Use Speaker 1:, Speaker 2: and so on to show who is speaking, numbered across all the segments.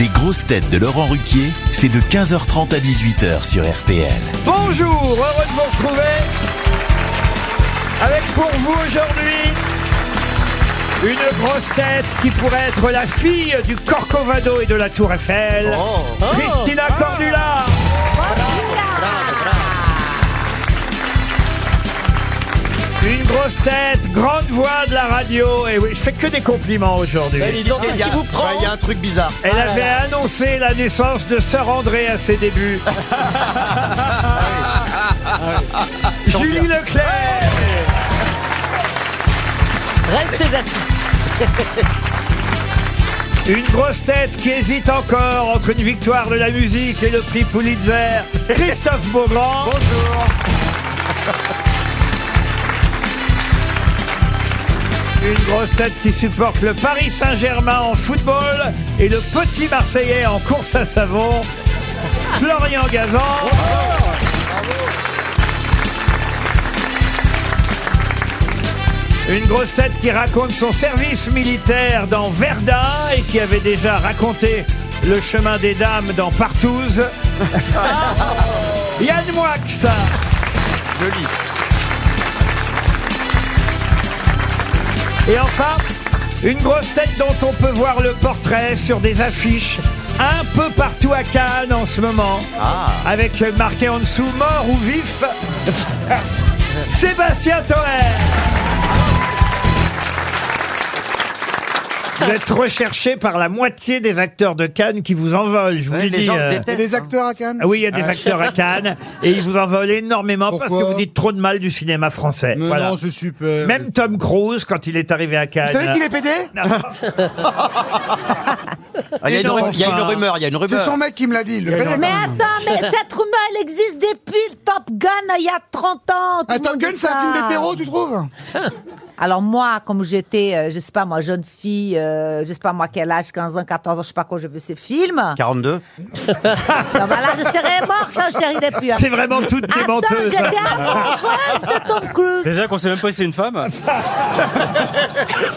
Speaker 1: Les grosses têtes de Laurent Ruquier, c'est de 15h30 à 18h sur RTL.
Speaker 2: Bonjour, heureux de vous retrouver avec pour vous aujourd'hui une grosse tête qui pourrait être la fille du Corcovado et de la Tour Eiffel,
Speaker 3: Oh.
Speaker 2: Christina
Speaker 3: Ah.
Speaker 2: Cordula. Une grosse tête, grande voix de la radio. Et oui, je fais que des compliments aujourd'hui.
Speaker 3: Bah, Il y,
Speaker 4: Ah,
Speaker 3: a, enfin, il y a un truc Ah bizarre.
Speaker 2: Elle avait annoncé la naissance de Sœur André à ses débuts. Julie Leclerc
Speaker 5: Restez assis.
Speaker 2: Une grosse tête qui hésite encore entre une victoire de la musique et le prix Pulitzer, Christophe Beaugrand. Bonjour. Une grosse tête qui supporte le Paris Saint-Germain en football et le petit Marseillais en course à savon, Florian Gazan. Une grosse tête qui raconte son service militaire dans Verdun et qui avait déjà raconté le chemin des dames dans Partouze. Yann Moix
Speaker 3: Joli.
Speaker 2: Et enfin, une grosse tête dont on peut voir le portrait sur des affiches un peu partout à Cannes en ce moment.
Speaker 3: Ah.
Speaker 2: Avec marqué en dessous mort ou vif. Sébastien Toer. Vous êtes recherché par la moitié des acteurs de Cannes qui vous envolent, je vous le
Speaker 3: les
Speaker 2: dis.
Speaker 3: gens
Speaker 2: euh,
Speaker 3: détestent.
Speaker 6: Les acteurs à Cannes
Speaker 2: Ah Oui, il y a des acteurs à Cannes et ils vous en veulent énormément parce que
Speaker 6: Pourquoi
Speaker 2: vous dites trop de mal du cinéma français.
Speaker 6: Mais
Speaker 2: Voilà.
Speaker 6: non, c'est super.
Speaker 2: Même Tom Cruise, quand il est arrivé à Cannes.
Speaker 6: Vous savez qu'il est pédé
Speaker 3: Ah, Il y, a une
Speaker 2: Énorme,
Speaker 3: ru- il y a une
Speaker 2: enfin.
Speaker 3: rumeur, il y a une rumeur.
Speaker 6: C'est son mec qui me l'a dit.
Speaker 2: Il
Speaker 6: Le
Speaker 2: y a
Speaker 6: pédé.
Speaker 2: une
Speaker 7: Mais attends, mais cette rumeur, elle existe depuis le Top Gun il y a 30 ans. tout
Speaker 6: Ah,
Speaker 7: le
Speaker 6: Top
Speaker 7: monde
Speaker 6: Gun,
Speaker 7: dit
Speaker 6: c'est un
Speaker 7: ça.
Speaker 6: film d'hétéro, tu trouves
Speaker 7: Alors moi, comme j'étais, euh, je sais pas moi, jeune fille, euh, je sais pas moi quel âge, 15 ans, 14 ans, je sais pas quand j'ai vu ces films.
Speaker 3: 42.
Speaker 7: Ça va là, je serais morte, hein, ça, je serais plus.
Speaker 2: C'est vraiment toute
Speaker 7: Attends,
Speaker 2: démenteuse.
Speaker 7: j'étais amoureuse de Tom Cruise.
Speaker 8: Déjà qu'on sait même pas si c'est une femme.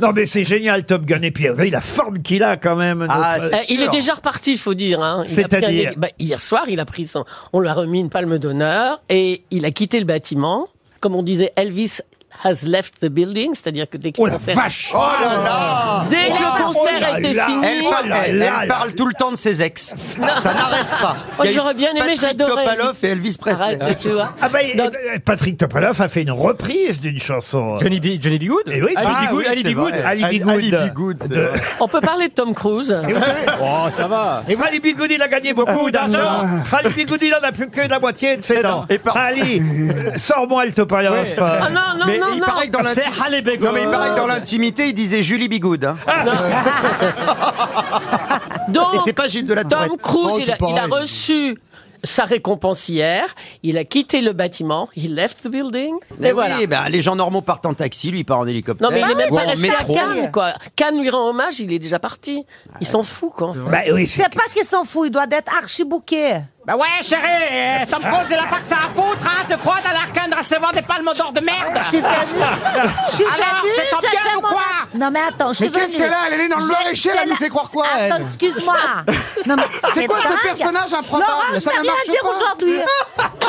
Speaker 2: Non, mais c'est génial, Top Gun. Et puis, regardez la forme qu'il a quand même. notre-
Speaker 3: Ah, c'est-
Speaker 5: Euh, il est
Speaker 3: sûr.
Speaker 5: déjà reparti, il faut dire. hein. Il a pris un
Speaker 2: C'est-à-dire
Speaker 5: héli- bah, Hier soir, il a pris son. On lui a remis une palme d'honneur et il a quitté le bâtiment. Comme on disait, Elvis has left the building, c'est-à-dire que dès que
Speaker 2: Oh
Speaker 5: le
Speaker 2: la
Speaker 5: concert,
Speaker 2: vache
Speaker 3: Oh là là
Speaker 5: dès que le concert
Speaker 2: là
Speaker 5: était
Speaker 2: là.
Speaker 5: fini,
Speaker 3: Elle, parle,
Speaker 2: Oh là
Speaker 3: elle-
Speaker 2: là
Speaker 3: elle
Speaker 2: là.
Speaker 3: parle tout le temps de ses ex. Ça n'arrête pas.
Speaker 5: Oh,
Speaker 3: Il y a eu
Speaker 5: j'aurais bien aimé,
Speaker 3: Patrick
Speaker 5: j'adorais
Speaker 3: Topalov et
Speaker 5: Elvis.
Speaker 3: Elvis Presley.
Speaker 5: arrête, tu vois.
Speaker 2: Ah bah, et-
Speaker 5: Donc-
Speaker 2: et Patrick Topalov a fait une reprise d'une chanson.
Speaker 8: Johnny, B, Johnny B. Good
Speaker 2: Eh oui,
Speaker 8: Ali
Speaker 2: ah
Speaker 8: B. Good,
Speaker 3: oui,
Speaker 8: Ali
Speaker 3: c'est
Speaker 8: B. Good.
Speaker 3: vrai.
Speaker 2: Ali
Speaker 3: Ali- Ali
Speaker 2: Bigoud.
Speaker 3: Bigoud, c'est vrai.
Speaker 5: on peut parler de Tom Cruise.
Speaker 6: Et vous savez,
Speaker 8: Oh, ça va.
Speaker 2: Et Ali Bigoud, il a gagné
Speaker 3: Ah,
Speaker 4: Euh,
Speaker 2: beaucoup d'argent. Ali Bigoud, il en a plus que la moitié de ses dents.
Speaker 3: Et par-
Speaker 2: Ali, euh, sors-moi le Topalov. Euh,
Speaker 5: Ah non, non,
Speaker 3: Mais
Speaker 5: non,
Speaker 3: il
Speaker 5: non.
Speaker 3: paraît que
Speaker 2: Ah,
Speaker 3: dans
Speaker 8: C'est
Speaker 3: l'intimité.
Speaker 8: Halle
Speaker 3: Non mais il paraît que dans l'intimité, il disait Julie Bigoud. hein.
Speaker 5: Donc,
Speaker 3: Et c'est pas Gilles de la
Speaker 5: Tom
Speaker 3: Tourette.
Speaker 5: Cruise,
Speaker 6: Oh,
Speaker 5: il,
Speaker 6: c'est
Speaker 5: a, il a
Speaker 6: pareil.
Speaker 5: reçu sa récompense hier. Il a quitté le bâtiment. He left the building. Et
Speaker 3: Mais
Speaker 5: voilà.
Speaker 3: oui,
Speaker 4: bah,
Speaker 3: ben, les gens normaux partent en taxi, lui il part en hélicoptère.
Speaker 5: Non, mais il est même
Speaker 3: ou
Speaker 5: pas
Speaker 3: en
Speaker 5: resté à
Speaker 3: métro.
Speaker 5: Cannes, quoi. Cannes lui rend hommage, il est déjà parti. Il s'en fout, quoi. en fait.
Speaker 2: Bah oui, c'est
Speaker 7: C'est pas qu'il s'en fout, il doit être archibouqué.
Speaker 9: Bah ouais, chérie, euh, Tom Cruise, il a pas que ça à foutre, hein, de croire dans l'arcane de recevoir des palmes d'or de merde.
Speaker 7: Je suis venue. Je suis
Speaker 9: Alors,
Speaker 7: venue,
Speaker 9: c'est Top
Speaker 7: j'ai
Speaker 9: Gun
Speaker 7: fait
Speaker 9: ou
Speaker 7: mon-
Speaker 9: quoi
Speaker 7: Non mais attends, je suis
Speaker 6: Mais qu'est-ce
Speaker 7: venue.
Speaker 6: qu'elle a Elle est dans le
Speaker 7: J'ai-
Speaker 6: Loir-et-Cher, elle
Speaker 7: c'est
Speaker 6: nous fait croire quoi, elle
Speaker 7: Attends, excuse-moi. Non mais
Speaker 6: C'est quoi ce
Speaker 7: dingue.
Speaker 6: personnage improbable
Speaker 7: Laurent,
Speaker 6: Ça
Speaker 7: je n'ai
Speaker 6: ne
Speaker 7: rien
Speaker 6: marche
Speaker 7: à dire
Speaker 6: pas.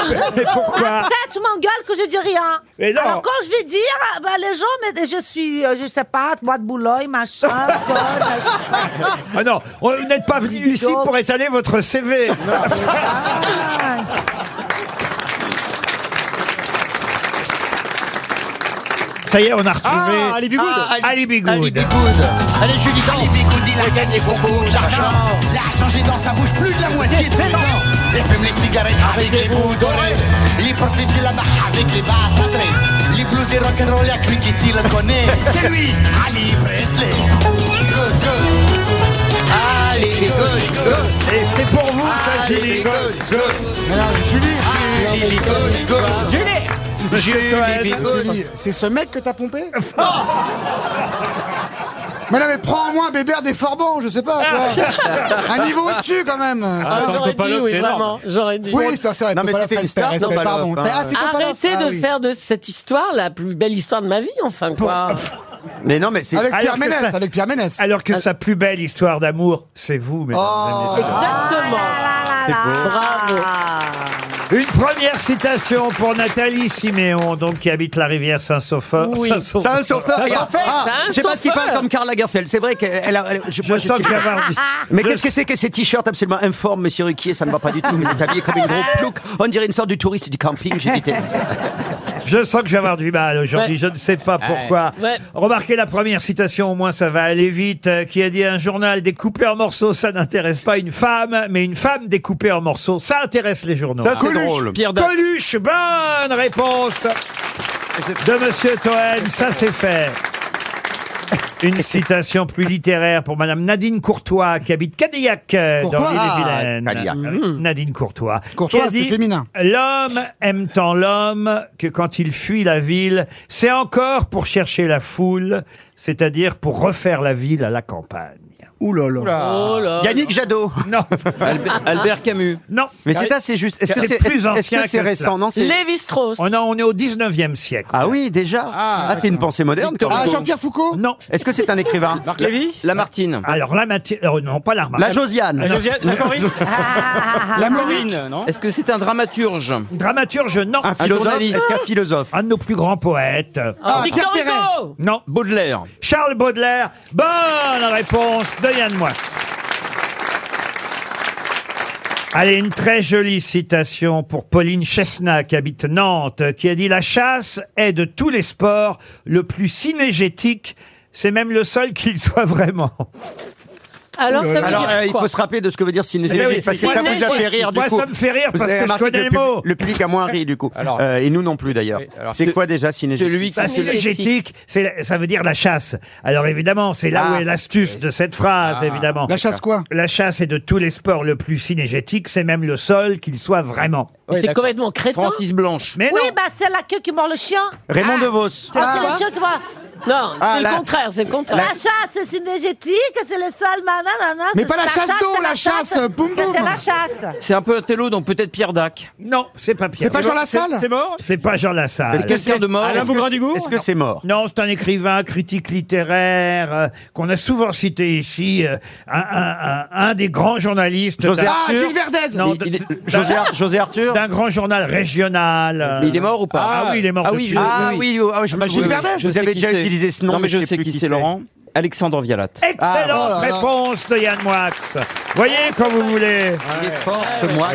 Speaker 7: aujourd'hui.
Speaker 2: mais pourquoi
Speaker 7: Après, tu m'engueules que je dis rien.
Speaker 2: Mais non.
Speaker 7: Alors, quand je vais dire, ben, les gens, mais je suis, euh, je sais pas, bois de boulogne, machin, conne.
Speaker 2: Ah non, on- vous n'êtes pas venu ici
Speaker 7: donc.
Speaker 2: pour étaler votre CV. Ça y est, on a retrouvé
Speaker 8: Ah, Ali B. Good.
Speaker 3: Ah,
Speaker 2: Ali Bigoud.
Speaker 3: Ali Bigoud. Allez Julie, danse.
Speaker 10: Les écoudis il a gagné beaucoup d'argent. L'a changé dans sa bouche plus de la moitié de ses dents. Il fume les cigarettes avec les bouts dorés. Il porte les marche avec les basses à traîne. Les blues des rock'n'roll, y'a que lui qui t'y reconnaît. C'est lui, Ali Presley. Good, good.
Speaker 3: Ali Bigoud. good.
Speaker 2: Et c'était pour vous, ça,
Speaker 3: Ali
Speaker 2: Julie.
Speaker 3: Bigoud. good.
Speaker 6: Alors, Julie, je suis-
Speaker 3: Ali Bigoud. good. Julie Bigoud.
Speaker 2: Cohen. Oh
Speaker 6: Julie, c'est ce mec que t'as pompé Mais non, mais prends au moins Bébert des Forbans, je sais pas, quoi. Un niveau au-dessus, quand même.
Speaker 8: Ah, attends,
Speaker 5: j'aurais
Speaker 8: Topalov,
Speaker 5: dû, oui,
Speaker 8: c'est énorme.
Speaker 5: vraiment, j'aurais dû.
Speaker 6: oui, c'est vrai.
Speaker 4: Non, mais
Speaker 6: Topalov,
Speaker 4: c'était une
Speaker 6: respect,
Speaker 4: star,
Speaker 6: respect,
Speaker 4: Topalov,
Speaker 6: pardon.
Speaker 4: hein.
Speaker 6: Ah, c'est Topalov.
Speaker 5: Arrêtez
Speaker 6: Ah,
Speaker 5: de
Speaker 6: oui.
Speaker 5: faire de cette histoire la plus belle histoire de ma vie, enfin quoi.
Speaker 4: Mais non, mais c'est.
Speaker 6: Avec
Speaker 2: Alors
Speaker 6: Pierre
Speaker 2: que
Speaker 6: Ménès,
Speaker 2: ça-
Speaker 6: avec Pierre Ménès.
Speaker 2: Alors que sa plus belle histoire d'amour, c'est vous, mesdames
Speaker 6: Oh.
Speaker 2: et messieurs.
Speaker 5: Exactement.
Speaker 4: C'est
Speaker 2: Oh.
Speaker 4: beau.
Speaker 3: Ah
Speaker 5: Bravo.
Speaker 2: Une première citation pour Nathalie Siméon, donc qui habite la rivière Saint-Sauveur.
Speaker 5: Oui.
Speaker 2: Saint-Sauveur.
Speaker 4: C'est un chauffeur. regarde. Ah,
Speaker 5: c'est un
Speaker 4: je sais pas ce qu'il
Speaker 5: chauffeur.
Speaker 4: parle comme Karl Lagerfeld. C'est vrai que elle a- elle- je,
Speaker 2: Je
Speaker 4: moi, je
Speaker 2: sens
Speaker 4: suis-
Speaker 2: qu'il va y avoir du-
Speaker 4: Mais
Speaker 2: je-
Speaker 4: qu'est-ce que c'est que ces t-shirts absolument informes, monsieur Ruquier Ça ne va pas du tout. Vous êtes habillé comme une grosse plouc. On dirait une sorte du touriste du camping. Je déteste.
Speaker 2: Je sens que je vais avoir du mal aujourd'hui,
Speaker 5: Ouais.
Speaker 2: je ne sais pas pourquoi.
Speaker 5: Ouais.
Speaker 2: Remarquez la première citation, au moins ça va aller vite, euh, qui a dit un journal découpé en morceaux, ça n'intéresse pas une femme, mais une femme découpée en morceaux, ça intéresse les journaux.
Speaker 4: Ça, c'est drôle.
Speaker 2: Pierre Coluche, bonne réponse de Monsieur Toen, ça c'est fait. Une citation plus littéraire pour Madame Nadine Courtois, qui habite Cadillac, euh, dans
Speaker 6: Courtois.
Speaker 2: l'île-et-Vilaine.
Speaker 4: Ah, Cadillac.
Speaker 2: Oui, Nadine Courtois.
Speaker 6: Courtois,
Speaker 2: qui a
Speaker 6: c'est
Speaker 2: dit,
Speaker 6: féminin.
Speaker 2: L'homme aime tant l'homme que quand il fuit la ville, c'est encore pour chercher la foule, c'est-à-dire pour refaire la ville à la campagne.
Speaker 6: Ouh là là.
Speaker 5: Oh là.
Speaker 4: Yannick Jadot.
Speaker 2: Non,
Speaker 3: Albert, Albert Camus.
Speaker 2: non.
Speaker 4: Mais c'est assez juste. Est-ce que
Speaker 2: C'est
Speaker 4: c'est
Speaker 2: plus
Speaker 4: est-ce- est-ce
Speaker 2: ancien
Speaker 4: que c'est
Speaker 2: que cela.
Speaker 4: récent Non, c'est.
Speaker 5: Lévi-Strauss.
Speaker 2: On, a- on est au 19e siècle.
Speaker 4: Ah oui, déjà. Ah, c'est une pensée moderne. quand
Speaker 6: Ah,
Speaker 4: même.
Speaker 6: Jean-Pierre Foucault
Speaker 2: Non.
Speaker 4: Est-ce que c'est un écrivain
Speaker 8: Marc Lévy
Speaker 3: Lamartine.
Speaker 2: Alors la matière... oh, non, pas l'arme.
Speaker 4: La Josiane.
Speaker 8: La Josiane La Corinne La Corinne, non
Speaker 3: Est-ce que c'est un dramaturge
Speaker 2: Dramaturge, non.
Speaker 4: Un philosophe.
Speaker 3: journaliste.
Speaker 4: Est-ce qu'un philosophe
Speaker 2: Un de nos plus grands poètes.
Speaker 6: Ah,
Speaker 5: Victor
Speaker 6: Pierre
Speaker 5: Hugo.
Speaker 2: Non.
Speaker 3: Baudelaire.
Speaker 2: Charles Baudelaire. Bonne réponse de Yann Moix. Allez, une très jolie citation pour Pauline Chesna, qui habite Nantes, qui a dit « La chasse est de tous les sports le plus cinégétique, c'est même le seul qu'il soit vraiment.
Speaker 5: Alors ça veut
Speaker 4: Alors,
Speaker 5: dire
Speaker 4: euh, il
Speaker 5: quoi
Speaker 4: faut se rappeler de ce que veut dire
Speaker 2: Eh
Speaker 4: synergie.
Speaker 2: oui,
Speaker 4: parce que ça vous a fait
Speaker 5: synergie.
Speaker 4: rire » du
Speaker 2: Moi,
Speaker 4: coup.
Speaker 2: ça me fait rire
Speaker 4: Vous
Speaker 2: parce
Speaker 4: avez
Speaker 2: que je
Speaker 4: remarqué
Speaker 2: connais
Speaker 4: le
Speaker 2: les
Speaker 4: pub-
Speaker 2: mots.
Speaker 4: Le public a moins ri du coup. Euh, et nous non plus d'ailleurs.
Speaker 8: Oui, alors,
Speaker 4: c'est
Speaker 8: c'est-
Speaker 4: quoi déjà synergie
Speaker 3: Celui qui
Speaker 2: Ça, c'est
Speaker 5: Cinégétique.
Speaker 2: légétique, c'est- ça veut dire la chasse. Alors évidemment, c'est là
Speaker 4: Ah.
Speaker 2: où est l'astuce de cette phrase, évidemment.
Speaker 6: La chasse quoi
Speaker 2: La chasse est de tous les sports le plus cinégétique, c'est même le seul qu'il soit vraiment.
Speaker 5: Mais C'est complètement crétin.
Speaker 3: Francis Blanche.
Speaker 2: Mais
Speaker 7: Oui,
Speaker 2: non,
Speaker 7: bah c'est la queue qui mord le chien.
Speaker 4: Raymond
Speaker 7: Ah.
Speaker 4: DeVos.
Speaker 7: Ah, c'est le chien qui mord.
Speaker 5: Non,
Speaker 4: Ah,
Speaker 5: c'est le
Speaker 4: la-
Speaker 5: contraire, c'est le
Speaker 7: La
Speaker 5: contraire.
Speaker 7: chasse, c'est synergétique, c'est le sol, nanana.
Speaker 6: Mais
Speaker 7: c'est
Speaker 6: pas la chasse d'eau,
Speaker 7: c'est
Speaker 6: la chasse, boum,
Speaker 7: que
Speaker 6: boum.
Speaker 7: C'est la chasse.
Speaker 3: C'est un peu un télo, donc peut-être Pierre Dac.
Speaker 2: non, c'est pas Pierre.
Speaker 6: C'est pas Jean Lassalle
Speaker 8: C'est mort
Speaker 2: C'est pas Jean Lassalle.
Speaker 4: Est-ce que
Speaker 3: Quelqu'un de mort.
Speaker 8: Alain
Speaker 3: Est-ce que
Speaker 8: Bougrain
Speaker 3: c'est-
Speaker 8: du Gour
Speaker 4: Est-ce que c'est mort
Speaker 2: Non, c'est un écrivain, critique littéraire, euh, qu'on a souvent cité ici, euh, un, un- un- un des grands journalistes.
Speaker 4: José
Speaker 2: d'un-
Speaker 6: Ah, Gilles Verdez
Speaker 2: Non,
Speaker 3: Il- il est-
Speaker 2: d'un-
Speaker 4: José, Ar- José Arthur
Speaker 2: d'un grand journal régional. euh,
Speaker 3: Mais il est mort ou pas
Speaker 2: Ah, oui, il est mort.
Speaker 3: Ah
Speaker 2: de
Speaker 3: oui, bah,
Speaker 2: plus.
Speaker 3: je-
Speaker 4: Ah oui, oui, ah, je
Speaker 6: Gilles
Speaker 4: oui, oui,
Speaker 6: Verdez,
Speaker 4: Vous
Speaker 3: sais
Speaker 4: avez
Speaker 3: qui
Speaker 4: déjà
Speaker 3: c'est.
Speaker 4: utilisé ce nom.
Speaker 3: Non, mais je
Speaker 4: sais
Speaker 3: sais
Speaker 4: plus
Speaker 3: qui c'est, Laurent. Alexandre Vialat.
Speaker 2: Excellente
Speaker 6: Ah, voilà.
Speaker 2: réponse de Yann Moix. Voyez quand vous voulez.
Speaker 4: Il est fort, ce moi.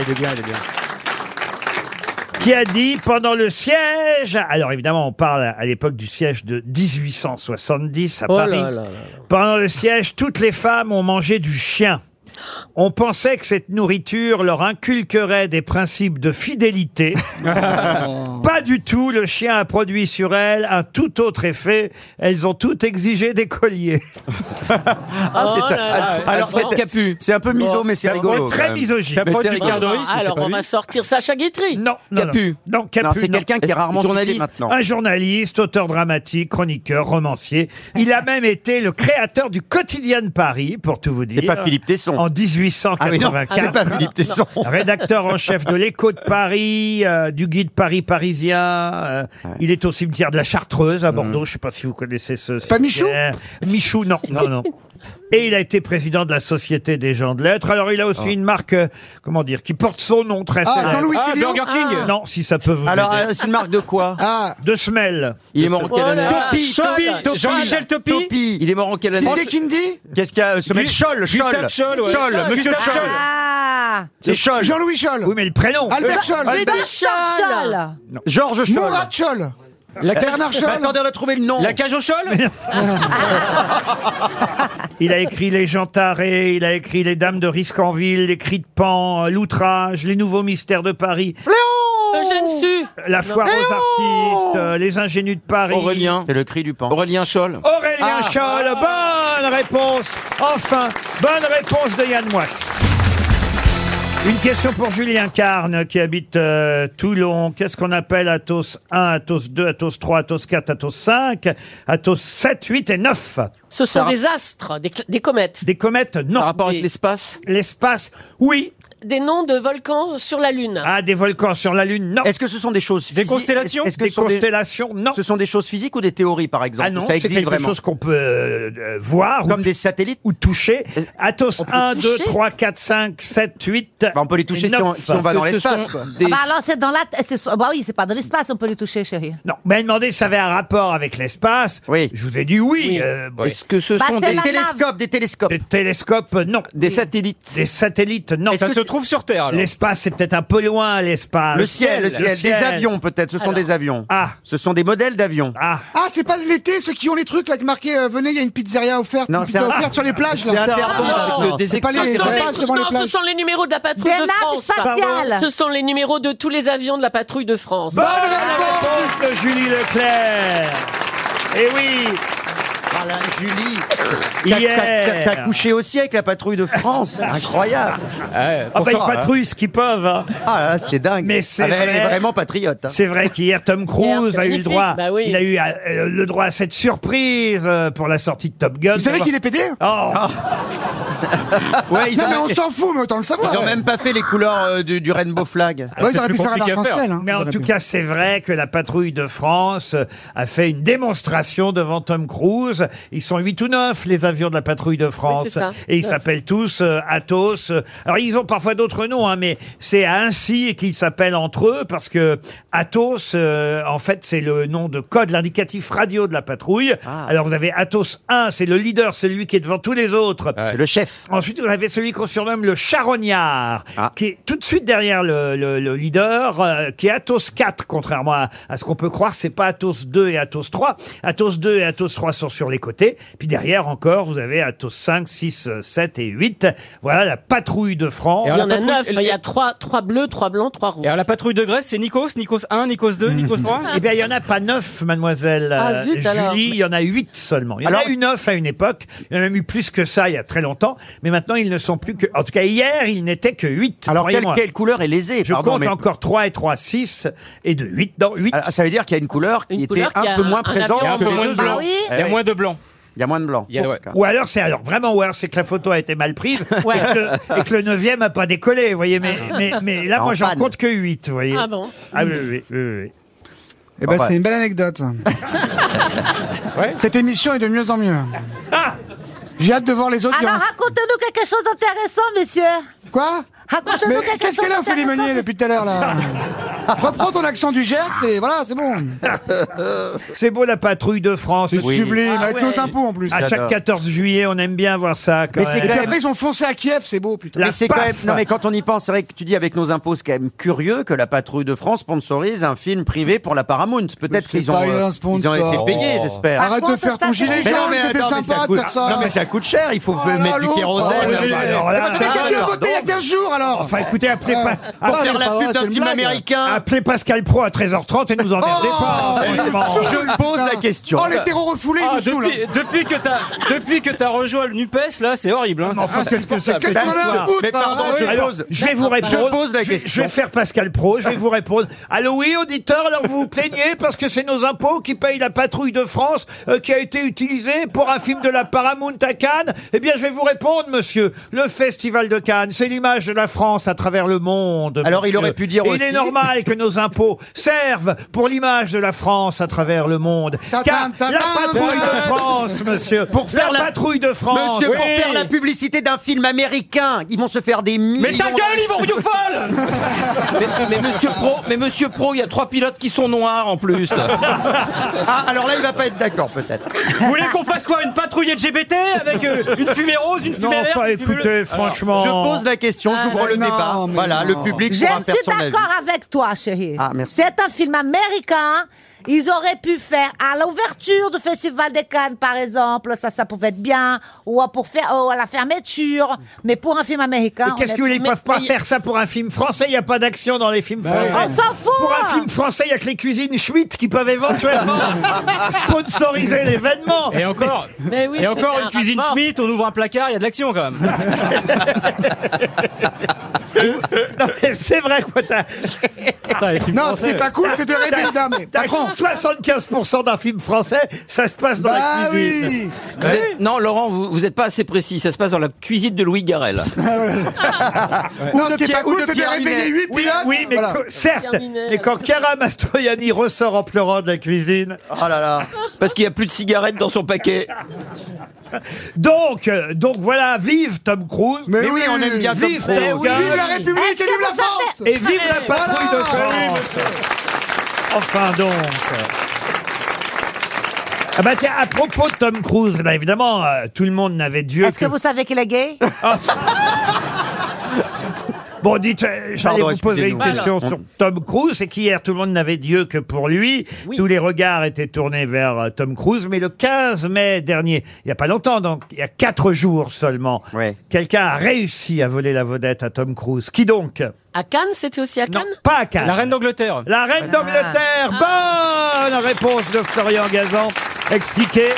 Speaker 2: Qui a dit pendant le siège. Alors évidemment, on parle à l'époque du siège de 1870 à
Speaker 5: Oh là
Speaker 2: Paris.
Speaker 5: là là là.
Speaker 2: Pendant le siège, toutes les femmes ont mangé du chien. On pensait que cette nourriture leur inculquerait des principes de fidélité.
Speaker 5: Oh.
Speaker 2: Pas du tout. Le chien a produit sur elles un tout autre effet. Elles ont toutes exigé des colliers.
Speaker 4: Ah,
Speaker 5: Oh
Speaker 4: c'est-
Speaker 5: là là.
Speaker 4: Alors,
Speaker 5: Alphonse
Speaker 4: c'est-
Speaker 3: Capu.
Speaker 4: c'est un peu miso, mais c'est rigolo. quand
Speaker 2: Très
Speaker 4: même.
Speaker 2: misogyne.
Speaker 8: Mais c'est
Speaker 4: Paul
Speaker 8: Ricardo
Speaker 5: Ah,
Speaker 8: Ruiz, mais
Speaker 5: alors
Speaker 8: c'est pas
Speaker 5: on
Speaker 8: lui.
Speaker 5: va sortir Sacha Guitry.
Speaker 2: Non, non,
Speaker 3: Capu.
Speaker 2: Non, non Capu.
Speaker 4: Non, c'est
Speaker 2: non.
Speaker 4: quelqu'un qui est rarement cité
Speaker 3: Journaliste.
Speaker 4: maintenant.
Speaker 2: Un journaliste, auteur dramatique, chroniqueur, romancier. Il a même été le créateur du quotidien de Paris, pour tout vous dire.
Speaker 4: C'est pas Philippe Tesson.
Speaker 2: En
Speaker 4: Ah mais non,
Speaker 2: 1884.
Speaker 4: c'est pas Philippe Tesson.
Speaker 2: Rédacteur en chef de l'Écho de Paris, euh, du Guide Paris Parisien. euh, Il est au cimetière de la Chartreuse
Speaker 4: Mm.
Speaker 2: à Bordeaux. Je ne sais pas si vous connaissez ce.
Speaker 6: Pas
Speaker 2: cimetière.
Speaker 6: Michou
Speaker 2: Michou, non, non, non. Et il a été président de la Société des gens de lettres. Alors il a
Speaker 4: Oh.
Speaker 2: aussi une marque, euh, comment dire, qui porte son nom très
Speaker 6: Ah,
Speaker 2: célèbre.
Speaker 6: Jean-Louis
Speaker 8: Ah,
Speaker 6: Célio
Speaker 8: Burger King
Speaker 2: Non, si ça peut vous
Speaker 4: Alors,
Speaker 2: aider.
Speaker 4: euh, c'est une marque de quoi
Speaker 6: Ah,
Speaker 2: De semelles.
Speaker 3: Il est mort en
Speaker 5: Oh
Speaker 3: quelle
Speaker 5: là
Speaker 3: année
Speaker 5: là.
Speaker 4: Topi,
Speaker 5: Scholl.
Speaker 4: Topi, Topi.
Speaker 8: Jean-Michel Topi
Speaker 4: Topi.
Speaker 3: Il est mort en quelle année
Speaker 6: Didier Kindi
Speaker 4: Qu'est-ce qu'il y a euh, Ce mec
Speaker 8: Gustave
Speaker 4: Scholl,
Speaker 8: Gustave
Speaker 4: Scholl.
Speaker 8: Scholl, ouais.
Speaker 4: Scholl, monsieur
Speaker 8: Gustave
Speaker 4: Scholl.
Speaker 7: Ah.
Speaker 4: C'est Scholl.
Speaker 6: Jean-Louis Scholl
Speaker 2: Oui, mais le prénom.
Speaker 6: Albert Scholl
Speaker 7: J'ai dit
Speaker 5: Scholl.
Speaker 7: Charles.
Speaker 4: Georges Scholl.
Speaker 6: Mourad Scholl Bernard
Speaker 4: Bah,
Speaker 6: Scholl
Speaker 4: attendez, on a trouvé le nom.
Speaker 8: La cage au chol
Speaker 2: Il a écrit Les gens tarés, il a écrit Les Dames de Risquanville, Les Cris de Pan, euh, L'Outrage, Les Nouveaux Mystères de Paris,
Speaker 5: Eugène Sue.
Speaker 2: La Foire aux Artistes, euh, Les Ingénus de Paris. Oh.
Speaker 3: Aurélien.
Speaker 4: C'est le cri du pan.
Speaker 3: Aurélien Scholl.
Speaker 2: Aurélien
Speaker 4: Ah.
Speaker 2: Scholl, bonne réponse. Enfin, bonne réponse de Yann Moix. Une question pour Julien Carne qui habite euh, Toulon. Qu'est-ce qu'on appelle Athos 1, Athos 2, Athos 3, Athos 4, Athos 5, Athos 7, 8 et 9
Speaker 5: Ce sont des astres, des, cl- des comètes.
Speaker 2: Des comètes, non. Par rapport
Speaker 5: avec
Speaker 2: l'espace L'espace, oui.
Speaker 5: Des noms de volcans sur la Lune.
Speaker 2: Ah, des volcans sur la Lune, non.
Speaker 4: Est-ce que ce sont des choses physiques
Speaker 2: constellations
Speaker 4: Est-ce que
Speaker 2: Des
Speaker 4: ce sont
Speaker 2: constellations, non.
Speaker 4: Ce sont des choses physiques ou des théories, par exemple
Speaker 2: Ah non,
Speaker 4: ou ça
Speaker 2: c'est
Speaker 4: existe
Speaker 2: quelque
Speaker 4: vraiment
Speaker 2: chose qu'on peut euh, euh, voir. Comme
Speaker 4: des satellites
Speaker 2: Ou toucher. Athos
Speaker 4: Euh, On peut
Speaker 2: 1, 2,
Speaker 4: toucher
Speaker 2: 3, 4, 5, 7, 8.
Speaker 4: on peut les toucher si on- si on va dans l'espace, quoi.
Speaker 7: Ah bah alors c'est dans la. c'est sur- Bah oui, c'est pas dans l'espace, on peut les toucher, chérie.
Speaker 2: Non, mais elle demandait si ça avait un rapport avec l'espace. Oui. Je vous ai dit oui. euh, bon.
Speaker 3: Est-ce que ce
Speaker 7: Bah, sont c'est des- la lave.
Speaker 4: des télescopes
Speaker 2: Des télescopes, euh, non. Des satellites Des satellites, non.
Speaker 8: Est-ce Ça que se c'est- trouve sur Terre, alors
Speaker 2: L'espace, c'est peut-être un peu loin, l'espace.
Speaker 4: Le ciel, le ciel, des avions peut-être, ce sont
Speaker 2: Alors.
Speaker 4: des avions.
Speaker 2: Ah.
Speaker 4: Ce sont des modèles d'avions.
Speaker 2: Ah.
Speaker 6: Ah, c'est pas l'été, ceux qui ont les trucs là qui marquaient euh, venez, il y a une pizzeria offerte,
Speaker 4: Non,
Speaker 6: une
Speaker 4: c'est
Speaker 6: pizza
Speaker 4: un-
Speaker 6: offerte sur les plages.
Speaker 4: c'est interdit,
Speaker 6: là. Ah,
Speaker 4: là, avec des
Speaker 6: C'est pas les
Speaker 5: Ce sont
Speaker 6: gens
Speaker 5: les-
Speaker 6: passent devant les
Speaker 5: non, ce
Speaker 6: plages.
Speaker 5: sont les numéros de la patrouille
Speaker 7: Des
Speaker 5: de
Speaker 7: nappes
Speaker 5: France.
Speaker 7: spatiales.
Speaker 5: Ce sont les numéros de tous les avions de la patrouille de France.
Speaker 2: Bonne réponse de Julie Leclerc. Eh oui.
Speaker 4: Voilà, Julie. T'as-
Speaker 2: Hier.
Speaker 4: t'as- T'as couché aussi avec la patrouille de France, incroyable.
Speaker 2: Ah bah, ils
Speaker 4: Ah,
Speaker 2: patrouillent ce qu'ils peuvent. hein.
Speaker 4: Ah là, c'est dingue.
Speaker 2: Mais c'est
Speaker 4: Ah, mais Elle
Speaker 2: vrai.
Speaker 4: est vraiment patriote. hein.
Speaker 2: C'est vrai qu'hier, Tom Cruise
Speaker 5: c'est
Speaker 2: a eu le
Speaker 5: magnifique,
Speaker 2: droit.
Speaker 5: bah oui.
Speaker 2: Il a eu euh, le droit à cette surprise euh, pour la sortie de Top Gun.
Speaker 6: Vous savez qu'il est pédé
Speaker 2: Oh.
Speaker 4: Ouais, ils
Speaker 6: Non, mais
Speaker 4: ont,
Speaker 6: on s'en fout, mais autant le savoir.
Speaker 4: ils ont même pas fait les couleurs euh, du, du rainbow flag.
Speaker 8: Ah,
Speaker 2: Ah,
Speaker 6: Ouais, ils auraient pu faire un arc-en-ciel. hein.
Speaker 2: Mais en
Speaker 6: Ils
Speaker 2: tout
Speaker 6: auraient
Speaker 2: cas, c'est vrai que la patrouille de France euh, a fait une démonstration devant Tom Cruise. Ils sont huit ou neuf, les avions de la patrouille de
Speaker 5: Oui,
Speaker 2: France.
Speaker 5: c'est ça.
Speaker 2: et ils
Speaker 5: Neuf.
Speaker 2: s'appellent tous euh, Athos. euh, Alors, ils ont parfois d'autres noms, hein, mais c'est ainsi qu'ils s'appellent entre eux parce que Athos, euh, en fait, c'est le nom de code, l'indicatif radio de la patrouille.
Speaker 5: Ah.
Speaker 2: Alors, vous avez Athos 1, c'est le leader, celui qui est devant tous les autres.
Speaker 4: Le chef.
Speaker 2: Ensuite, vous avez celui qu'on surnomme le charognard,
Speaker 4: Ah.
Speaker 2: qui est tout de suite derrière le, le- le leader, euh, qui est Athos 4, contrairement à, à ce qu'on peut croire, c'est pas Athos 2 et Athos 3. Athos 2 et Athos 3 sont sur les côtés. Puis derrière encore, vous avez Athos 5, 6, euh, 7 et 8. Voilà la patrouille de France.
Speaker 8: Et
Speaker 5: Il y en
Speaker 8: La
Speaker 5: a
Speaker 8: patrouille-
Speaker 5: neuf.
Speaker 8: elle-
Speaker 5: Il y a trois, trois bleus, trois blancs, trois rouges.
Speaker 8: Et alors la patrouille de Grèce, c'est Nikos, Nikos 1, Nikos 2, Nikos 3
Speaker 2: Eh bien, il n'y en a pas neuf, mademoiselle
Speaker 5: Ah,
Speaker 2: euh,
Speaker 5: zut,
Speaker 2: Julie.
Speaker 5: alors.
Speaker 2: Il y en a huit seulement. Il y en
Speaker 4: Alors-
Speaker 2: a eu neuf à une époque. Il y en a même eu plus que ça il y a très longtemps. Mais maintenant, ils ne sont plus que... En tout cas, hier, ils n'étaient que huit.
Speaker 4: Alors, quelle,
Speaker 2: croyez-moi.
Speaker 4: quelle couleur est lésée
Speaker 2: Je
Speaker 4: pardon,
Speaker 2: compte
Speaker 4: mais-
Speaker 2: encore 3 et 3, 6 et de 8 dans 8.
Speaker 4: Ah, Ça veut dire qu'il y a une couleur qui
Speaker 5: Une
Speaker 4: était
Speaker 5: couleur qui
Speaker 4: un
Speaker 5: a
Speaker 4: peu
Speaker 5: un-
Speaker 4: moins
Speaker 5: un
Speaker 4: présente
Speaker 5: avion
Speaker 4: que
Speaker 8: peu
Speaker 4: les
Speaker 8: moins
Speaker 4: deux
Speaker 8: de blanc.
Speaker 4: autres.
Speaker 7: oui
Speaker 4: Eh
Speaker 8: Ah Il y a
Speaker 4: oui.
Speaker 8: moins de blanc.
Speaker 4: Il y a moins de blanc.
Speaker 8: Il y a- ouais.
Speaker 2: Ou alors c'est alors vraiment ou alors c'est que la photo a été mal prise
Speaker 5: Ouais.
Speaker 2: et, que, et que le 9 a pas décollé, vous voyez mais, mais, mais là
Speaker 4: Ah. En
Speaker 2: moi j'en
Speaker 4: panne.
Speaker 2: compte que 8, vous voyez.
Speaker 5: Ah bon
Speaker 2: Ah oui, oui, oui, oui.
Speaker 6: pu- Eh ben,
Speaker 4: Ouais.
Speaker 6: c'est une belle anecdote.
Speaker 8: Ouais.
Speaker 6: Cette émission est de mieux en mieux. J'ai hâte de voir les
Speaker 7: Alors
Speaker 6: audiences.
Speaker 7: racontez-nous quelque chose d'intéressant, monsieur.
Speaker 6: Quoi
Speaker 7: Racontez-nous
Speaker 6: Mais
Speaker 7: quelque chose.
Speaker 6: qu'est-ce qu'elle a, Ophélie
Speaker 7: d'intéressant,
Speaker 6: Meunier,
Speaker 7: monsieur.
Speaker 6: depuis tout à l'heure, là Reprends ton accent du Gers et voilà, c'est bon.
Speaker 2: C'est beau la patrouille de France.
Speaker 6: C'est sublime,
Speaker 5: Ah
Speaker 6: avec
Speaker 5: ouais.
Speaker 6: nos impôts en plus.
Speaker 2: À chaque
Speaker 4: J'adore.
Speaker 2: 14 juillet, on aime bien voir ça quand
Speaker 4: Mais c'est
Speaker 6: Et
Speaker 2: même.
Speaker 6: puis après, ils ont foncé à Kiev, c'est beau, putain.
Speaker 2: La
Speaker 4: Mais c'est quand même.
Speaker 2: paf
Speaker 4: Non, mais quand on y pense, c'est vrai que tu dis avec nos impôts, c'est quand même curieux que la patrouille de France sponsorise un film privé pour la Paramount. Peut-être
Speaker 6: Mais c'est
Speaker 4: qu'ils ont,
Speaker 6: pas
Speaker 4: euh, ils
Speaker 6: un
Speaker 4: ont
Speaker 6: sponsor.
Speaker 4: été
Speaker 8: Oh.
Speaker 4: payés,
Speaker 7: Par
Speaker 4: j'espère.
Speaker 6: Arrête de
Speaker 7: contre,
Speaker 6: faire
Speaker 7: ça,
Speaker 6: ton
Speaker 7: c'est
Speaker 6: gilet
Speaker 7: vrai.
Speaker 6: jaune, c'était
Speaker 4: attends, mais ça
Speaker 6: sympa de
Speaker 4: coûte...
Speaker 6: faire ça.
Speaker 4: non, mais ça coûte cher. Il faut
Speaker 6: Oh là
Speaker 4: mettre du
Speaker 6: l'autre,
Speaker 4: kérosène.
Speaker 6: oh,
Speaker 2: bah, alors là,
Speaker 6: Eh ben,
Speaker 2: ça
Speaker 6: t'avais qu'à
Speaker 2: va,
Speaker 6: bien
Speaker 4: alors.
Speaker 6: voter il y a 15 jours, alors
Speaker 2: Enfin écoutez, appelez, pas-
Speaker 6: Ah,
Speaker 4: Faire
Speaker 6: c'est
Speaker 4: la
Speaker 6: pas
Speaker 4: pub
Speaker 6: vrai, c'est
Speaker 4: d'un
Speaker 6: une
Speaker 4: film
Speaker 6: blague.
Speaker 4: américain.
Speaker 2: appelez Pascal Pro à 13h30 et ne nous emmerdez
Speaker 6: Oh,
Speaker 2: pas.
Speaker 6: il nous
Speaker 2: franchement.
Speaker 6: saoule,
Speaker 4: Je pose la
Speaker 6: putain.
Speaker 4: question.
Speaker 6: Oh, les terreaux refoulés, ils
Speaker 8: Ah,
Speaker 6: nous saoulent.
Speaker 8: depuis, depuis que t'as depuis que t'as rejoint le Nupes là, c'est horrible. Hein,
Speaker 2: Mais enfin,
Speaker 8: c'est
Speaker 2: qu'est-ce que c'est que
Speaker 8: insupportable.
Speaker 6: Quel
Speaker 4: D'accord.
Speaker 6: connard, putain,
Speaker 4: Mais pardon,
Speaker 8: Ah
Speaker 6: arrête.
Speaker 4: je
Speaker 2: Alors,
Speaker 4: pose.
Speaker 2: je vais vous répondre.
Speaker 4: Je pose la
Speaker 2: Je- Je,
Speaker 4: question.
Speaker 2: vais faire Pascal Pro, je vais vous répondre. Allô, oui, auditeur, alors vous vous plaignez parce que c'est nos impôts qui payent la patrouille de France euh, qui a été utilisée pour un film de la Paramount à Cannes. Eh bien, je vais vous répondre, monsieur. Le Festival de Cannes, c'est l'image de la France à travers le monde.
Speaker 4: Alors, il
Speaker 2: monsieur.
Speaker 4: aurait pu dire
Speaker 2: Et Il
Speaker 4: aussi-
Speaker 2: est normal que nos impôts servent pour l'image de la France à travers le monde.
Speaker 6: Ta-tam,
Speaker 2: Car
Speaker 6: ta-tam.
Speaker 2: la patrouille de France, monsieur. Pour
Speaker 4: faire
Speaker 2: la
Speaker 4: la-
Speaker 2: patrouille de France.
Speaker 4: Monsieur, pour
Speaker 2: oui.
Speaker 4: faire la publicité d'un film américain, ils vont se faire des millions.
Speaker 8: Mais ta gueule, ils vont vous folle
Speaker 3: mais, mais monsieur Pro, mais monsieur Pro, il y a trois pilotes qui sont noirs en plus.
Speaker 4: Ah, alors là, il va pas être d'accord, peut-être.
Speaker 8: Vous voulez qu'on fasse quoi Une patrouille LGBT avec euh, une fumée rose, une
Speaker 2: Non,
Speaker 8: fumée verte
Speaker 2: enfin,
Speaker 8: une fumée bleue
Speaker 2: écoutez, franchement.
Speaker 4: Je pose la question,
Speaker 7: Ah,
Speaker 4: j'ouvre le
Speaker 6: non,
Speaker 4: débat.
Speaker 6: mais
Speaker 4: Voilà,
Speaker 6: non.
Speaker 4: le public
Speaker 7: Je
Speaker 4: pourra faire
Speaker 7: suis
Speaker 4: son avis.
Speaker 7: d'accord avec toi, chérie.
Speaker 4: Ah, merci.
Speaker 7: C'est un film américain. Ils auraient pu faire à l'ouverture du Festival des Cannes, par exemple, ça, ça pouvait être bien, ou à- pour faire, ou à la fermeture. Mais pour un film américain,
Speaker 2: Mais Qu'est-ce
Speaker 7: on est-
Speaker 2: que vous voulez, Ils
Speaker 5: mais-
Speaker 2: peuvent pas
Speaker 5: mais-
Speaker 2: faire ça pour un film français. Il n'y a pas d'action dans les
Speaker 6: Bah
Speaker 2: films français.
Speaker 7: on s'en fout.
Speaker 2: Pour
Speaker 6: hein.
Speaker 2: un film français, il n'y a que les cuisines Schmitt qui peuvent éventuellement sponsoriser l'événement.
Speaker 8: Et encore,
Speaker 5: Mais oui,
Speaker 8: et encore
Speaker 5: c'était
Speaker 8: une
Speaker 5: un
Speaker 8: cuisine
Speaker 5: rapport.
Speaker 8: Schmitt, on ouvre un placard, il y a de l'action quand même.
Speaker 2: Non, mais c'est vrai, quoi, t'as...
Speaker 6: Non, ce qui est pas cool, c'est de rêver. Non, mais,
Speaker 2: T'as
Speaker 6: patron.
Speaker 2: 75% d'un film français, ça se passe dans la
Speaker 6: Bah
Speaker 2: cuisine.
Speaker 6: oui
Speaker 3: Vous êtes- Non, Laurent, vous vous n'êtes pas assez précis. Ça se passe dans la cuisine de Louis Garrel.
Speaker 6: Non, ce qui est pas
Speaker 2: Pierre-
Speaker 6: cool, c'est de
Speaker 2: Pierre
Speaker 6: réveiller
Speaker 2: Ninet.
Speaker 6: 8
Speaker 2: oui,
Speaker 6: pilotes.
Speaker 2: oui, mais
Speaker 6: Voilà.
Speaker 2: co- certes,
Speaker 5: Terminé.
Speaker 2: mais quand Cara Mastroianni ressort en pleurant de la cuisine.
Speaker 4: Oh là là.
Speaker 3: Parce qu'il n'y a plus de cigarettes dans son paquet.
Speaker 2: Donc, euh, donc voilà, vive Tom Cruise.
Speaker 6: Mais oui, on aime bien Tom
Speaker 2: vive
Speaker 6: Cruise.
Speaker 2: Tom
Speaker 6: Oui, vive la République
Speaker 7: Est-ce
Speaker 6: et
Speaker 7: que
Speaker 6: vive la
Speaker 7: vous savez-
Speaker 6: France
Speaker 2: Et vive la patrouille de
Speaker 6: Voilà.
Speaker 2: France Enfin donc ah bah tiens, à propos de Tom Cruise, bah évidemment, euh, tout le monde n'avait Dieu
Speaker 7: Est-ce que vous savez qu'il est gay
Speaker 4: Ah,
Speaker 2: Bon, dites, euh, j'allais
Speaker 4: Pardon,
Speaker 2: vous poser une question
Speaker 4: excusez-nous.
Speaker 2: sur Tom Cruise. C'est qu'hier, tout le monde n'avait Dieu que pour lui.
Speaker 5: Oui.
Speaker 2: Tous les regards étaient tournés vers euh, Tom Cruise. Mais le 15 mai dernier, il n'y a pas longtemps, donc il y a quatre jours seulement,
Speaker 4: Ouais.
Speaker 2: quelqu'un a réussi à voler la vedette à Tom Cruise. Qui donc
Speaker 5: À Cannes, c'était aussi à
Speaker 2: Non,
Speaker 5: Cannes
Speaker 2: pas à Cannes.
Speaker 8: La reine d'Angleterre. Ah.
Speaker 2: La reine d'Angleterre. Bonne réponse de Florian Gazan. Expliquez.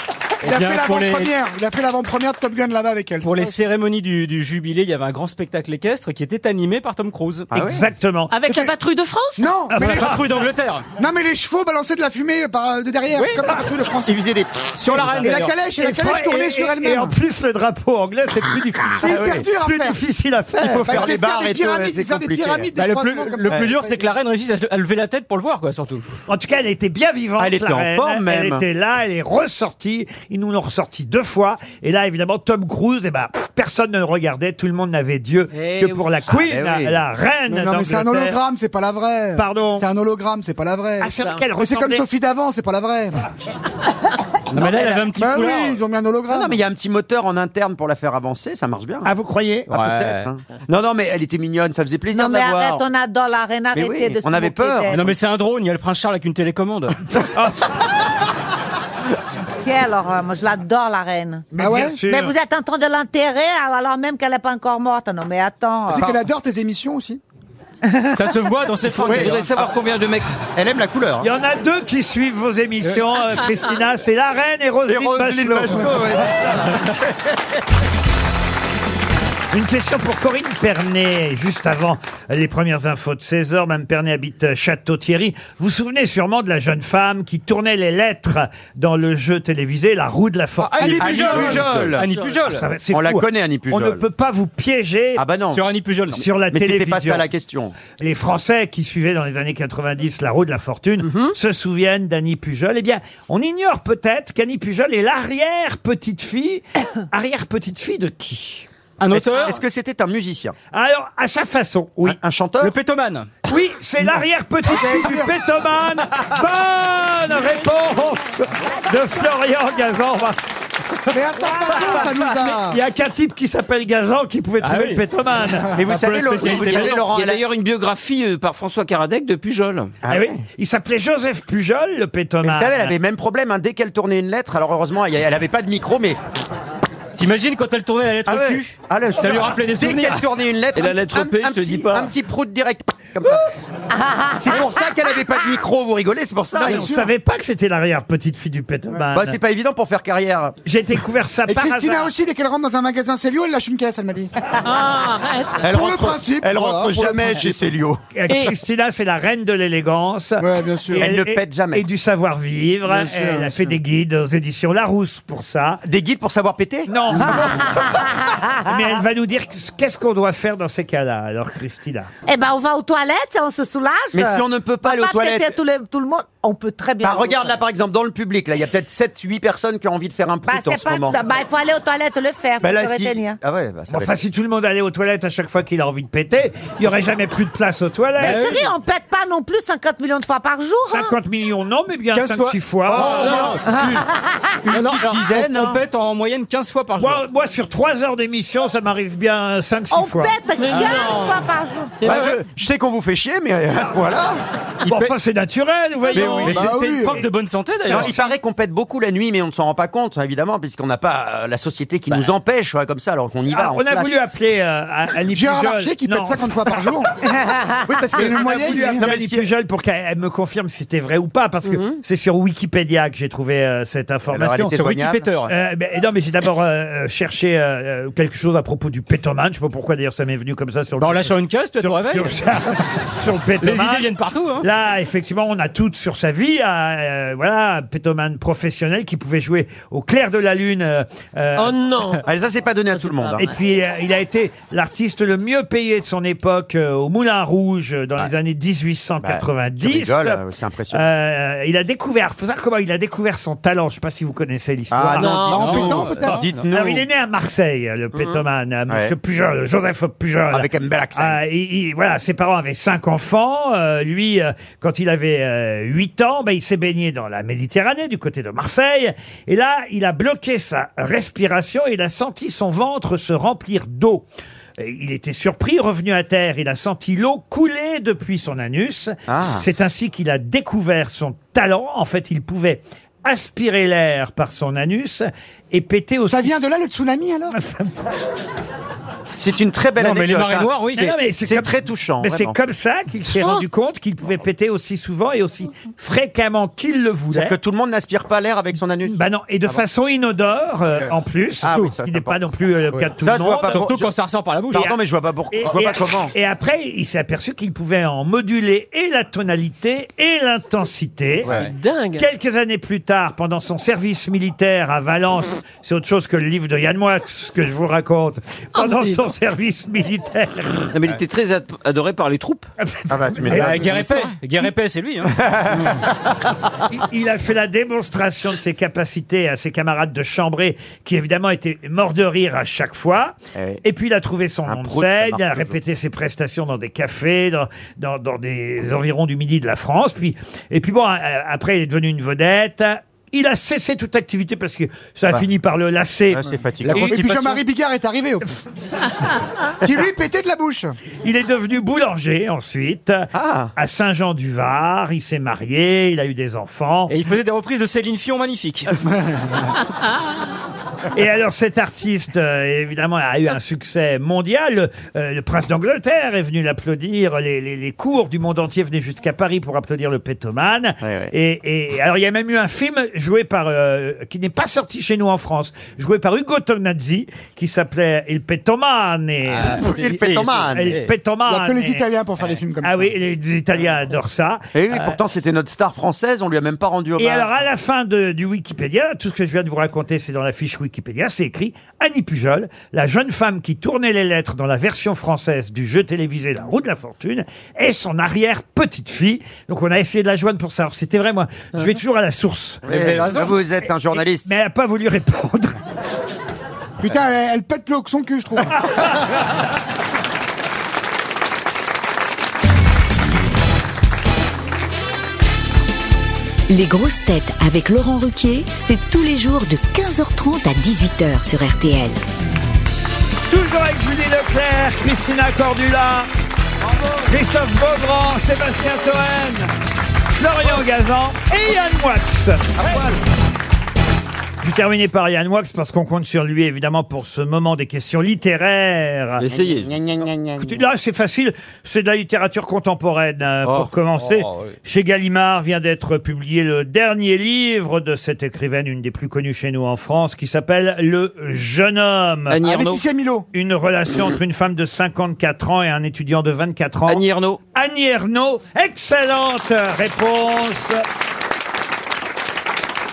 Speaker 6: Il a
Speaker 8: bien,
Speaker 6: fait
Speaker 8: pour les-
Speaker 6: l'avant-première. Il a fait l'avant-première de Top Gun là-bas avec elle.
Speaker 8: Pour les
Speaker 6: Ça,
Speaker 8: cérémonies du, du jubilé, il y avait un grand spectacle équestre qui était animé par Tom Cruise.
Speaker 4: Ah
Speaker 8: Ah,
Speaker 2: Exactement.
Speaker 5: Avec la patrouille de France
Speaker 6: c'est- Non,
Speaker 2: Ah,
Speaker 6: mais
Speaker 2: bah,
Speaker 6: les...
Speaker 8: patrouille d'Angleterre.
Speaker 6: non, mais les chevaux balançaient de la fumée euh, par, de derrière, comme la patrouille de France.
Speaker 4: Il visait des.
Speaker 8: Sur la reine.
Speaker 6: Et la
Speaker 8: d'ailleurs.
Speaker 6: calèche, et la
Speaker 2: Fra-
Speaker 6: calèche tournait
Speaker 2: et-
Speaker 6: sur
Speaker 2: et- Et
Speaker 6: elle-même.
Speaker 2: en plus, le drapeau anglais, c'est
Speaker 4: Ah,
Speaker 2: plus
Speaker 6: C'est
Speaker 2: difficile.
Speaker 6: hyper dur à
Speaker 2: plus
Speaker 6: faire.
Speaker 2: difficile à faire. Bah,
Speaker 4: faut faire
Speaker 6: Fallait
Speaker 4: des barres et
Speaker 6: des
Speaker 4: tout, ouais,
Speaker 6: pyramides,
Speaker 4: c'est
Speaker 6: faire des
Speaker 4: compliqué.
Speaker 6: pyramides,
Speaker 8: Bah,
Speaker 6: des
Speaker 8: le plus,
Speaker 6: croisements comme
Speaker 8: le
Speaker 6: ça.
Speaker 8: plus dur, c'est que la reine réussisse à, se le- à lever la tête pour le voir, quoi, surtout.
Speaker 2: En tout cas, elle était bien vivante.
Speaker 4: Ah, elle était
Speaker 2: la
Speaker 4: en
Speaker 2: reine.
Speaker 4: forme,
Speaker 2: Elle
Speaker 4: même.
Speaker 2: était là, elle est ressortie. Ils nous l'ont ressortie deux fois. Et là, évidemment, Tom Cruise, eh ben, pff, personne ne le regardait. Tout le monde n'avait Dieu
Speaker 5: Eh
Speaker 2: que
Speaker 5: oui.
Speaker 2: pour la Queen,
Speaker 4: Ah, ben oui.
Speaker 2: la, la reine.
Speaker 6: Mais non, mais c'est un
Speaker 2: d'Angleterre.
Speaker 6: hologramme, c'est pas la vraie.
Speaker 2: Pardon.
Speaker 6: C'est un hologramme, c'est pas la vraie.
Speaker 2: Ah, c'est vrai qu'elle
Speaker 6: Mais c'est comme
Speaker 2: ressemblait-
Speaker 6: Sophie d'avant, c'est pas la vraie. Bah
Speaker 8: Non, mais là, elle avait un petit
Speaker 6: oui,
Speaker 8: foulard.
Speaker 6: ils ont mis un
Speaker 4: Non,
Speaker 6: hologramme.
Speaker 4: non, mais il y a un petit moteur en interne pour la faire avancer, ça marche bien.
Speaker 2: Ah, vous croyez
Speaker 4: Ah, peut-être, hein. Non, non, mais elle était mignonne, ça faisait plaisir
Speaker 7: Non,
Speaker 4: de
Speaker 7: mais
Speaker 4: la
Speaker 7: arrête,
Speaker 4: voir.
Speaker 7: on adore la reine,
Speaker 4: Mais
Speaker 7: arrêtez
Speaker 4: oui,
Speaker 7: de se
Speaker 4: on avait
Speaker 7: moquer
Speaker 4: peur.
Speaker 7: d'elle.
Speaker 8: Non, mais c'est un drone, il y a le prince Charles avec une télécommande.
Speaker 7: Ah. Quelle horreur, euh, moi je l'adore la reine.
Speaker 6: ah ouais
Speaker 2: bien sûr.
Speaker 7: Mais vous êtes en train de l'enterrer alors même qu'elle n'est pas encore morte. Non, mais attends.
Speaker 6: C'est qu'elle adore tes émissions aussi.
Speaker 8: Ça se voit dans ses fringues.
Speaker 3: Je voudrais savoir combien de mecs.
Speaker 4: Elle aime la couleur. hein.
Speaker 2: Il y en a deux qui suivent vos émissions, euh, Christina. C'est la reine et Roselyne
Speaker 4: Roselyne
Speaker 2: Bachelot.
Speaker 4: Bachelot, ouais,
Speaker 2: Une question pour Corinne Pernet, juste avant les premières infos de 16 heures. Mme Pernet habite Château-Thierry. Vous vous souvenez sûrement de la jeune femme qui tournait les lettres dans le jeu télévisé La roue de la fortune.
Speaker 4: Annie Pujol.
Speaker 8: Annie Pujol.
Speaker 2: Ça va, c'est
Speaker 4: On la
Speaker 2: fou. hein.
Speaker 4: connaît, Annie Pujol.
Speaker 2: On ne peut pas vous piéger
Speaker 4: Ah bah non.
Speaker 8: Sur Annie Pujol.
Speaker 2: sur la
Speaker 4: mais c'était
Speaker 2: télévision.
Speaker 4: pas ça la question.
Speaker 2: les Français qui suivaient dans les années 90 la roue de la fortune
Speaker 4: Mhm.
Speaker 2: se souviennent d'Annie Pujol. Eh bien, on ignore peut-être qu'Annie Pujol est l'arrière-petite-fille. Arrière-petite-fille de qui
Speaker 8: Un
Speaker 4: Est-ce
Speaker 8: auteur.
Speaker 4: est-ce que c'était un musicien
Speaker 2: Alors, à sa façon, oui.
Speaker 4: Un chanteur
Speaker 8: Le pétomane.
Speaker 2: Oui, c'est l'arrière-petite-fille du pétomane. Bonne réponse de Florian Gazan.
Speaker 6: Mais attends, patron, ça nous a.
Speaker 2: Il y a qu'un type qui s'appelle Gazan qui pouvait trouver
Speaker 8: Ah oui.
Speaker 2: le pétomane.
Speaker 4: Mais vous
Speaker 8: peu
Speaker 4: savez,
Speaker 8: la
Speaker 4: Laurent-
Speaker 8: spécialité
Speaker 4: vous savez,
Speaker 8: des
Speaker 3: Il
Speaker 4: Laurent,
Speaker 3: y a
Speaker 4: elle a-
Speaker 3: d'ailleurs une biographie euh, par François Caradec de Pujol.
Speaker 4: Ah
Speaker 2: Eh oui,
Speaker 4: ouais.
Speaker 2: Il s'appelait Joseph Pujol, le pétomane.
Speaker 4: Mais vous savez, elle avait le même problème. hein, Dès qu'elle tournait une lettre, alors heureusement, elle elle avait pas de micro, mais.
Speaker 8: T'imagines quand elle tournait la lettre
Speaker 4: ouais.
Speaker 8: Q
Speaker 4: Ah là, je-
Speaker 8: Ça lui rappelait des
Speaker 4: Dès
Speaker 8: souvenirs.
Speaker 4: qu'elle tournait une lettre.
Speaker 3: Et la
Speaker 4: un-
Speaker 3: lettre
Speaker 4: un-
Speaker 3: P,
Speaker 4: un
Speaker 3: je te
Speaker 4: petit-
Speaker 3: dis pas.
Speaker 4: Un petit prout direct. Comme ça. C'est pour ça qu'elle avait pas de micro, vous rigolez, c'est pour ça.
Speaker 2: Ah, mais on savait pas que c'était l'arrière-petite-fille du pétomane.
Speaker 4: Bah, c'est pas évident pour faire carrière.
Speaker 2: J'ai découvert ça
Speaker 6: Et
Speaker 2: par
Speaker 6: Christina
Speaker 2: hasard.
Speaker 6: aussi, dès qu'elle rentre dans un magasin Célio, elle lâche une caisse, elle m'a dit.
Speaker 5: Ah, arrête
Speaker 4: Elle
Speaker 6: Pour le principe,
Speaker 4: Elle
Speaker 6: voilà,
Speaker 4: rentre
Speaker 6: pour le
Speaker 4: jamais
Speaker 6: principe.
Speaker 4: chez Célio.
Speaker 2: Euh,
Speaker 5: Et-
Speaker 2: Christina, c'est la reine de l'élégance.
Speaker 6: Ouais, bien sûr.
Speaker 2: Et
Speaker 4: Elle ne
Speaker 2: et-
Speaker 4: pète jamais.
Speaker 2: Et du savoir-vivre.
Speaker 6: Bien
Speaker 2: Elle
Speaker 6: sûr,
Speaker 2: a
Speaker 6: bien
Speaker 2: fait
Speaker 6: sûr.
Speaker 2: des guides aux éditions Larousse pour ça.
Speaker 4: Des guides pour savoir péter
Speaker 2: Non Mais elle va nous dire qu'est-ce qu'on doit faire dans ces cas-là, alors, Christina.
Speaker 7: Eh ben, on va aux toilettes, on se soulage.
Speaker 4: Mais si on ne peut pas aller aux
Speaker 7: pas péter
Speaker 4: toilettes.
Speaker 7: Tout le, tout le monde, on peut très bien.
Speaker 4: Bah,
Speaker 7: aller aux
Speaker 4: regarde là
Speaker 7: toilettes.
Speaker 4: par exemple dans le public, là il y a peut-être 7-8 personnes qui ont envie de faire un
Speaker 7: Bah,
Speaker 4: prout en
Speaker 7: c'est
Speaker 4: ce
Speaker 7: pas-
Speaker 4: moment.
Speaker 7: bah, il faut aller aux toilettes le faire.
Speaker 4: Bah,
Speaker 7: faut
Speaker 4: là,
Speaker 7: se
Speaker 4: si-
Speaker 7: retenir.
Speaker 4: Ah ouais, bah, ça va
Speaker 2: Enfin,
Speaker 4: être-
Speaker 2: si tout le monde allait aux toilettes à chaque fois qu'il a envie de péter, il n'y aurait jamais plus de place aux
Speaker 7: Mais
Speaker 2: toilettes.
Speaker 7: chérie, on pète pas non plus 50 millions de fois par jour. hein.
Speaker 2: 50 millions, Oh non, mais bien
Speaker 8: 15
Speaker 2: 5
Speaker 8: fois.
Speaker 2: 6 fois.
Speaker 4: Oh, non,
Speaker 8: Non, non, alors,
Speaker 4: dizaine,
Speaker 8: On
Speaker 4: hein.
Speaker 8: pète en moyenne 15 fois par jour.
Speaker 2: Moi, moi, sur 3 heures d'émission, ça m'arrive bien 5-6
Speaker 7: On
Speaker 2: fois.
Speaker 7: pète 15 fois par jour.
Speaker 5: C'est
Speaker 4: Bah,
Speaker 5: vrai.
Speaker 2: euh,
Speaker 4: je, je sais qu'on vous fait chier mais voilà.
Speaker 7: Ah
Speaker 2: Bon, enfin, c'est naturel, vous voyez. Bah
Speaker 8: oui.
Speaker 4: Mais
Speaker 8: Mais c'est- c'est une preuve de bonne santé d'ailleurs.
Speaker 4: Alors, il paraît qu'on pète beaucoup la nuit, mais on ne s'en rend pas compte, évidemment, puisqu'on n'a pas euh, la société qui nous empêche ouais, comme ça, alors qu'on y va.
Speaker 2: Bah. Ah, on
Speaker 4: se
Speaker 2: a
Speaker 4: lâche.
Speaker 2: voulu appeler euh, à- Annie
Speaker 4: Gérard
Speaker 2: Pujol.
Speaker 4: Larcher qui pète 50 fois par jour.
Speaker 2: oui, parce que
Speaker 4: Et le
Speaker 2: on a
Speaker 4: moyen,
Speaker 2: voulu
Speaker 4: c'est-
Speaker 2: appeler
Speaker 4: Non, mais
Speaker 2: Annie
Speaker 4: si-
Speaker 2: Pujol pour qu'elle elle me confirme si c'était vrai ou pas, parce que
Speaker 4: Mhm.
Speaker 2: c'est sur Wikipédia que j'ai trouvé euh, cette
Speaker 4: Alors, elle
Speaker 2: information.
Speaker 4: était Bah, Sur joignable Wikipéteur.
Speaker 2: Euh, ben, non, mais j'ai d'abord euh, euh, cherché euh, euh, quelque chose à propos du pétoman. Je sais pas pourquoi d'ailleurs ça m'est venu comme ça sur. le...
Speaker 8: En lâchant une caisse, tu te réveilles.
Speaker 2: sur, sur le pétoman.
Speaker 8: Les idées viennent partout. Hein.
Speaker 2: Là, effectivement, on a toutes sur sa vie. euh, euh, voilà, un pétoman professionnel qui pouvait jouer au clair de la lune. euh,
Speaker 5: Oh non
Speaker 4: Ah, Ça, c'est pas donné à tout le monde.
Speaker 2: Et puis, euh, il a été l'artiste le mieux payé de son époque euh, au Moulin Rouge euh, dans les années 1890.
Speaker 4: Bah, tu rigoles, euh, c'est impressionnant.
Speaker 2: Euh, il a découvert, faut savoir comment il a découvert son talent. Je sais pas si vous connaissez l'histoire.
Speaker 4: Ah, non, Ah, dites- en non, pétant, peut-être Mhm. non. Dites-nous.
Speaker 2: Alors, Il est né à Marseille, le pétoman, euh, Monsieur
Speaker 4: Ouais.
Speaker 2: Pujol, Joseph Pujol.
Speaker 4: Avec un bel accent.
Speaker 2: Ah, il- il- voilà, ses parents avaient cinq enfants. Euh, lui, euh, quand il avait euh, huit ans, ben, il s'est baigné dans la Méditerranée, du côté de Marseille. Et là, il a bloqué sa respiration et il a senti son ventre se remplir d'eau. Et Il était surpris, revenu à terre, il a senti l'eau couler depuis son anus.
Speaker 4: Ah.
Speaker 2: C'est ainsi qu'il a découvert son talent. En fait, il pouvait aspirer l'air par son anus et péter au... Ça vient de là le tsunami alors
Speaker 4: C'est une très belle
Speaker 2: Non, mais les
Speaker 4: anecdote.
Speaker 2: marées
Speaker 4: hein.
Speaker 2: noires, oui.
Speaker 4: C'est-
Speaker 2: Non, non, mais c'est
Speaker 4: C'est
Speaker 2: comme-
Speaker 4: très touchant.
Speaker 2: Mais c'est
Speaker 4: vraiment.
Speaker 2: comme ça qu'il s'est
Speaker 4: Oh.
Speaker 2: rendu compte qu'il pouvait péter aussi souvent et aussi fréquemment qu'il le voulait.
Speaker 4: C'est-à-dire que tout le monde n'aspire pas l'air avec son anus.
Speaker 2: Bah non, et de
Speaker 4: Ah bon.
Speaker 2: façon inodore euh,
Speaker 4: Ok.
Speaker 2: en plus,
Speaker 4: Ah oui,
Speaker 2: ce
Speaker 4: ça,
Speaker 2: qui
Speaker 4: c'est
Speaker 2: n'est pas non plus euh, le cas de tout
Speaker 4: Ça,
Speaker 2: le
Speaker 4: je
Speaker 2: monde.
Speaker 4: vois pas Surtout pour- quand ça ressort par la bouche. Pardon, mais Ah je vois pas pour- je vois pas comment.
Speaker 2: Et après, il s'est aperçu qu'il pouvait en moduler et la tonalité et l'intensité.
Speaker 5: C'est dingue.
Speaker 2: Quelques années plus tard, pendant son service militaire à Valence, c'est autre chose que le livre de Yann Moix, ce que je vous raconte. Pendant
Speaker 3: mais
Speaker 2: son
Speaker 3: non.
Speaker 2: service militaire.
Speaker 3: Non, Ah, mais il était très ad- adoré par les troupes.
Speaker 4: Ah bah,
Speaker 8: Bah, Guerre épais. Guerre épais, c'est lui. Hein.
Speaker 2: Il- Il a fait la démonstration de ses capacités à ses camarades de chambrée, qui évidemment étaient morts de rire à chaque fois. Et puis il a trouvé son nom de
Speaker 4: prout, ça
Speaker 2: scène,
Speaker 4: marche
Speaker 2: il a
Speaker 4: toujours.
Speaker 2: répété ses prestations dans des cafés, dans, dans, dans des environs du midi de la France. Puis, et puis bon, a- a- après il est devenu une vedette. Il a cessé toute activité parce que ça a
Speaker 4: Ouais.
Speaker 2: fini par le lasser.
Speaker 4: Bah. Ah, c'est
Speaker 6: Et, puis Jean-Marie Bigard est arrivé. au- qui lui pétait de la bouche.
Speaker 2: Il est devenu boulanger ensuite,
Speaker 4: Ah.
Speaker 2: à Saint-Jean-du-Var. Il s'est marié, il a eu des enfants.
Speaker 8: Et il faisait des reprises de Céline Fion magnifiques.
Speaker 2: Et alors cet artiste, euh, évidemment, a eu un succès mondial. Euh, le prince d'Angleterre est venu l'applaudir. Les, les- les cours du monde entier venaient jusqu'à Paris pour applaudir le pétoman. Et, et- alors il y a même eu un film joué par euh, qui n'est pas sorti chez nous en France, joué par Ugo Tognazzi, qui s'appelait Il pétoman. Et...
Speaker 4: Ah, c'est- Il pétomane.
Speaker 2: Il pétoman.
Speaker 4: Il y a que les
Speaker 2: Et-
Speaker 4: Italiens pour faire des films comme
Speaker 2: ah
Speaker 4: ça.
Speaker 2: oui, les, les Italiens adorent ça.
Speaker 4: Et Eh oui,
Speaker 2: Euh,
Speaker 4: pourtant, c'était notre star française, on lui a même pas rendu hommage.
Speaker 2: et alors, à la fin de- du Wikipédia, tout ce que je viens de vous raconter, c'est dans la fiche Wikipédia, c'est écrit Annie Pujol, la jeune femme qui tournait les lettres dans la version française du jeu télévisé La Roue de la Fortune, et son arrière-petite-fille. Donc, on a essayé de la joindre pour savoir si c'était vrai, moi. Je vais toujours à la source.
Speaker 4: Mais Uh-huh. vous avez raison. Vous êtes un journaliste.
Speaker 2: Mais elle n'a pas voulu répondre.
Speaker 6: Putain, elle, elle pète le haut que son cul, je trouve.
Speaker 11: Les grosses têtes avec Laurent Ruquier, c'est tous les jours de 15h30 à 18h sur RTL.
Speaker 2: Toujours avec Julie Leclerc, Christina Cordula, Christophe Beaugrand, Sébastien Toen, Florian Gazan et Yann Moix. Je vais terminer par Yann Moix parce qu'on compte sur lui évidemment pour ce moment des questions littéraires.
Speaker 3: Essayez.
Speaker 2: Écoutez, Là, c'est facile, c'est de la littérature contemporaine euh, pour commencer.
Speaker 3: Oh, oui.
Speaker 2: Chez Gallimard vient d'être publié le dernier livre de cette écrivaine, une des plus connues chez nous en France, qui s'appelle Le jeune homme.
Speaker 3: Annie Ah, Ernaux. Laetitia
Speaker 2: Une relation entre une femme de 54 ans et un étudiant de 24 ans. Annie
Speaker 3: Ernaux.
Speaker 2: Annie Ernaux. Excellente réponse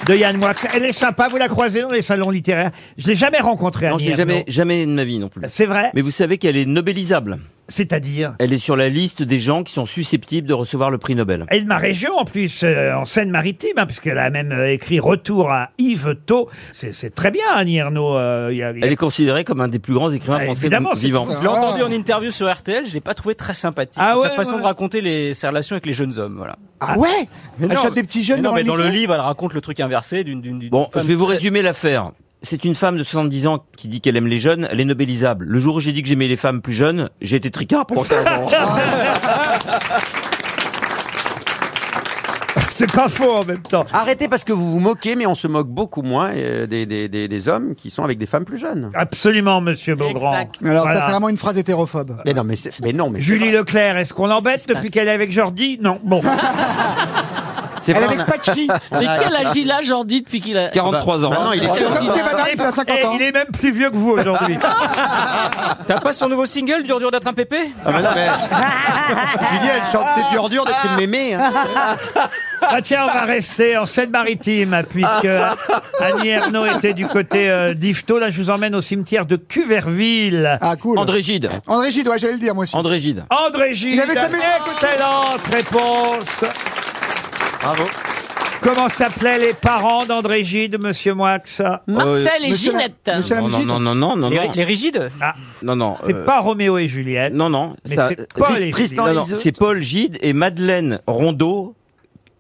Speaker 2: de Yann Moix. Elle est sympa, vous la croisez dans les salons littéraires. Je l'ai jamais rencontrée,
Speaker 3: Non,
Speaker 2: Annie
Speaker 3: je l'ai jamais,
Speaker 2: Ernaux.
Speaker 3: jamais de ma vie non plus.
Speaker 2: Ah C'est vrai
Speaker 3: Mais vous savez qu'elle est nobélisable.
Speaker 2: C'est-à-dire
Speaker 3: Elle est sur la liste des gens qui sont susceptibles de recevoir le prix Nobel.
Speaker 2: Et de ma région, en plus, euh, en Seine-Maritime, hein, puisqu'elle a même euh, écrit Retour à Yves Thau. C'est c'est très bien, Annie Ernaux. euh, il y a- il y a-
Speaker 3: Elle est considérée comme un des plus grands écrivains
Speaker 2: Ah,
Speaker 3: français
Speaker 2: évidemment, c'est
Speaker 3: vivants.
Speaker 2: pour ça.
Speaker 8: Je l'ai entendu en interview sur RTL, je l'ai pas trouvé très sympathique.
Speaker 2: Ah ouais,
Speaker 8: Sa façon
Speaker 2: ouais.
Speaker 8: de raconter les, ses relations avec les jeunes hommes, voilà.
Speaker 6: Ah ouais
Speaker 8: Mais
Speaker 6: Elle
Speaker 8: non,
Speaker 6: chope des petits jeunes
Speaker 8: mais non,
Speaker 6: dans
Speaker 8: mais
Speaker 6: le
Speaker 8: dans le
Speaker 6: lycée
Speaker 8: livre, elle raconte le truc inversé d'une. d'une- d'une
Speaker 3: Bon,
Speaker 8: femme
Speaker 3: je vais vous
Speaker 8: très-
Speaker 3: résumer l'affaire. C'est une femme de 70 ans qui dit qu'elle aime les jeunes, elle est nobélisable. Le jour où j'ai dit que j'aimais les femmes plus jeunes, j'ai été tricard pendant 15 ans.
Speaker 2: ah, C'est pas faux en même temps.
Speaker 4: Arrêtez parce que vous vous moquez, mais on se moque beaucoup moins euh, des, des- des- des hommes qui sont avec des femmes plus jeunes.
Speaker 2: Ah. Absolument, monsieur Beaugrand.
Speaker 6: Alors
Speaker 2: Voilà.
Speaker 6: ça, c'est vraiment une phrase hétérophobe.
Speaker 4: Mais non, mais, c'est- mais non, mais
Speaker 2: Julie Leclerc, est-ce qu'on l'embête depuis qu'elle est avec Jordi Non, bon.
Speaker 4: C'est
Speaker 2: Elle
Speaker 4: vrai,
Speaker 2: est
Speaker 4: on a-
Speaker 2: avec Pachi.
Speaker 5: Mais quel âge il a, Jordi, depuis qu'il
Speaker 8: Eh
Speaker 5: a.
Speaker 8: ben,
Speaker 5: Ah,
Speaker 2: 43 ans.
Speaker 4: Maintenant, il est-
Speaker 2: Comme tes madames, il a 50 ans. est même plus vieux que vous aujourd'hui.
Speaker 8: T'as pas son nouveau single, Dur Dur d'être un pépé
Speaker 4: Ah bah non, mais- Julie, elle chante C'est dur dur d'être une mémé. hein.
Speaker 2: Ah tiens, on va rester en Seine-Maritime, puisque Annie Ernaux était du côté euh, d'Yvetot. Là, je vous emmène au cimetière de Cuverville. Ah, cool.
Speaker 6: André
Speaker 2: Gide.
Speaker 6: André Gide, ouais, j'allais le dire moi aussi.
Speaker 2: André Gide. André Gide.
Speaker 6: Il avait sa maison hein, à côté.
Speaker 2: Excellente réponse. Bravo. Comment s'appelaient les parents d'André Gide, monsieur Moix Euh,
Speaker 5: Marcel et Ginette.
Speaker 3: Non, non, non, non, non, non. non.
Speaker 2: rigides Ah,
Speaker 3: Non, non.
Speaker 2: c'est
Speaker 3: euh,
Speaker 2: pas Roméo et Juliette.
Speaker 3: Non, non.
Speaker 2: Mais
Speaker 3: ça- euh,
Speaker 2: c'est Paul
Speaker 3: Trist-
Speaker 2: et
Speaker 3: Tristan
Speaker 2: Juliette.
Speaker 3: non, non, C'est Paul Gide et Madeleine Rondeau,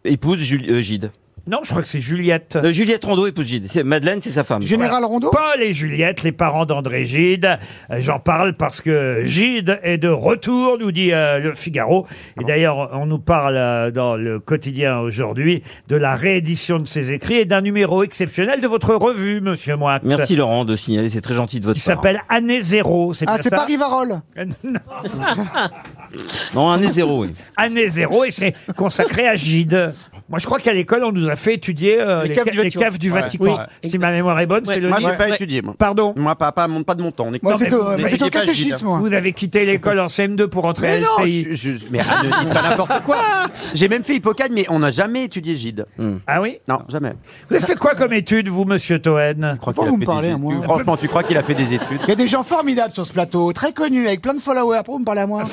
Speaker 3: épouse Jul- euh, Gide. Euh,
Speaker 2: Non, je crois que c'est Juliette.
Speaker 3: Juliette Rondeau, épouse Gide. C'est- Madeleine, c'est sa femme.
Speaker 2: Voilà. Paul et Juliette, les parents d'André Gide. Euh, J'en parle parce que Gide est de retour, nous dit euh, le Figaro. Et d'ailleurs, on nous parle euh, dans le quotidien aujourd'hui de la réédition de ses écrits et d'un numéro exceptionnel de votre revue, monsieur Moix.
Speaker 3: Merci Laurent de signaler, c'est très gentil de votre
Speaker 2: Il s'appelle Année Zéro.
Speaker 6: Ah,
Speaker 2: bien
Speaker 6: c'est
Speaker 2: ça
Speaker 6: pas Rivarol
Speaker 3: Non, un et zéro, oui.
Speaker 2: Année zéro, et c'est consacré à Gide. Moi, je crois qu'à l'école, on nous a fait étudier euh, les, ca- les caves du Vatican.
Speaker 4: Ouais.
Speaker 2: Si ma mémoire est bonne, c'est le
Speaker 4: Moi, j'ai
Speaker 2: livre.
Speaker 4: pas étudié. Moi.
Speaker 2: Pardon
Speaker 4: Moi, pas, pas, mon- pas de mon temps. on est-
Speaker 6: Moi,
Speaker 4: Non,
Speaker 6: c'est
Speaker 4: mais
Speaker 6: au-
Speaker 4: vous
Speaker 6: moi,
Speaker 4: n'étiez
Speaker 6: c'est au
Speaker 4: pas
Speaker 6: catéchisme,
Speaker 4: Gide, hein.
Speaker 6: moi.
Speaker 2: Vous avez quitté l'école en CM2 pour rentrer à
Speaker 4: Mais non,
Speaker 2: LCI.
Speaker 4: je- je- mais arrête de dire pas n'importe quoi. J'ai même fait Hippocane, mais on n'a jamais étudié Gide.
Speaker 6: Hmm.
Speaker 2: Ah oui
Speaker 4: Non, jamais.
Speaker 2: Vous avez fait quoi comme étude, vous, monsieur Toen
Speaker 6: Pourquoi vous me parlez à moi
Speaker 4: Franchement, tu crois qu'il a fait des études
Speaker 6: Il y a des gens formidables sur ce plateau, très connus, avec plein de followers. Pourquoi vous me parlez à moi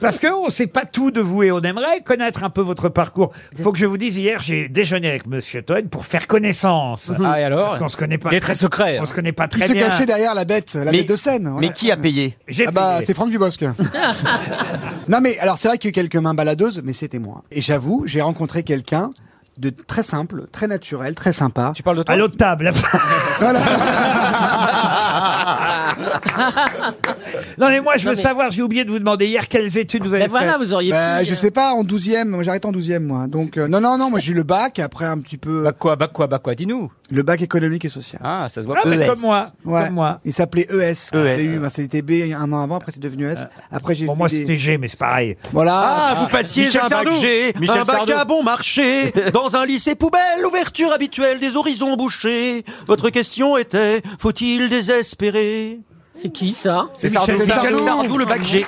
Speaker 2: Parce qu'on ne sait pas tout de vous et on aimerait connaître un peu votre parcours. faut que je vous dise, hier, j'ai déjeuné avec monsieur Toen pour faire connaissance.
Speaker 8: Ah, et alors
Speaker 2: Parce qu'on se connaît pas.
Speaker 8: Il est très secret.
Speaker 2: On se connaît pas
Speaker 6: Qui
Speaker 2: très
Speaker 6: se
Speaker 2: bien.
Speaker 6: cachait derrière la bête, la
Speaker 4: Mais-
Speaker 6: bête de scène. voilà.
Speaker 4: Mais qui a payé
Speaker 2: J'ai
Speaker 6: Ah bah,
Speaker 2: payé.
Speaker 6: c'est Franck Dubosc. non mais alors c'est vrai qu'il y a eu quelques mains baladeuses, mais c'était moi. Et j'avoue, j'ai rencontré quelqu'un de très simple, très naturel, très sympa.
Speaker 8: Tu parles de toi
Speaker 2: À l'autre table.
Speaker 12: Ah
Speaker 2: non, mais moi, je veux
Speaker 5: mais-
Speaker 2: savoir, j'ai oublié de vous demander hier quelles études vous avez
Speaker 5: Ben voilà,
Speaker 2: faites.
Speaker 5: vous auriez
Speaker 6: Bah,
Speaker 5: pu. euh.
Speaker 6: je sais pas, en 12e, moi, j'arrête en 12e moi. Donc euh, non non non, moi j'ai eu le bac après un petit peu
Speaker 8: Bah quoi, bah quoi, bah quoi, dis-nous.
Speaker 6: le bac économique et social. E
Speaker 8: Ah, ça se voit
Speaker 2: Ah, mais
Speaker 8: ES.
Speaker 2: comme moi.
Speaker 6: Ouais.
Speaker 2: Comme moi.
Speaker 6: Il s'appelait E ES.
Speaker 8: E
Speaker 4: ES,
Speaker 6: J'ai eu, bah, c'était B un an avant, après c'est devenu E
Speaker 8: Euh,
Speaker 6: S. Après j'ai
Speaker 2: Bon,
Speaker 6: fait
Speaker 2: moi,
Speaker 6: des-
Speaker 2: c'était G, mais c'est pareil.
Speaker 6: voilà.
Speaker 4: Ah, vous passiez
Speaker 8: Michel
Speaker 4: un bac
Speaker 8: Sardou.
Speaker 4: G,
Speaker 8: Michel
Speaker 4: un bac
Speaker 8: Sardou.
Speaker 4: à bon marché, dans un lycée poubelle, ouverture habituelle des horizons bouchés. Votre question était, faut-il désespérer
Speaker 5: C'est qui ça
Speaker 8: C'est Sardou.
Speaker 6: Michel
Speaker 4: Michel
Speaker 6: Sardou.
Speaker 4: Sardou, le bac G.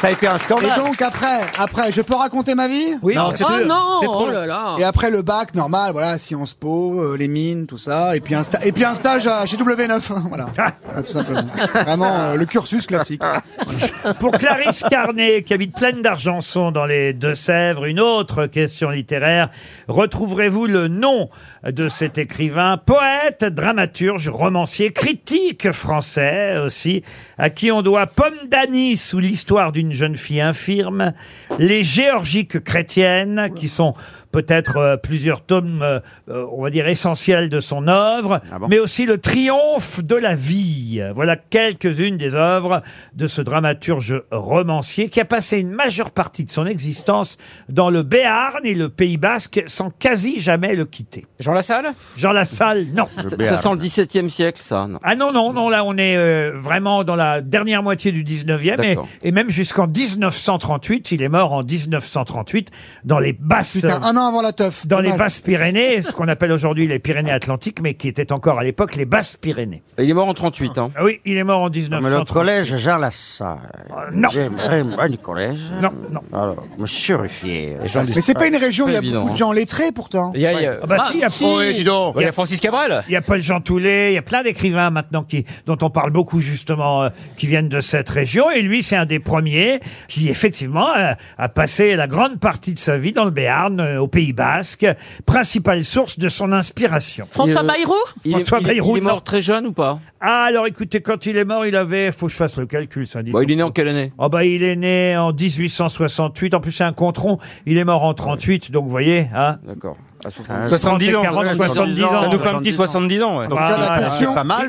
Speaker 4: Ça a été un
Speaker 6: Et
Speaker 4: scandale.
Speaker 6: donc après, après, je peux raconter ma vie
Speaker 2: Oui,
Speaker 4: Non,
Speaker 2: c'est
Speaker 5: Oh
Speaker 2: sûr.
Speaker 5: non
Speaker 2: C'est trop-
Speaker 5: Oh là là
Speaker 6: Et après le bac normal, voilà, Sciences Po, euh, les mines, tout ça, et puis un, sta- et puis un stage à- chez W9, voilà,
Speaker 2: Ah.
Speaker 6: Voilà, tout simplement. Vraiment euh, le cursus classique.
Speaker 2: Pour Clarisse Carnet, qui habite pleine d'Argenson dans les Deux-Sèvres, une autre question littéraire. Retrouverez-vous le nom de cet écrivain, poète, dramaturge, romancier, critique français aussi, à qui on doit Pomme d'Anis ou l'histoire d'une jeune fille infirme, les Géorgiques chrétiennes, qui sont peut-être euh, plusieurs tomes, euh, euh, on va dire, essentiels de son œuvre,
Speaker 3: Ah
Speaker 2: mais aussi le triomphe de la vie. Voilà quelques-unes des œuvres de ce dramaturge romancier qui a passé une majeure partie de son existence dans le Béarn et le Pays Basque sans quasi jamais le quitter.
Speaker 8: Jean Lassalle
Speaker 2: Jean Lassalle, non.
Speaker 3: Ça sent le 17 e siècle, ça. non.
Speaker 2: Ah non, non, non, là on est euh, vraiment dans la dernière moitié du 19e et,
Speaker 3: D'accord.
Speaker 2: et même jusqu'en 1938. Il est mort en 1938 dans les basses
Speaker 6: Putain, un an avant la teuf.
Speaker 2: dans
Speaker 6: Pas
Speaker 2: les
Speaker 6: mal.
Speaker 2: basses Pyrénées, ce qu'on appelle aujourd'hui les Pyrénées Atlantiques, mais qui étaient encore à l'époque les basses Pyrénées.
Speaker 3: Il est mort en 38, hein.
Speaker 2: Ah oui, il est mort en
Speaker 12: Mais le
Speaker 2: 1930.
Speaker 12: collège Jean Lassalle.
Speaker 2: Euh, non.
Speaker 12: J'aimerais moi du collège.
Speaker 2: Non, non.
Speaker 12: Alors, monsieur Ruffier.
Speaker 6: Mais c'est pas une région, il y a
Speaker 3: Pas évident,
Speaker 6: beaucoup de
Speaker 3: hein.
Speaker 6: gens lettrés pourtant.
Speaker 8: Il y a, il y a-
Speaker 2: Ah bah si, il y a,
Speaker 5: si.
Speaker 8: il y a Francis Cabrel.
Speaker 2: il y a Paul Jean Toulet, il y a plein d'écrivains maintenant qui, dont on parle beaucoup justement, euh, qui viennent de cette région. Et lui, c'est un des premiers qui effectivement euh, a passé la grande partie de sa vie dans le Béarn, euh, au Pays Basque, principale source de son inspiration.
Speaker 5: François
Speaker 3: Et, euh,
Speaker 5: Bayrou
Speaker 3: Il est,
Speaker 2: François
Speaker 3: il est- il est
Speaker 2: Bayrou, non.
Speaker 3: mort très jeune ou pas
Speaker 2: Ah, alors écoutez, quand il est mort, il avait, faut que je fasse le calcul, ça dit.
Speaker 3: Bon, Il est né en quelle année
Speaker 2: Ah bah il est né en 1868, en plus c'est un contron, il est mort en 38, donc vous voyez, hein,
Speaker 3: D'accord. à 70
Speaker 8: 70 Ah, ans.
Speaker 2: 40, 70 ans.
Speaker 8: Ça nous fait un petit 70 ans. ouais.
Speaker 2: Voilà.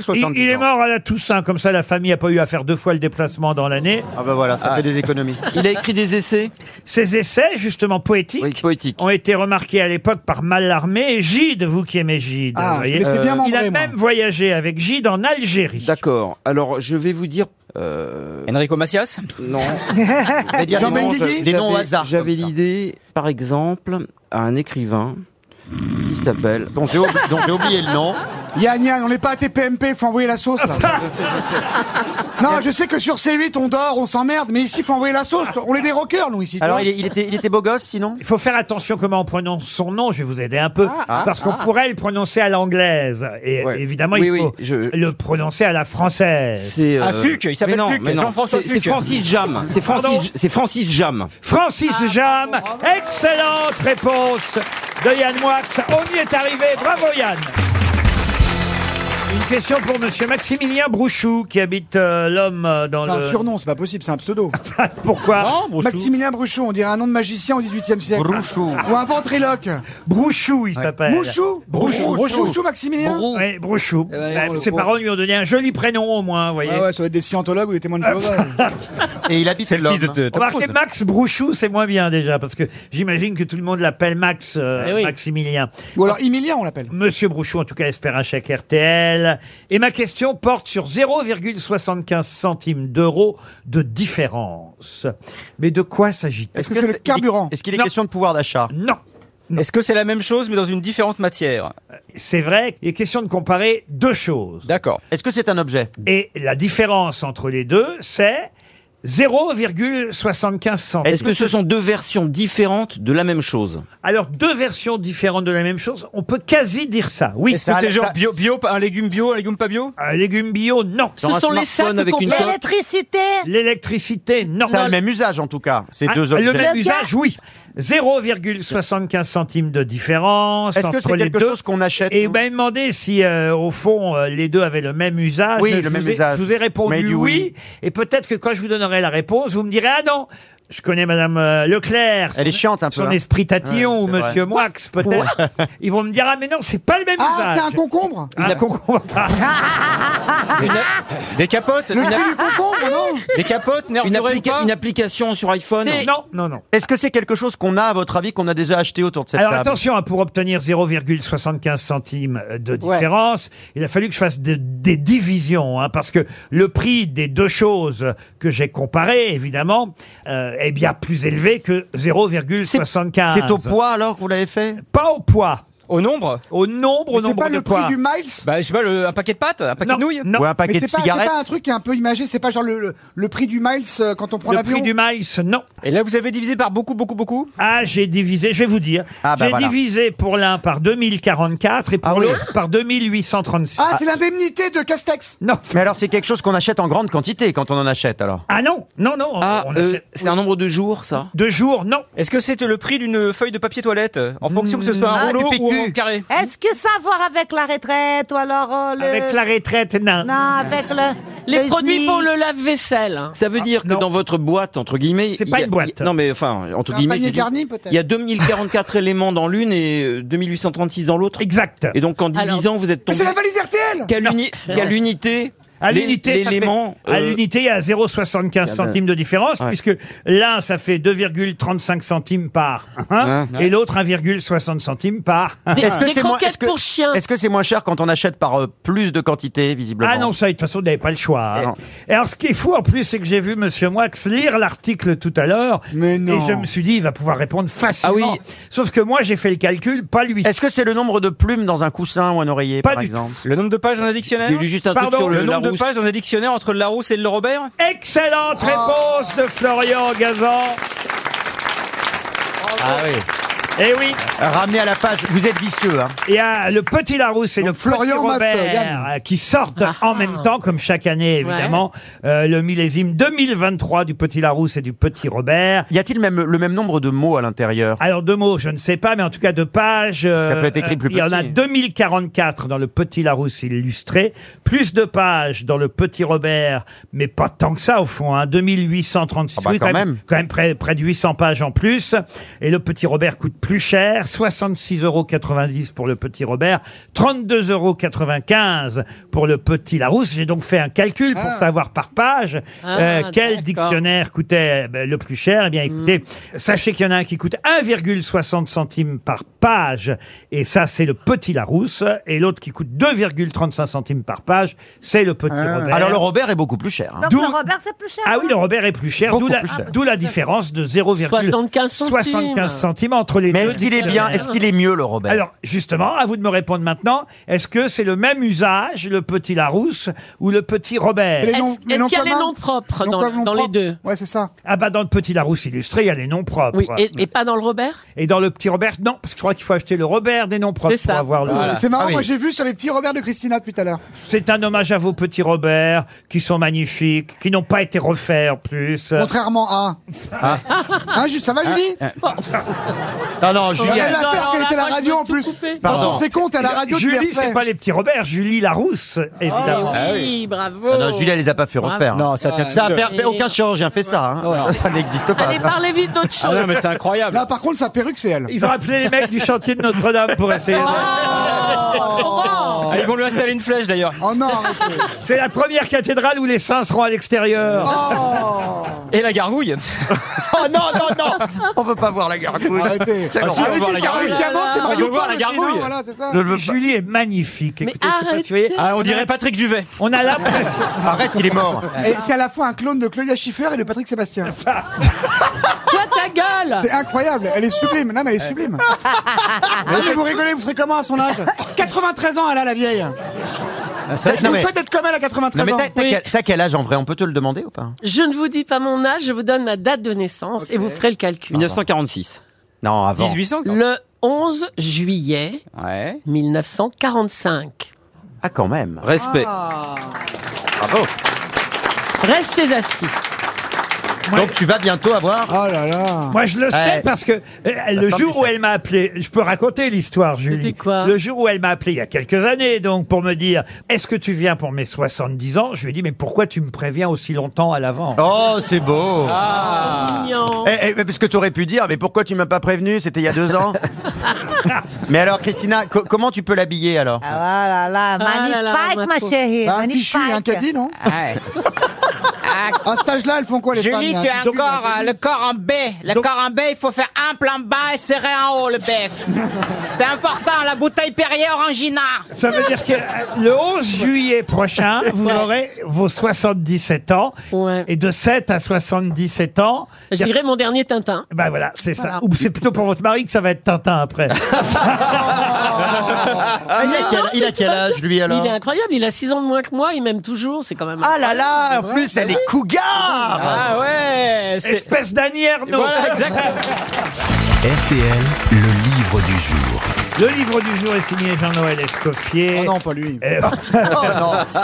Speaker 2: Il- il, est mort à la Toussaint, comme ça la famille n'a pas eu à faire deux fois le déplacement dans l'année. Ah ben voilà,
Speaker 4: ça Ah. fait des économies.
Speaker 2: Il a écrit des essais Ces essais, justement poétiques, ont été remarqués à l'époque par Mallarmé et Gide, vous qui aimez Gide.
Speaker 6: Ah,
Speaker 2: vous voyez. Euh,
Speaker 6: mais c'est bien mon
Speaker 2: il a
Speaker 6: vrai, moi.
Speaker 2: même voyagé avec Gide en Algérie.
Speaker 3: D'accord. Alors, je vais vous dire. euh,
Speaker 8: Enrico Macias
Speaker 3: Non.
Speaker 8: Jean Benguigui Des noms au
Speaker 3: J'avais-
Speaker 8: hasard,
Speaker 3: J'avais l'idée, par exemple, à un écrivain qui s'appelle. Dont
Speaker 6: j'ai oubli- dont j'ai oublié le nom. Yann, Yann, on n'est pas à TPMP, faut envoyer la sauce. là. non, je sais que sur C8, on dort, on s'emmerde, mais ici, faut envoyer la sauce. On est des rockers, nous, ici. tu vois.
Speaker 2: était, il était beau gosse, sinon Il faut faire attention comment on prononce son nom, je vais vous aider un peu,
Speaker 6: ah,
Speaker 2: parce qu'on
Speaker 6: ah.
Speaker 2: pourrait le prononcer à l'anglaise. Et évidemment, il
Speaker 3: Oui,
Speaker 2: faut Euh,
Speaker 3: oui, je-
Speaker 2: le prononcer à la française.
Speaker 3: C'est. euh,
Speaker 2: Ah, Fuc, il s'appelle
Speaker 3: mais non,
Speaker 2: Fuc,
Speaker 3: mais non.
Speaker 2: Jean-François
Speaker 3: C'est-
Speaker 2: Fuc.
Speaker 3: C'est Francis Jam. C'est
Speaker 2: Pardon Ah,
Speaker 3: Francis, c'est Francis Jam.
Speaker 2: Francis Jam, excellente réponse de Yann Moix. On y est arrivé, bravo Yann. Une question pour monsieur Maximilien Brouchou qui habite euh, l'homme euh, dans
Speaker 6: C'est un
Speaker 2: le.
Speaker 6: surnom, c'est pas possible, c'est un pseudo.
Speaker 2: Pourquoi
Speaker 6: Maximilien Bruchot, on dirait un nom de magicien au XVIIIe siècle. Bruchot. Ou un ventriloque.
Speaker 2: Brouchou, il s'appelle.
Speaker 6: Mouchou
Speaker 2: Brouchou.
Speaker 6: Brouchou, Brouchou, Maximilien Brou.
Speaker 2: Oui, Brouchou.
Speaker 6: Eh ben,
Speaker 2: Bah,
Speaker 6: on le
Speaker 2: ses
Speaker 6: voit.
Speaker 2: parents lui ont donné un joli prénom au moins, vous voyez.
Speaker 6: Ah ouais, ça doit être des scientologues ou des témoins de Jéhovah.
Speaker 2: Et il habite
Speaker 6: C'est le l'homme. fils de- de Tom
Speaker 2: Remarquez,
Speaker 6: Cruise.
Speaker 2: Max Brouchou, c'est moins bien déjà, parce que j'imagine que tout le monde l'appelle Max, euh,
Speaker 6: Eh oui.
Speaker 2: Maximilien.
Speaker 6: Ou alors Emilien, on l'appelle.
Speaker 2: Monsieur Brouchou, en tout cas, espère un chèque RTL. Et ma question porte sur 0,75 centimes d'euros de différence. Mais de quoi s'agit-il
Speaker 8: Est-ce que c'est le carburant
Speaker 2: Est-ce qu'il est question de pouvoir d'achat Non. Euh,
Speaker 8: Est-ce que c'est la même chose mais dans une différente matière
Speaker 2: C'est vrai, il est question de comparer deux choses.
Speaker 8: D'accord.
Speaker 2: Est-ce que c'est un objet Et la différence entre les deux, c'est 0,75 centimes.
Speaker 3: Est-ce que ce sont deux versions différentes de la même chose
Speaker 2: Alors, deux versions différentes de la même chose, on peut quasi dire ça, oui.
Speaker 8: Est-ce que c'est genre bio, bio, un légume bio, un légume pas bio
Speaker 2: Un légume bio, non.
Speaker 8: Ce Genre un sont les smartphone sacs qui avec une complètent- coque
Speaker 2: L'électricité L'électricité, non.
Speaker 4: Ça a le même usage en tout cas. Ces
Speaker 2: Ah,
Speaker 4: deux objets.
Speaker 2: Le même usage, oui. 0,75 centimes de différence
Speaker 4: Est-ce que
Speaker 2: entre
Speaker 4: c'est
Speaker 2: les
Speaker 4: quelque
Speaker 2: deux.
Speaker 4: chose qu'on achète
Speaker 2: Et ben demandé si euh, au fond euh, les deux avaient le même usage.
Speaker 4: Oui,
Speaker 2: Je
Speaker 4: le
Speaker 2: vous
Speaker 4: même
Speaker 2: ai-
Speaker 4: usage.
Speaker 2: Je vous ai
Speaker 4: Mais
Speaker 2: répondu
Speaker 4: du
Speaker 2: oui.
Speaker 4: oui.
Speaker 2: Et peut-être que quand je vous donnerai la réponse, vous me direz ah non. Je connais Madame euh, Leclerc.
Speaker 4: Elle est
Speaker 2: son-
Speaker 4: chiante un peu,
Speaker 2: Son
Speaker 4: hein.
Speaker 2: esprit
Speaker 4: Ouais,
Speaker 2: tatillon ou
Speaker 4: c'est vrai.
Speaker 2: Monsieur Moix peut-être. Ils vont me dire ah mais non c'est pas le même
Speaker 6: Ah,
Speaker 2: usage.
Speaker 6: c'est un concombre
Speaker 2: Un concombre.
Speaker 8: Des capotes
Speaker 6: Le cul du concombre, non
Speaker 8: Des capotes, nerfs
Speaker 3: une, applica- une application sur iPhone
Speaker 2: C'est- Non, non, non.
Speaker 4: Est-ce que c'est quelque chose qu'on a, à votre avis, qu'on a déjà acheté autour de cette
Speaker 2: Alors
Speaker 4: table
Speaker 2: attention, hein, pour obtenir 0,75 centimes de différence, il a fallu que je fasse de- des divisions, hein, parce que le prix des deux choses que j'ai comparées, évidemment, euh, est bien plus élevé que 0,75.
Speaker 4: C'est au poids alors que vous l'avez fait
Speaker 2: Pas au poids.
Speaker 8: Au nombre
Speaker 2: Au nombre, au nombre de poids.
Speaker 8: Bah, je sais pas, le- un paquet de pâtes, un paquet de nouilles
Speaker 2: non. Ou un paquet
Speaker 6: Mais
Speaker 2: de
Speaker 6: c'est pas, c'est
Speaker 2: cigarettes.
Speaker 6: pas un truc qui est un peu imagé, c'est pas genre le, le- le prix du miles euh, quand on prend
Speaker 2: Le
Speaker 6: l'avion.
Speaker 2: prix du maïs, non.
Speaker 8: Et là, vous avez divisé par beaucoup, beaucoup, beaucoup
Speaker 2: Ah, j'ai divisé, je vais vous dire.
Speaker 4: bah
Speaker 2: j'ai
Speaker 4: voilà. Ah
Speaker 2: divisé pour l'un par 2044 et pour l'autre par 2836.
Speaker 6: Ah, c'est l'indemnité de Castex.
Speaker 2: Non.
Speaker 4: Mais alors c'est quelque chose qu'on achète en grande quantité quand on en achète alors.
Speaker 2: Ah non, non, non.
Speaker 3: euh, c'est un nombre de jours, ça
Speaker 2: De jours, non.
Speaker 8: Est-ce que c'est le prix d'une feuille de papier toilette En fonction que ce
Speaker 3: Mmh,
Speaker 8: soit un
Speaker 7: Ah,
Speaker 8: rouleau
Speaker 7: du
Speaker 8: ou
Speaker 7: PQ.
Speaker 8: un carré
Speaker 7: Est-ce que ça a à voir avec la retraite ou alors euh, le...
Speaker 2: Avec la retraite, non.
Speaker 7: Non, avec le...
Speaker 5: Les produits
Speaker 7: SMIC.
Speaker 5: pour le lave-vaisselle.
Speaker 3: Ça veut dire que dans votre boîte, entre guillemets.
Speaker 2: Ah, C'est
Speaker 3: il
Speaker 2: pas
Speaker 3: y a-
Speaker 2: une boîte.
Speaker 3: il- Non, mais enfin, entre
Speaker 6: Un
Speaker 3: guillemets.
Speaker 6: panier
Speaker 3: je dis-
Speaker 6: garni, peut-être
Speaker 3: Il y a 2044 éléments dans l'une et euh, 2836 dans l'autre.
Speaker 2: Exact.
Speaker 3: Et donc en divisant, vous êtes
Speaker 6: Mais
Speaker 3: tombé.
Speaker 6: c'est la valise RTL
Speaker 3: Qu'à l'uni- qu'à l'unité.
Speaker 2: À
Speaker 3: l'é-
Speaker 2: l'unité, ça fait-
Speaker 3: l'élément,
Speaker 2: à
Speaker 3: euh,
Speaker 2: l'unité, il y a 0,75
Speaker 3: ben,
Speaker 2: centimes de différence,
Speaker 3: ouais.
Speaker 2: puisque l'un, ça fait 2,35 centimes par hein,
Speaker 4: Ouais.
Speaker 2: et l'autre 1,60 centimes par
Speaker 4: Est-ce que c'est moins, est-ce que- est-ce que c'est moins cher quand on achète par euh, plus de quantité visiblement
Speaker 2: Ah non, ça, de toute façon, vous n'avez pas le choix. hein. Et alors, ce qui est fou, en plus, c'est que j'ai vu Monsieur Moix lire l'article tout à l'heure. Et je me suis dit, il va pouvoir répondre facilement. Sauf que moi, j'ai fait le calcul, pas lui.
Speaker 4: Ah Est-ce que c'est le nombre de plumes dans un coussin ou un oreiller
Speaker 2: Pas
Speaker 4: par
Speaker 2: du
Speaker 4: exemple
Speaker 8: Le nombre de pages dans un dictionnaire
Speaker 4: J'ai lu juste un truc
Speaker 8: Pardon,
Speaker 4: sur le
Speaker 8: nombre de
Speaker 4: Larousse.
Speaker 8: pages dans un dictionnaire entre le Larousse et le Robert
Speaker 2: Excellente réponse de Florian Gazan.
Speaker 4: Ah oui.
Speaker 2: Eh oui.
Speaker 4: Ramené à la page, vous êtes vicieux hein.
Speaker 2: Il y a le petit Larousse et le
Speaker 4: Florian
Speaker 2: petit
Speaker 4: Matte,
Speaker 2: Robert
Speaker 4: Yann.
Speaker 2: euh, qui sortent en même temps, comme chaque année évidemment, euh, le millésime 2023 du petit Larousse et du petit Robert.
Speaker 4: Y a-t-il même le même nombre de mots à l'intérieur
Speaker 2: Alors deux mots, je ne sais pas, mais en tout cas deux pages. euh,
Speaker 4: peut être écrit plus
Speaker 2: Il y en a
Speaker 4: petit.
Speaker 2: 2044 dans le Petit Larousse illustré, plus de pages dans le Petit Robert, mais pas tant que ça au fond, hein, 2836.
Speaker 4: Ah bah,
Speaker 2: oui,
Speaker 4: quand même.
Speaker 2: Quand même près, près de 800 pages en plus. Et le Petit Robert coûte plus cher, 66,90 euros pour le petit Robert, 32,95 euros pour le petit Larousse. J'ai donc fait un calcul pour
Speaker 13: Ah.
Speaker 2: savoir par page
Speaker 13: Ah,
Speaker 2: euh, quel
Speaker 13: d'accord. Hmm.
Speaker 2: dictionnaire coûtait euh, ben, le plus cher. Eh bien, écoutez, sachez qu'il y en a un qui coûte 1,60 centimes par page, et ça, c'est le petit Larousse, et l'autre qui coûte 2,35 centimes par page, c'est le petit Robert.
Speaker 4: Alors le Robert est beaucoup plus cher. hein.
Speaker 7: Donc
Speaker 2: D'où-
Speaker 7: le Robert, c'est plus cher.
Speaker 2: Ah oui, le Robert est plus cher,
Speaker 4: Beaucoup
Speaker 2: d'où la,
Speaker 4: plus cher.
Speaker 2: d'où la différence de 0,75
Speaker 4: 75
Speaker 7: centimes.
Speaker 2: centimes entre les
Speaker 4: Mais
Speaker 2: deux.
Speaker 4: est-ce qu'il est bien,
Speaker 2: dictionnaires.
Speaker 4: est-ce qu'il est mieux le Robert
Speaker 2: Alors, justement, à vous de me répondre maintenant, est-ce que c'est le même usage, le petit Larousse ou le petit Robert
Speaker 5: Est-ce est-ce qu'il y a les noms propres dans, dans les deux
Speaker 2: Ouais, c'est ça. Ah bah dans le petit Larousse illustré, il y a les noms propres.
Speaker 5: Oui, et, et pas dans le Robert
Speaker 2: Et dans le petit Robert, non, parce que je crois qu'il faut acheter le Robert des noms propres
Speaker 5: C'est
Speaker 2: pour
Speaker 5: ça.
Speaker 2: avoir le.
Speaker 6: Voilà. C'est marrant,
Speaker 2: Ah oui.
Speaker 6: moi j'ai vu sur les petits Robert de Christina depuis tout à l'heure.
Speaker 2: C'est un hommage à vos petits Robert, qui sont magnifiques, qui n'ont pas été refaits en plus.
Speaker 6: Contrairement à.
Speaker 2: Ah.
Speaker 6: Hein, Ju- ça va, Julie
Speaker 2: Non, non,
Speaker 6: Julien. Ah, Elle a peur qu'elle était à la radio en plus. Pardon, c'est con, t'es à la radio, tu les
Speaker 2: Julie, c'est
Speaker 6: refais.
Speaker 2: pas les petits Robert, Julie Larousse, évidemment.
Speaker 4: Ah
Speaker 5: Oui, bravo.
Speaker 4: Ah non,
Speaker 2: Oh.
Speaker 4: Julie, elle les a pas fait refaire. hein.
Speaker 5: Bravo.
Speaker 4: a per- Aucun chirurgien fait ça. hein. Ça n'existe pas.
Speaker 5: Allez, parlez vite d'autre
Speaker 6: Ah
Speaker 4: Ah
Speaker 5: chose.
Speaker 4: incroyable.
Speaker 6: Là, par contre, sa perruque, c'est elle.
Speaker 2: Ils ont appelé les mecs du chantier de Notre-Dame pour essayer.
Speaker 8: Ah, ils vont lui installer une flèche d'ailleurs.
Speaker 6: Oh non
Speaker 2: C'est la première cathédrale où les saints seront à l'extérieur.
Speaker 8: Et la gargouille
Speaker 4: Oh non, non, non On veut pas voir la gargouille.
Speaker 6: Arrêtez.
Speaker 4: Ah, si, on veut voir la gargouille.
Speaker 6: Mario
Speaker 8: On veut voir
Speaker 6: Paul,
Speaker 8: la
Speaker 6: c'est- non,
Speaker 8: gargouille.
Speaker 6: voilà, c'est ça.
Speaker 2: Julie est magnifique. Écoutez, je sais pas si vous voyez.
Speaker 8: Ah, on dirait Patrick Juvet.
Speaker 2: On a l'impression.
Speaker 4: Arrête, il est mort.
Speaker 6: Et c'est à la fois un clone de Claudia Schiffer et de Patrick Sébastien.
Speaker 5: Toi, ta gueule
Speaker 6: C'est incroyable, elle est sublime. Non, mais elle est sublime. Allez, vous rigolez, vous serez comment à son âge 93 ans, elle a la vieille.
Speaker 4: c'est vrai que-
Speaker 6: Je
Speaker 4: non,
Speaker 6: vous
Speaker 4: mais-
Speaker 6: souhaite être comme elle à
Speaker 4: Non
Speaker 6: 93
Speaker 4: mais
Speaker 6: ans.
Speaker 4: t'as- t'as quel- t'as quel âge en vrai On peut te le demander ou pas
Speaker 5: Je ne vous dis pas mon âge, je vous donne ma date de naissance et vous ferez le calcul.
Speaker 4: 1946. Non, avant.
Speaker 5: Le 11 juillet 1945.
Speaker 4: Ah, quand même. Bravo.
Speaker 5: Restez assis.
Speaker 4: Donc tu vas bientôt avoir.
Speaker 6: Oh là là.
Speaker 2: Moi, je le sais
Speaker 4: Ah. Ouais.
Speaker 2: parce que euh, le
Speaker 4: Attends,
Speaker 2: jour où
Speaker 4: mais ça-
Speaker 2: elle m'a appelé, je peux raconter l'histoire, Julie. le jour où elle m'a appelé il y a quelques années, donc, pour me dire Est-ce que tu viens pour mes 70 ans Je lui ai dit Mais pourquoi tu me préviens aussi longtemps à l'avant
Speaker 4: Oh, c'est beau.
Speaker 5: Ah. Mignon.
Speaker 4: Eh, eh, mais parce que t'aurais pu dire, mais pourquoi tu m'as pas prévenu C'était il y a deux ans. mais alors, Christina, co- comment tu peux l'habiller alors
Speaker 7: Ah là là, magnifique,
Speaker 6: là là, ma
Speaker 7: ma
Speaker 6: peau.
Speaker 7: chérie.
Speaker 6: Bah, un
Speaker 7: magnifique.
Speaker 6: fichu et un caddie, non Ah, À cet âge-là, elles font quoi les femmes hein?
Speaker 9: Julie,
Speaker 6: Il y a un
Speaker 9: tu as
Speaker 6: fichu,
Speaker 9: encore
Speaker 6: un
Speaker 9: euh, le corps en B. Le corps en B, il faut faire un plan bas et serrer en haut le bec. C'est important, la bouteille Ah, Perrier Orangina.
Speaker 2: Ça veut dire que euh, le 11 juillet prochain, vous aurez vos 77 ans. Et de 7 à 77 ans.
Speaker 5: Je dirais mon dernier Tintin.
Speaker 2: Bah voilà, c'est ça.
Speaker 5: Voilà.
Speaker 2: Ou c'est plutôt pour votre mari que ça va être Tintin après.
Speaker 4: Ah, il a quel, il a quel âge lui alors
Speaker 5: Il est incroyable, il a 6 ans de moins que moi, il m'aime toujours, c'est quand même.
Speaker 4: Ah là là, en plus elle est cougar
Speaker 5: Ah
Speaker 8: ouais
Speaker 2: Espèce d'Annie Ernaux
Speaker 8: Voilà, exact.
Speaker 1: RTL, le livre du jour.
Speaker 2: Le livre du jour est signé Jean-Noël Escoffier. Oh non,
Speaker 6: pas lui.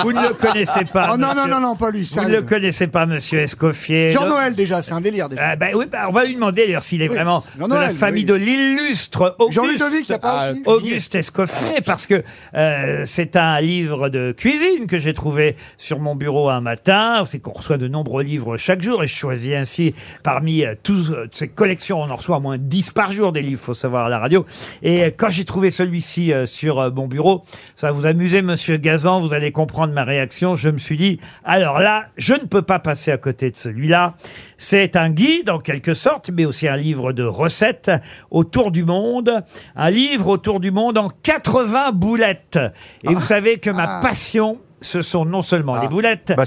Speaker 2: Vous ne le connaissez pas.
Speaker 6: Oh non, non,
Speaker 2: monsieur.
Speaker 6: non, non, pas lui.
Speaker 2: Vous ne le
Speaker 6: sérieux.
Speaker 2: connaissez pas, monsieur Escoffier.
Speaker 6: Jean-Noël déjà, c'est un délire déjà.
Speaker 2: Ah, bah oui, bah, on va lui demander d'ailleurs s'il est
Speaker 6: Oui.
Speaker 2: vraiment de la
Speaker 6: Jean-Noël,
Speaker 2: famille
Speaker 6: oui.
Speaker 2: de l'illustre Auguste,
Speaker 6: Jean-Ludovic, y a pas aussi
Speaker 2: Auguste Escoffier, parce que euh, c'est un livre de cuisine que j'ai trouvé sur mon bureau un matin. C'est qu'on reçoit de nombreux livres chaque jour et je choisis ainsi parmi euh, tous, euh, ces collections, on en reçoit au moins 10 par jour des livres, faut savoir à la radio. Et euh, quand j'ai trouvé celui-ci euh, sur euh, mon bureau, ça va vous amuser, monsieur Gazan, vous allez comprendre ma réaction. Je me suis dit, alors là, je ne peux pas passer à côté de celui-là. C'est un guide en quelque sorte, mais aussi un livre de recettes autour du monde. Un livre autour du monde en 80 boulettes. Et
Speaker 4: Ah.
Speaker 2: vous savez que ma passion, ce sont non seulement les boulettes,
Speaker 4: Bah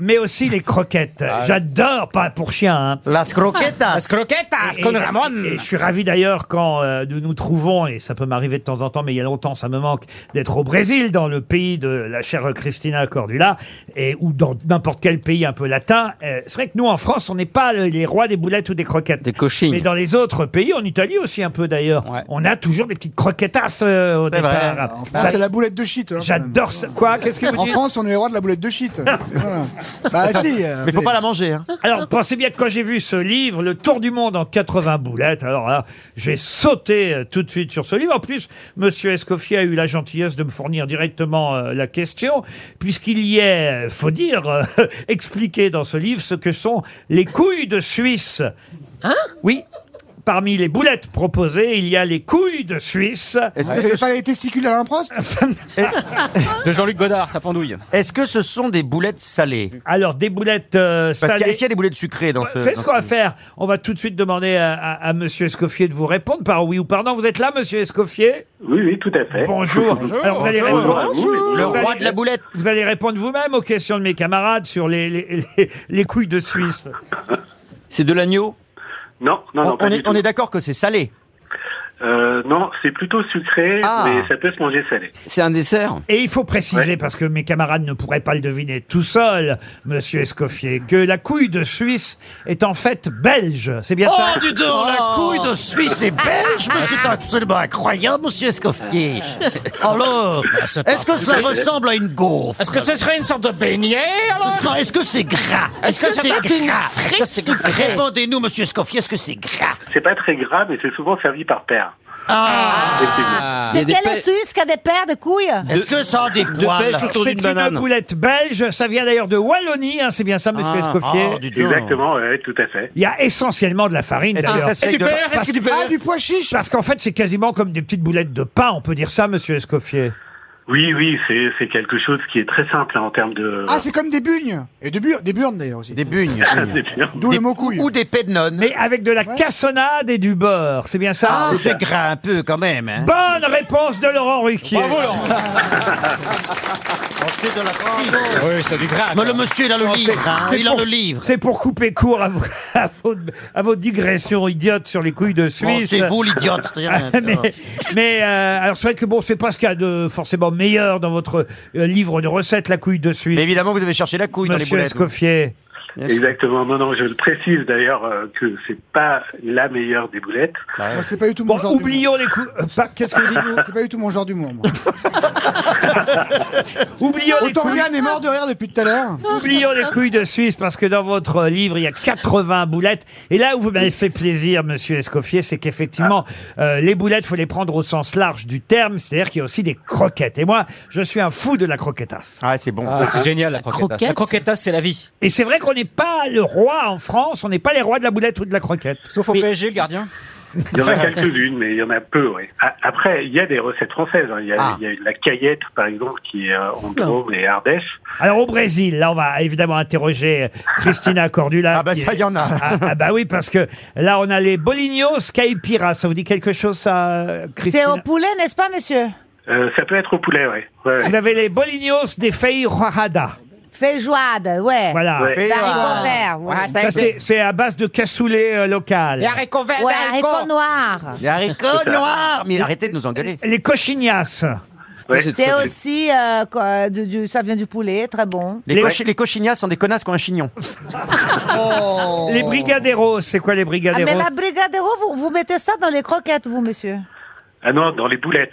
Speaker 2: mais aussi les croquettes. J'adore, pas pour chien. Hein.
Speaker 4: Ah. Las croquetas. Las
Speaker 9: croquetas con Ramon.
Speaker 2: Et je suis ravi d'ailleurs quand euh, nous nous trouvons, et ça peut m'arriver de temps en temps, mais il y a longtemps, ça me manque, d'être au Brésil, dans le pays de la chère Christina Cordula, et, ou dans n'importe quel pays un peu latin. Euh, C'est vrai que nous, en France, on n'est pas le- les rois des boulettes ou des croquettes. Des cochines. Mais dans les autres pays, en Italie aussi un peu d'ailleurs, on a toujours des petites croquetas euh, au
Speaker 6: C'est
Speaker 2: départ.
Speaker 6: vrai. En France,
Speaker 2: J'a-
Speaker 6: c'est la boulette de shit. hein, quand même.
Speaker 2: J'adore ça. Quoi Qu'est-ce que vous
Speaker 6: En
Speaker 2: dites
Speaker 6: France, on est les rois de la boulette de shit. Voilà. Bah si. euh, mais-
Speaker 4: manger.
Speaker 2: Alors, pensez bien que quand j'ai vu ce livre, Le Tour du Monde en 80 boulettes, alors là, j'ai sauté euh, tout de suite sur ce livre. En plus, Monsieur Escoffier a eu la gentillesse de me fournir directement euh, la question, puisqu'il y est, euh, faut dire, euh, expliqué dans ce livre ce que sont les couilles de Suisse. Hein Oui. parmi les boulettes proposées, il y a les couilles de Suisse.
Speaker 6: Est-ce que Vous avez ce- pas les testicules à l'improste
Speaker 8: De Jean-Luc Godard, ça pendouille.
Speaker 2: Est-ce que ce sont des boulettes salées Alors, des boulettes euh,
Speaker 12: Parce
Speaker 2: salées.
Speaker 12: qu'il y a- est-ce qu'il y a des boulettes sucrées dans ce.
Speaker 2: Faites ce
Speaker 12: dans
Speaker 2: qu'on va
Speaker 12: ce-
Speaker 2: faire. On va tout de suite demander à, à- à Monsieur Escoffier de vous répondre par oui ou par non. Vous êtes là, Monsieur Escoffier
Speaker 13: Oui, oui, tout à fait.
Speaker 2: Bonjour. Alors, vous allez répondre.
Speaker 13: Le
Speaker 2: Vous
Speaker 13: roi
Speaker 2: allez-
Speaker 13: de la boulette.
Speaker 2: Vous allez répondre vous-même aux questions de mes camarades sur les, les- les- les couilles de Suisse.
Speaker 3: C'est de l'agneau
Speaker 13: Non, non, non,
Speaker 4: on,
Speaker 13: pas du
Speaker 4: est,
Speaker 13: tout.
Speaker 4: on est d'accord que c'est salé.
Speaker 13: Euh, non, c'est plutôt sucré,
Speaker 4: Ah.
Speaker 13: mais ça peut se manger salé.
Speaker 3: C'est un dessert
Speaker 2: Et il faut préciser, parce que mes camarades ne pourraient pas le deviner tout seuls, Monsieur Escoffier, que la couille de Suisse est en fait belge. C'est bien ça
Speaker 12: Oh, du donc, la couille de Suisse est belge, mais c'est absolument incroyable, monsieur Escoffier. Alors,
Speaker 2: c'est
Speaker 12: est-ce
Speaker 2: pas-
Speaker 12: que ça ressemble à une gaufre
Speaker 9: Est-ce que ce serait une sorte de beignet alors
Speaker 12: Non, est-ce que c'est gras
Speaker 9: Est-ce que c'est pas une frite
Speaker 12: Est-ce que c'est gras
Speaker 9: sucrée
Speaker 12: Répondez-nous, monsieur Escoffier, est-ce que c'est gras
Speaker 13: C'est pas très gras, mais c'est souvent servi par paire. Ah
Speaker 7: C'est quelle Suisse qui a des paires de couilles
Speaker 12: Est-ce que ça a des poils
Speaker 2: C'est une boulette belge, ça vient d'ailleurs de Wallonie, hein, c'est bien ça, monsieur
Speaker 3: Ah.
Speaker 2: Escoffier
Speaker 9: Ah,
Speaker 13: Exactement, ouais, tout à fait.
Speaker 2: Il y a essentiellement de la farine
Speaker 13: Est-ce que
Speaker 2: d'ailleurs.
Speaker 13: ça se fait Et du avec de la- beurre, est-ce
Speaker 2: Parce-
Speaker 13: que du beurre
Speaker 2: Ah, du pois chiche Parce qu'en fait, c'est quasiment comme des petites boulettes de pain, on peut dire ça, monsieur Escoffier.
Speaker 13: Oui, oui, c'est c'est quelque chose qui est très simple hein, en termes de.
Speaker 6: Ah, c'est comme des bugnes. Et des, bu- des burnes d'ailleurs aussi.
Speaker 12: Des bugnes.
Speaker 13: C'est bien.
Speaker 6: D'où le mot couille.
Speaker 12: Ou des pédnones.
Speaker 2: Mais avec de la cassonade et du beurre, c'est bien ça
Speaker 12: C'est gras Ah, un peu quand même. hein.
Speaker 2: Bonne réponse de Laurent Ruquier.
Speaker 12: Oui, c'est du gras. Mais le monsieur, il a le livre. hein,
Speaker 2: C'est
Speaker 12: Il a
Speaker 2: pour-
Speaker 12: le livre.
Speaker 2: C'est pour couper court à, vos- à vos, à vos digressions idiotes sur les couilles de Suisse.
Speaker 12: c'est vous l'idiote, c'est-à-dire,
Speaker 2: Ah, mais mais, euh, alors c'est vrai que bon, c'est pas ce qu'il y a de forcément meilleur dans votre euh, livre de recettes, la couille de Suisse.
Speaker 12: évidemment, vous avez cherché la couille
Speaker 13: dans les
Speaker 2: Monsieur
Speaker 13: boulettes.
Speaker 2: Escoffier.
Speaker 13: Exactement. Non, non, je le précise d'ailleurs euh, que c'est pas la meilleure des boulettes.
Speaker 6: Moi, Ah, c'est pas du tout mon genre
Speaker 2: Oublions les couilles. Qu'est-ce euh, que vous dites
Speaker 6: C'est pas du tout mon genre d'humour, moi.
Speaker 2: Oublions les
Speaker 6: Autant
Speaker 2: couilles.
Speaker 6: Yann est mort de rire depuis tout à l'heure.
Speaker 2: Oublions les couilles de Suisse parce que dans votre euh, livre, il y a 80 boulettes. Et là où vous m'avez fait plaisir, monsieur Escoffier, c'est qu'effectivement, euh, les boulettes, faut les prendre au sens large du terme. C'est-à-dire qu'il y a aussi des croquettes. Et moi, je suis un fou de la croquettasse.
Speaker 12: Ah, c'est bon.
Speaker 8: Ah, c'est génial la croquette.
Speaker 2: croquette
Speaker 8: La croquette, c'est la vie.
Speaker 2: Et c'est vrai qu'on n'est pas le roi en France, on n'est pas les rois de la boulette ou de la croquette.
Speaker 8: Sauf au PSG, le gardien.
Speaker 13: Il y en a quelques-unes, mais il y en a peu, oui. A- Après, il y a des recettes françaises. hein. Il y a,
Speaker 2: Ah.
Speaker 13: il y a la caillette, par exemple, qui est euh, en Drôme et Ardèche.
Speaker 2: Alors au Brésil, là on va évidemment interroger euh, Christina Cordula. Ah bah
Speaker 12: ben, ça, il y en a.
Speaker 2: ah, ah bah oui parce que là on a les bolinhos caipiras. Ça vous dit quelque chose ça, euh,
Speaker 7: C'est
Speaker 2: Christina
Speaker 7: au poulet, n'est-ce pas, monsieur
Speaker 13: Euh, ça peut être au poulet, oui. Ouais, ouais.
Speaker 2: Vous avez les bolinhos des feijoada.
Speaker 7: Feijoade, ouais.
Speaker 2: Voilà.
Speaker 13: Ouais.
Speaker 7: D'haricots verts, ouais.
Speaker 12: Ah,
Speaker 9: Ouais,
Speaker 2: Ça c'est c'est à base de cassoulet euh, local.
Speaker 9: Les haricots verts,
Speaker 7: Ouais,
Speaker 9: les haricots.
Speaker 7: haricots noirs.
Speaker 12: Les haricots noirs Mais arrêtez de nous engueuler.
Speaker 2: Les cochignas.
Speaker 7: C'est aussi, euh, quoi, du- du- ça vient du poulet, très bon.
Speaker 12: Les, cochi- les cochignas sont des connasses qui ont un chignon.
Speaker 7: Oh.
Speaker 4: Oh.
Speaker 2: Les brigadeiros, c'est quoi les
Speaker 7: Ah, mais
Speaker 2: brigadeiros
Speaker 7: la brigadero, vous, vous mettez ça dans les croquettes, vous, monsieur
Speaker 13: Ah non, dans les boulettes.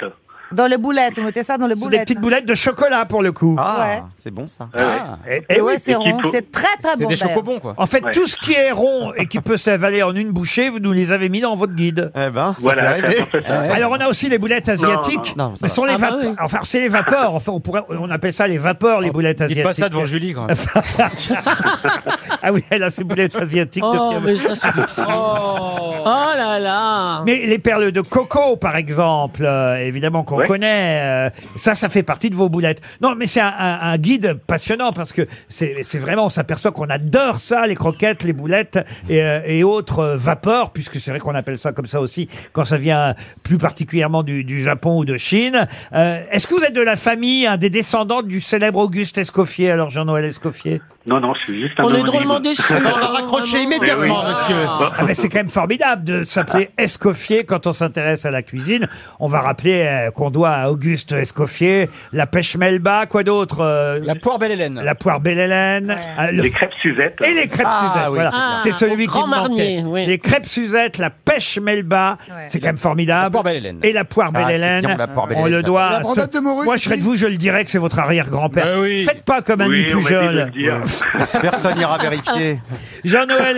Speaker 7: Dans les boulettes, vous mettez ça dans les
Speaker 2: C'est des
Speaker 7: boulettes.
Speaker 2: petites boulettes de chocolat pour le coup.
Speaker 12: Ah.
Speaker 7: Ouais.
Speaker 12: C'est bon ça.
Speaker 2: Ah,
Speaker 4: Ah.
Speaker 2: Et-
Speaker 7: Et
Speaker 2: et
Speaker 7: ouais,
Speaker 2: oui,
Speaker 7: c'est
Speaker 2: et qui
Speaker 7: rond,
Speaker 2: faut-
Speaker 7: c'est très très bon. d'ailleurs.
Speaker 2: En fait, tout ce qui est rond et qui peut s'avaler en une bouchée, vous nous les avez mis dans votre guide.
Speaker 12: Eh ben, ça
Speaker 13: Voilà,
Speaker 12: fait rêver.
Speaker 13: c'est un peu
Speaker 8: Ah
Speaker 13: ça.
Speaker 2: Alors on a aussi les boulettes asiatiques.
Speaker 12: non, non. Non, ça
Speaker 2: mais ce sont
Speaker 12: va.
Speaker 2: les
Speaker 12: Ah bah
Speaker 2: vape- Enfin, c'est les vapeurs. Enfin, on pourrait, on appelle ça les vapeurs, les boulettes asiatiques.
Speaker 8: Oh, Dites pas ça devant Julie, quand même.
Speaker 2: ah oui, elle a ses boulettes asiatiques.
Speaker 5: Oh,
Speaker 2: depuis-
Speaker 5: mais ça, c'est du fou. Oh là là
Speaker 2: Mais les perles de coco, par exemple, euh, évidemment qu'on
Speaker 13: Ouais.
Speaker 2: connaît, euh, ça, ça fait partie de vos boulettes. Non, mais c'est un, un- un guide passionnant parce que c'est c'est vraiment, on s'aperçoit qu'on adore ça, les croquettes, les boulettes et, euh, et autres euh, vapeurs, puisque c'est vrai qu'on appelle ça comme ça aussi quand ça vient plus particulièrement du, du Japon ou de Chine. Euh, Est-ce que vous êtes de la famille, un des descendants du célèbre Auguste Escoffier, alors Jean-Noël Escoffier
Speaker 13: Non, non, je suis
Speaker 2: Oh.
Speaker 13: juste un
Speaker 5: On est
Speaker 13: homonyme.
Speaker 5: drôlement déçus.
Speaker 13: Non,
Speaker 5: On
Speaker 13: non,
Speaker 5: l'a
Speaker 13: raccroché
Speaker 5: immédiatement, monsieur.
Speaker 2: Ah, mais c'est quand même formidable de s'appeler
Speaker 13: Ah.
Speaker 2: Escoffier quand on s'intéresse à la cuisine. On va rappeler euh, qu'on doit à Auguste Escoffier la pêche melba, quoi d'autre euh,
Speaker 8: La poire belle Hélène.
Speaker 2: La poire belle Hélène. euh, le-
Speaker 13: Les crêpes Suzette.
Speaker 2: Et les crêpes
Speaker 13: Ah,
Speaker 2: Suzette,
Speaker 13: oui,
Speaker 2: voilà.
Speaker 13: c'est bien.
Speaker 2: C'est celui
Speaker 5: Au
Speaker 2: qui
Speaker 5: Grand
Speaker 2: me manquait.
Speaker 5: Marnier, oui.
Speaker 2: Les crêpes Suzette, la pêche melba, c'est quand même formidable. La poire
Speaker 8: belle Hélène.
Speaker 2: Et la poire
Speaker 12: Ah,
Speaker 2: belle Hélène.
Speaker 12: c'est bien, la poire belle
Speaker 2: On
Speaker 12: Hélène.
Speaker 2: le doit.
Speaker 12: La
Speaker 2: à
Speaker 12: brandade
Speaker 2: ce- Moi, je serais de vous, je le dirais que c'est votre arrière-grand-père. Faites pas comme Annie
Speaker 12: Bah Oui, on m'a dit de le
Speaker 2: Pujol.
Speaker 12: dire. Personne n'ira vérifier.
Speaker 2: Jean-Noël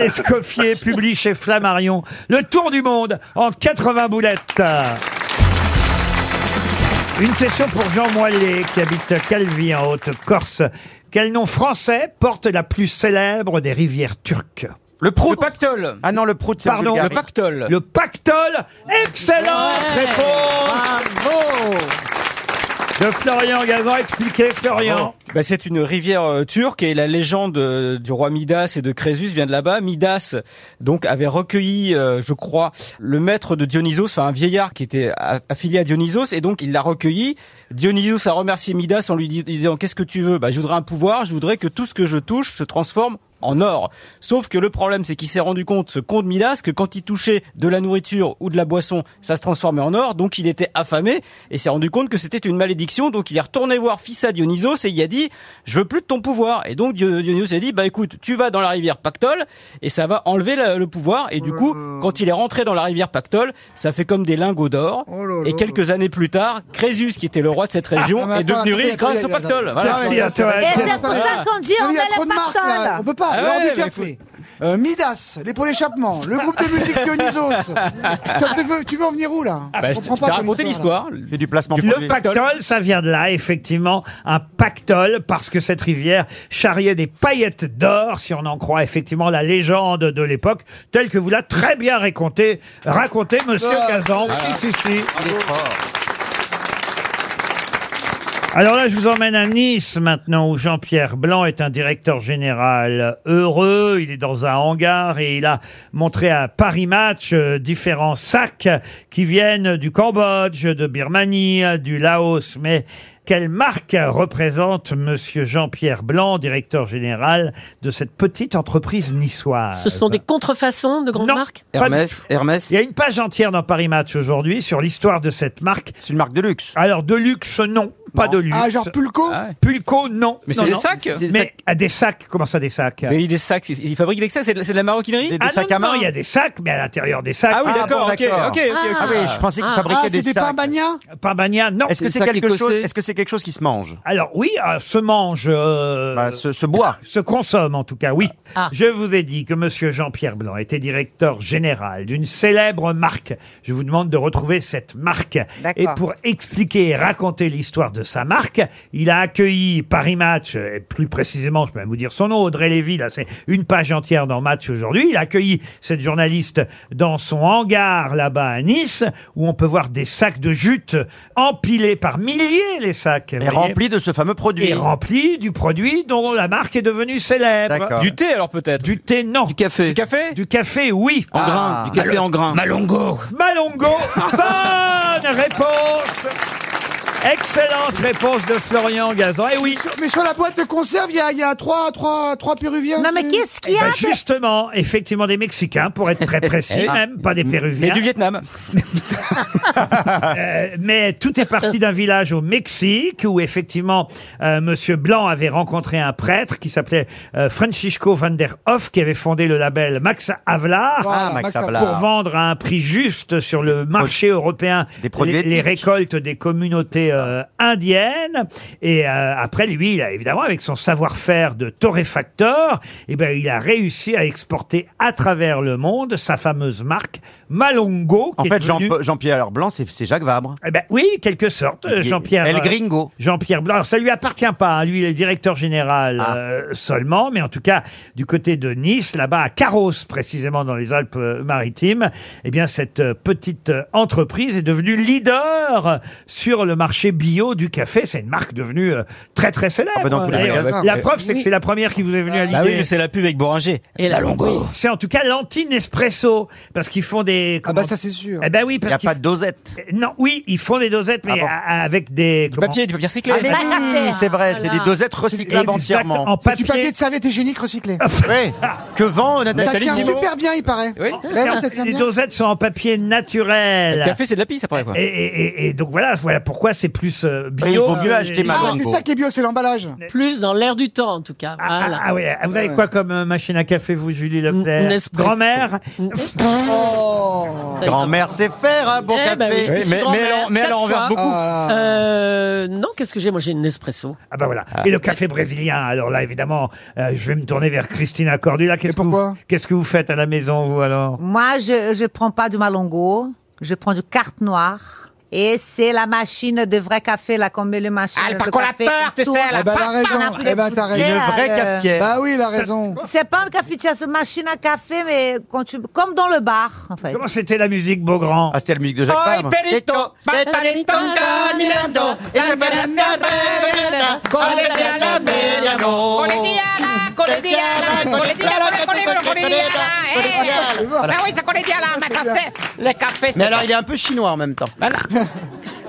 Speaker 2: Escoffier publie chez Flammarion le tour du monde en 80 boulettes. Une question pour Jean Moillet qui habite Calvi en Haute-Corse. Quel nom français porte la plus célèbre des rivières turques
Speaker 4: Le prout. Le pactole. Ah non, le prout, c'est en
Speaker 2: Pardon.
Speaker 4: Bulgarie.
Speaker 2: Le pactole. Le pactole. Excellente réponse. De Florian Gazan, expliquez Florian.
Speaker 8: Bah, c'est une rivière euh, turque et la légende euh, du roi Midas et de Crésus vient de là-bas. Midas donc avait recueilli, euh, je crois, le maître de Dionysos, enfin un vieillard qui était a- affilié à Dionysos et donc il l'a recueilli. Dionysos a remercié Midas en lui dis- disant qu'est-ce que tu veux Bah je voudrais un pouvoir, je voudrais que tout ce que je touche se transforme en or. Sauf que le problème, c'est qu'il s'est rendu compte, ce con de Midas, que quand il touchait de la nourriture ou de la boisson, ça se transformait en or, donc il était affamé, et s'est rendu compte que c'était une malédiction, donc il est retourné voir Fissa Dionysos, et il a dit, je veux plus de ton pouvoir. Et donc Dio- Dionysos a dit, bah écoute, tu vas dans la rivière Pactole, et ça va enlever la- le pouvoir, et du coup,
Speaker 6: Euh.
Speaker 8: quand il est rentré dans la rivière Pactole, ça fait comme des lingots d'or, et quelques années plus tard, Crésus, qui était le roi de cette région,
Speaker 6: Oh Ah,
Speaker 8: est devenu
Speaker 6: attendez,
Speaker 8: riche grâce au
Speaker 6: attendez,
Speaker 8: Pactole.
Speaker 6: attendez, attendez, attendez, attendez, attendez. Non, mais il y a trop de marques, là. On peut pas.
Speaker 8: Ah
Speaker 6: L'or
Speaker 8: ouais,
Speaker 6: du
Speaker 8: mais
Speaker 6: café. Euh, Midas, les pôles échappement, le groupe de musique Dionysos. tu, veux, tu veux en venir où là
Speaker 2: Ah,
Speaker 8: Bah, je
Speaker 6: comprends pas ton là.
Speaker 4: J'ai Ah. du placement
Speaker 2: Le pactole, ça vient de là, effectivement, un pactole, parce que cette rivière charriait des paillettes d'or, si on en croit effectivement la légende de l'époque, telle que vous l'a très bien racontée, racontée, monsieur
Speaker 6: Ah,
Speaker 2: Kazan.
Speaker 6: c'est-
Speaker 2: Si, si, si. Alors là, je vous emmène à Nice maintenant, où Jean-Pierre Blanc est un directeur général heureux. Il est dans un hangar et il a montré à Paris Match euh, différents sacs qui viennent du Cambodge, de Birmanie, du Laos. Mais quelle marque représente Monsieur Jean-Pierre Blanc, directeur général de cette petite entreprise niçoise
Speaker 5: Ce
Speaker 4: Ah,
Speaker 5: sont des contrefaçons de grandes marques
Speaker 2: Hermès, Hermès. Il y a une page entière dans Paris Match aujourd'hui sur l'histoire de cette marque. C'est une marque de luxe. Alors de luxe, non, pas de luxe.
Speaker 6: Ah, genre Pulco
Speaker 2: Pulco, non.
Speaker 8: Mais
Speaker 2: Non,
Speaker 8: c'est des
Speaker 2: non.
Speaker 8: sacs
Speaker 2: Mais à des sacs, comment ça des sacs
Speaker 8: Vous avez des sacs, ils ils fabriquent des sacs, c'est de, c'est de la maroquinerie
Speaker 2: ah non, non, il y a des sacs, mais à l'intérieur des sacs.
Speaker 8: Ah oui, Ah, d'accord, bon, ok, d'accord. ok, ok, ok. Ah oui, je pensais qu'ils Ah, fabriquaient ah, des c'est des sacs. pains
Speaker 6: bagnats
Speaker 2: Pains bagnats, non.
Speaker 4: Est-ce que c'est quelque chose Est-ce que c'est quelque chose qui se mange Bah,
Speaker 2: Alors oui, euh, se mange, euh,
Speaker 4: se, boit,
Speaker 2: se consomme en tout cas. Oui. Je vous ai dit que Monsieur Jean-Pierre Blanc était directeur général d'une célèbre marque. Je vous demande de retrouver cette marque. Et pour expliquer et raconter l'histoire de sa marque, il a accueilli Paris Match, et plus précisément, je peux même vous dire son nom, Audrey Lévy. Là, c'est une page entière dans Match aujourd'hui. Il a accueilli cette journaliste dans son hangar là-bas à Nice, où on peut voir des sacs de jute empilés par milliers les sacs.
Speaker 4: et rempli de ce fameux produit.
Speaker 2: Et rempli du produit dont la marque est devenue célèbre.
Speaker 8: Du thé alors peut-être
Speaker 2: Du thé non. Du
Speaker 8: café. Du
Speaker 2: café Du café oui.
Speaker 4: Ah.
Speaker 3: En grain, du café en grain. Malongo.
Speaker 2: Malongo. Bonne réponse. Excellente réponse de Florian Gazan. Et oui.
Speaker 6: Mais sur la boîte de conserve, il y a, il y a trois, trois, trois Péruviens. Non, mais qu'est-ce
Speaker 2: Eh ben, justement, effectivement des Mexicains, pour être très précis,
Speaker 8: Ah.
Speaker 2: même pas des Péruviens.
Speaker 8: Mais du Vietnam.
Speaker 2: Euh, mais tout est parti d'un village au Mexique où effectivement euh, Monsieur Blanc avait rencontré un prêtre qui s'appelait euh, Francisco van der Hoff qui avait fondé le label Max Havelaar
Speaker 4: Ah, Max Max Havelaar.
Speaker 2: pour vendre à un prix juste sur le marché européen
Speaker 4: produits
Speaker 2: les, les
Speaker 4: éthiques.
Speaker 2: récoltes des communautés euh, indiennes. Et euh, après lui, il a, évidemment avec son savoir-faire de torréfacteur, eh ben il a réussi à exporter à travers le monde sa fameuse marque Malongo.
Speaker 4: En
Speaker 2: qui est
Speaker 4: fait, Jean-
Speaker 2: devenue-
Speaker 4: Jean-Pierre Blanc, c'est c'est Jacques Vabre.
Speaker 2: eh ben, oui, quelque sorte, euh,
Speaker 4: Il est-
Speaker 2: Jean-Pierre.
Speaker 4: El
Speaker 2: euh,
Speaker 4: Gringo.
Speaker 2: Jean-Pierre Blanc. Alors, ça lui appartient pas. hein. Lui, il est directeur général euh, seulement, mais en tout cas, du côté de Nice, là-bas, à Carros, précisément, dans les Alpes-Maritimes, eh bien, cette euh, petite euh, entreprise est devenue leader sur le marché bio du café. C'est une marque devenue euh, très, très célèbre.
Speaker 8: Ah bah, dans tous les
Speaker 2: D'ailleurs,
Speaker 8: magasins,
Speaker 2: la
Speaker 8: ouais.
Speaker 2: preuve, c'est que c'est la première qui vous est venue à l'idée.
Speaker 8: Bah oui, mais c'est la pub avec Boringer.
Speaker 2: Et la longo. C'est en tout cas l'anti-Nespresso. Parce qu'ils font des. Ah, bah ça,
Speaker 6: c'est sûr.
Speaker 2: Eh ben oui,
Speaker 4: Il y a
Speaker 2: parce
Speaker 4: pas de dosette.
Speaker 2: qu'ils- Non, oui, ils font des dosettes, mais a- a- avec des. Du
Speaker 8: papier, du papier recyclé.
Speaker 4: Ah, mais oui, c'est vrai, c'est des dosettes recyclables entièrement.
Speaker 2: En
Speaker 6: Du
Speaker 2: papier.
Speaker 6: paquet de serviettes hygiéniques recyclées.
Speaker 4: Ouais. Que vend Nathalie
Speaker 6: ça tient
Speaker 4: Simon
Speaker 6: super bien, il paraît.
Speaker 8: Oui.
Speaker 6: Ouais, ouais, ça tient
Speaker 2: les
Speaker 6: bien.
Speaker 2: dosettes sont en papier naturel.
Speaker 8: Le café, c'est de la pisse après quoi.
Speaker 2: Et, et- et- et donc voilà, voilà pourquoi c'est plus euh, bio.
Speaker 4: Et il vaut mieux
Speaker 2: Euh,
Speaker 4: acheter
Speaker 2: et-
Speaker 4: ma
Speaker 6: Ah, c'est ça qui est bio, c'est l'emballage.
Speaker 5: Plus dans l'air du temps, en tout cas. Voilà.
Speaker 2: Ah oui, vous avez quoi comme euh, machine à café, vous, Julie Leclerc
Speaker 5: Nespresso.
Speaker 2: Grand-mère
Speaker 6: Oh
Speaker 4: Grand-mère sait faire un bon
Speaker 5: Eh ben oui,
Speaker 4: café.
Speaker 5: je suis grand-mère, quatre fois.
Speaker 6: Ah.
Speaker 5: Euh, non, qu'est-ce que j'ai Moi, j'ai une Nespresso.
Speaker 2: Ah bah voilà. Et le café brésilien, alors là, évidemment, euh, je vais me tourner vers Christina Cordula. Qu'est-ce que, vous, qu'est-ce que vous faites à la maison, vous, alors
Speaker 7: Moi, je ne prends pas du malongo, je prends du carte noire. Et c'est la machine de vrai café, là, qu'on met le machin.
Speaker 9: Ah, le
Speaker 7: de
Speaker 9: percolateur,
Speaker 7: café Ah, bah, qui
Speaker 9: tu sais,
Speaker 7: tourne.
Speaker 9: la Eh ben, elle a
Speaker 6: raison,
Speaker 7: On n'a plus
Speaker 6: eh ben,
Speaker 7: de
Speaker 6: t'as raison.
Speaker 7: gouttière,
Speaker 6: Une vraie
Speaker 7: euh,
Speaker 6: cafetière. Bah oui, elle a raison.
Speaker 7: C'est pas une cafetière, c'est une machine à café, mais quand tu- comme dans le bar, en fait.
Speaker 2: Comment c'était la musique Beaugrand Ah,
Speaker 4: c'était la musique de
Speaker 14: Oh,
Speaker 4: Jacques
Speaker 7: Oi,
Speaker 4: Femme.
Speaker 7: Perito,
Speaker 9: Paparito, caminando, e la veranda verena, con le diala mediano. Con le diala, con le diala, con le diala, con le diala, con le diala, eh.
Speaker 4: Voilà.
Speaker 9: Ah oui, c'est con le diala, ma tasse. Le café,
Speaker 4: Mais
Speaker 9: c'est
Speaker 4: alors, il est un peu chinois en même temps.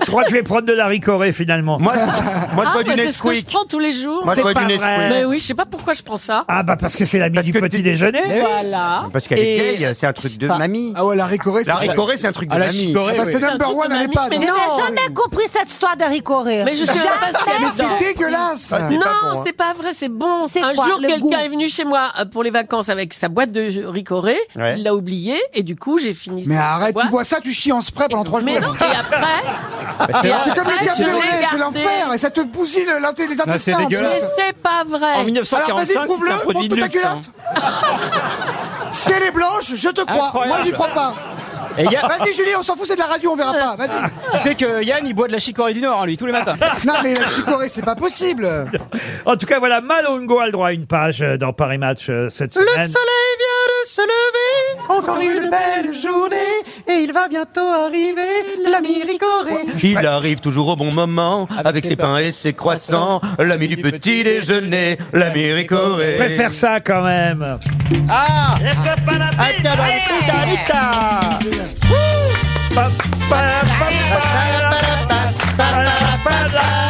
Speaker 2: Je crois que je vais prendre de la ricorée finalement. Moi,
Speaker 4: moi, je bois
Speaker 14: Ah, bah, c'est ce que je prends tous les jours.
Speaker 2: Moi, je
Speaker 14: C'est
Speaker 2: bois du
Speaker 14: pas
Speaker 2: Nesquik.
Speaker 14: vrai. Mais oui, je sais pas pourquoi je prends ça.
Speaker 2: Ah bah parce que c'est la musique petit déjeuner.
Speaker 14: Voilà.
Speaker 4: Parce qu'elle est
Speaker 14: Et- bah,
Speaker 4: vieille, c'est un truc de
Speaker 14: pas.
Speaker 4: mamie.
Speaker 6: Ah ouais, la ricorée,
Speaker 14: c'est-
Speaker 4: La ricorée, c'est un truc de
Speaker 6: Ah, la
Speaker 4: mamie.
Speaker 6: chicorée, Bah, oui. c'est number
Speaker 7: one à l'EHPAD. Mais j'ai jamais compris cette histoire de ricoré.
Speaker 14: Mais je sais même pas ce qu'il y a
Speaker 7: Jamais.
Speaker 14: dedans.
Speaker 6: Ah, c'est
Speaker 14: non,
Speaker 6: pas bon, hein.
Speaker 14: c'est pas vrai, c'est bon.
Speaker 7: C'est
Speaker 14: Un
Speaker 7: quoi,
Speaker 14: jour,
Speaker 7: le goût
Speaker 14: quelqu'un est venu chez moi euh, pour les vacances avec sa boîte de ricoré.
Speaker 6: Ouais.
Speaker 14: Il l'a oublié et du coup, j'ai fini.
Speaker 6: Mais ah,
Speaker 14: sa
Speaker 6: arrête, tu
Speaker 14: boîte.
Speaker 6: bois ça, tu chies en spray pendant trois jours.
Speaker 14: Mais non, et après. et
Speaker 6: C'est comme le
Speaker 14: après, je
Speaker 6: café au lait,
Speaker 14: l'ai
Speaker 6: c'est
Speaker 14: gardé.
Speaker 6: l'enfer et ça te bousille l'inté- les intestins. en plus.
Speaker 14: Mais c'est pas vrai.
Speaker 6: En 1945, Alors, vas-y, prouve-le, c'est un produit montre de ta luxe, hein. culotte. Si elle est blanche, je te crois.
Speaker 8: Incroyable.
Speaker 6: Moi, j'y crois pas.
Speaker 8: Et y a-
Speaker 6: Vas-y, Julie, on s'en fout, c'est de la radio, on
Speaker 14: Euh.
Speaker 6: verra pas. Vas-y.
Speaker 8: Tu sais que Yann, il boit de la chicorée du Nord, hein, lui, tous les matins.
Speaker 6: Non, mais la chicorée, c'est pas possible.
Speaker 2: En tout cas, voilà, Malongo a le droit à une page euh, dans Paris Match euh, cette
Speaker 10: Le
Speaker 2: semaine.
Speaker 10: soleil vient de se lever, encore une belle journée, et il va bientôt arriver, l'ami Ricoré.
Speaker 4: Il arrive toujours au bon moment, avec, ses pains et ses croissants, l'ami du petit déjeuner, l'ami
Speaker 2: Je
Speaker 4: ricoré.
Speaker 2: préfère ça quand même.
Speaker 4: Ah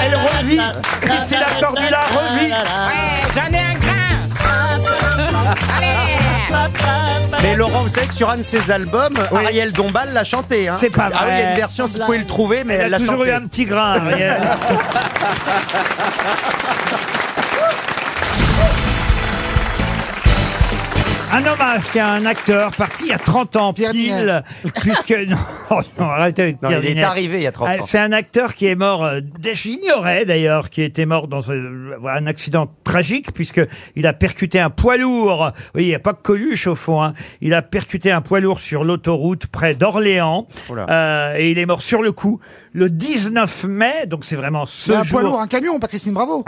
Speaker 2: Elle revit Christina Cordula revit
Speaker 9: J'en ai un grain. Allez.
Speaker 4: Mais Laurent, vous savez que sur un de ses albums, Ariel Dombal l'a chanté. hein.
Speaker 2: C'est pas
Speaker 4: Ah oui, il y a
Speaker 2: vrai.
Speaker 4: une version, si vous pouvez le trouver, mais
Speaker 2: Elle a
Speaker 4: elle l'a
Speaker 2: toujours
Speaker 4: chanté.
Speaker 2: eu un petit grain, Ariel. Un hommage qui a un acteur parti il y a 30 ans pile, puisque... Non, non, arrêtez avec
Speaker 4: Non,
Speaker 2: Pierre
Speaker 4: il est
Speaker 2: Ninette.
Speaker 4: arrivé il y a 30
Speaker 2: Ah,
Speaker 4: ans.
Speaker 2: C'est un acteur qui est mort, euh, dès- j'ignorais d'ailleurs, qui était mort dans euh, un accident tragique, puisque il a percuté un poids lourd. Oui, il n'y a pas que Coluche au fond. hein. Il a percuté un poids lourd sur l'autoroute près d'Orléans.
Speaker 6: Oh
Speaker 2: Euh, et il est mort sur le coup le 19 mai, donc c'est vraiment ce
Speaker 6: C'est un
Speaker 2: jour.
Speaker 6: poids lourd, un camion, pas Christine Bravo.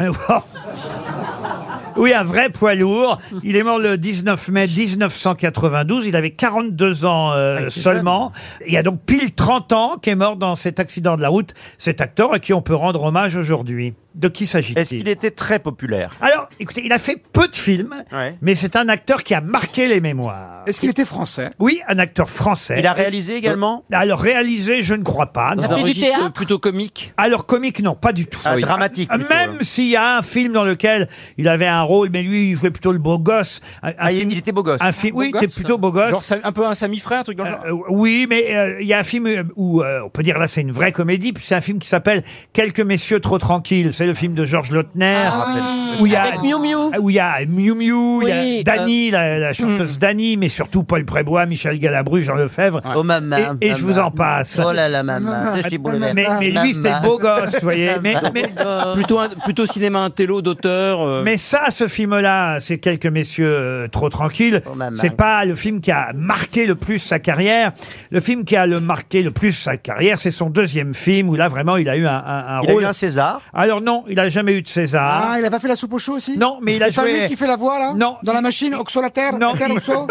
Speaker 2: Oui, un vrai poids lourd. Il est mort le 19 mai 1992. Il avait 42 ans euh, seulement. Il y a donc pile 30 ans qu'est mort dans cet accident de la route cet acteur à qui on peut rendre hommage aujourd'hui. De qui s'agit-il Est-ce qu'il
Speaker 4: était très populaire
Speaker 2: Alors, écoutez, il a fait peu de films, mais c'est un acteur qui a marqué les mémoires.
Speaker 6: Est-ce qu'il était français
Speaker 2: Oui, un acteur français. Euh,
Speaker 4: Il a réalisé également
Speaker 2: Alors, réalisé, je ne crois pas.
Speaker 4: Dans
Speaker 2: non.
Speaker 4: un registre
Speaker 3: plutôt comique.
Speaker 2: Alors comique, non, pas du tout.
Speaker 4: Ah oui. Dramatique, plutôt,
Speaker 2: Même s'il y a un film dans lequel il avait un rôle, mais lui, il jouait plutôt le beau gosse. Un- un film-
Speaker 4: Ah, il était beau gosse.
Speaker 2: Un film,
Speaker 4: Beau
Speaker 2: oui, il était
Speaker 4: gosse
Speaker 2: plutôt beau gosse.
Speaker 8: Genre, ça- un peu un Sami Frère, un truc dans le genre.
Speaker 2: Euh, oui, mais euh, il y a un film euh, où euh, on peut dire là c'est une vraie comédie, puis c'est un film qui s'appelle Quelques messieurs trop tranquilles. C'est le film de Georges Lautner
Speaker 14: Ah,
Speaker 2: où il y a
Speaker 14: avec Miu Miu.
Speaker 2: où il y a Miu Miu, il y a
Speaker 14: Oui, euh, hmm.
Speaker 2: Dany, la, la chanteuse Dany, mais surtout Paul Prébois, Michel Galabru, Jean Lefebvre.
Speaker 4: Oh maman,
Speaker 2: et, et je
Speaker 4: maman.
Speaker 2: vous en passe.
Speaker 4: Oh là là, maman,
Speaker 2: Ah,
Speaker 4: je suis
Speaker 2: mais,
Speaker 4: bouleversé.
Speaker 2: mais lui c'était le beau gosse, vous voyez. Mais, mais-
Speaker 3: plutôt, un- plutôt cinéma intello d'auteur. euh,
Speaker 2: mais ça, ce film-là, c'est quelques messieurs euh, trop tranquilles.
Speaker 4: Oh,
Speaker 2: c'est pas le film qui a marqué le plus sa carrière. Le film qui a le marqué le plus sa carrière, c'est son deuxième film où là vraiment il a eu un, un- un
Speaker 4: Il a
Speaker 2: rôle.
Speaker 4: eu un César.
Speaker 2: Alors non, il a jamais eu de César.
Speaker 6: Ah, il a pas fait la soupe au chaud aussi
Speaker 2: Non, mais il a
Speaker 6: C'est pas
Speaker 2: joué-
Speaker 6: lui qui fait la voix là
Speaker 2: Non.
Speaker 6: Dans la machine, Oxo la terre
Speaker 2: Non.
Speaker 6: La terre Oxo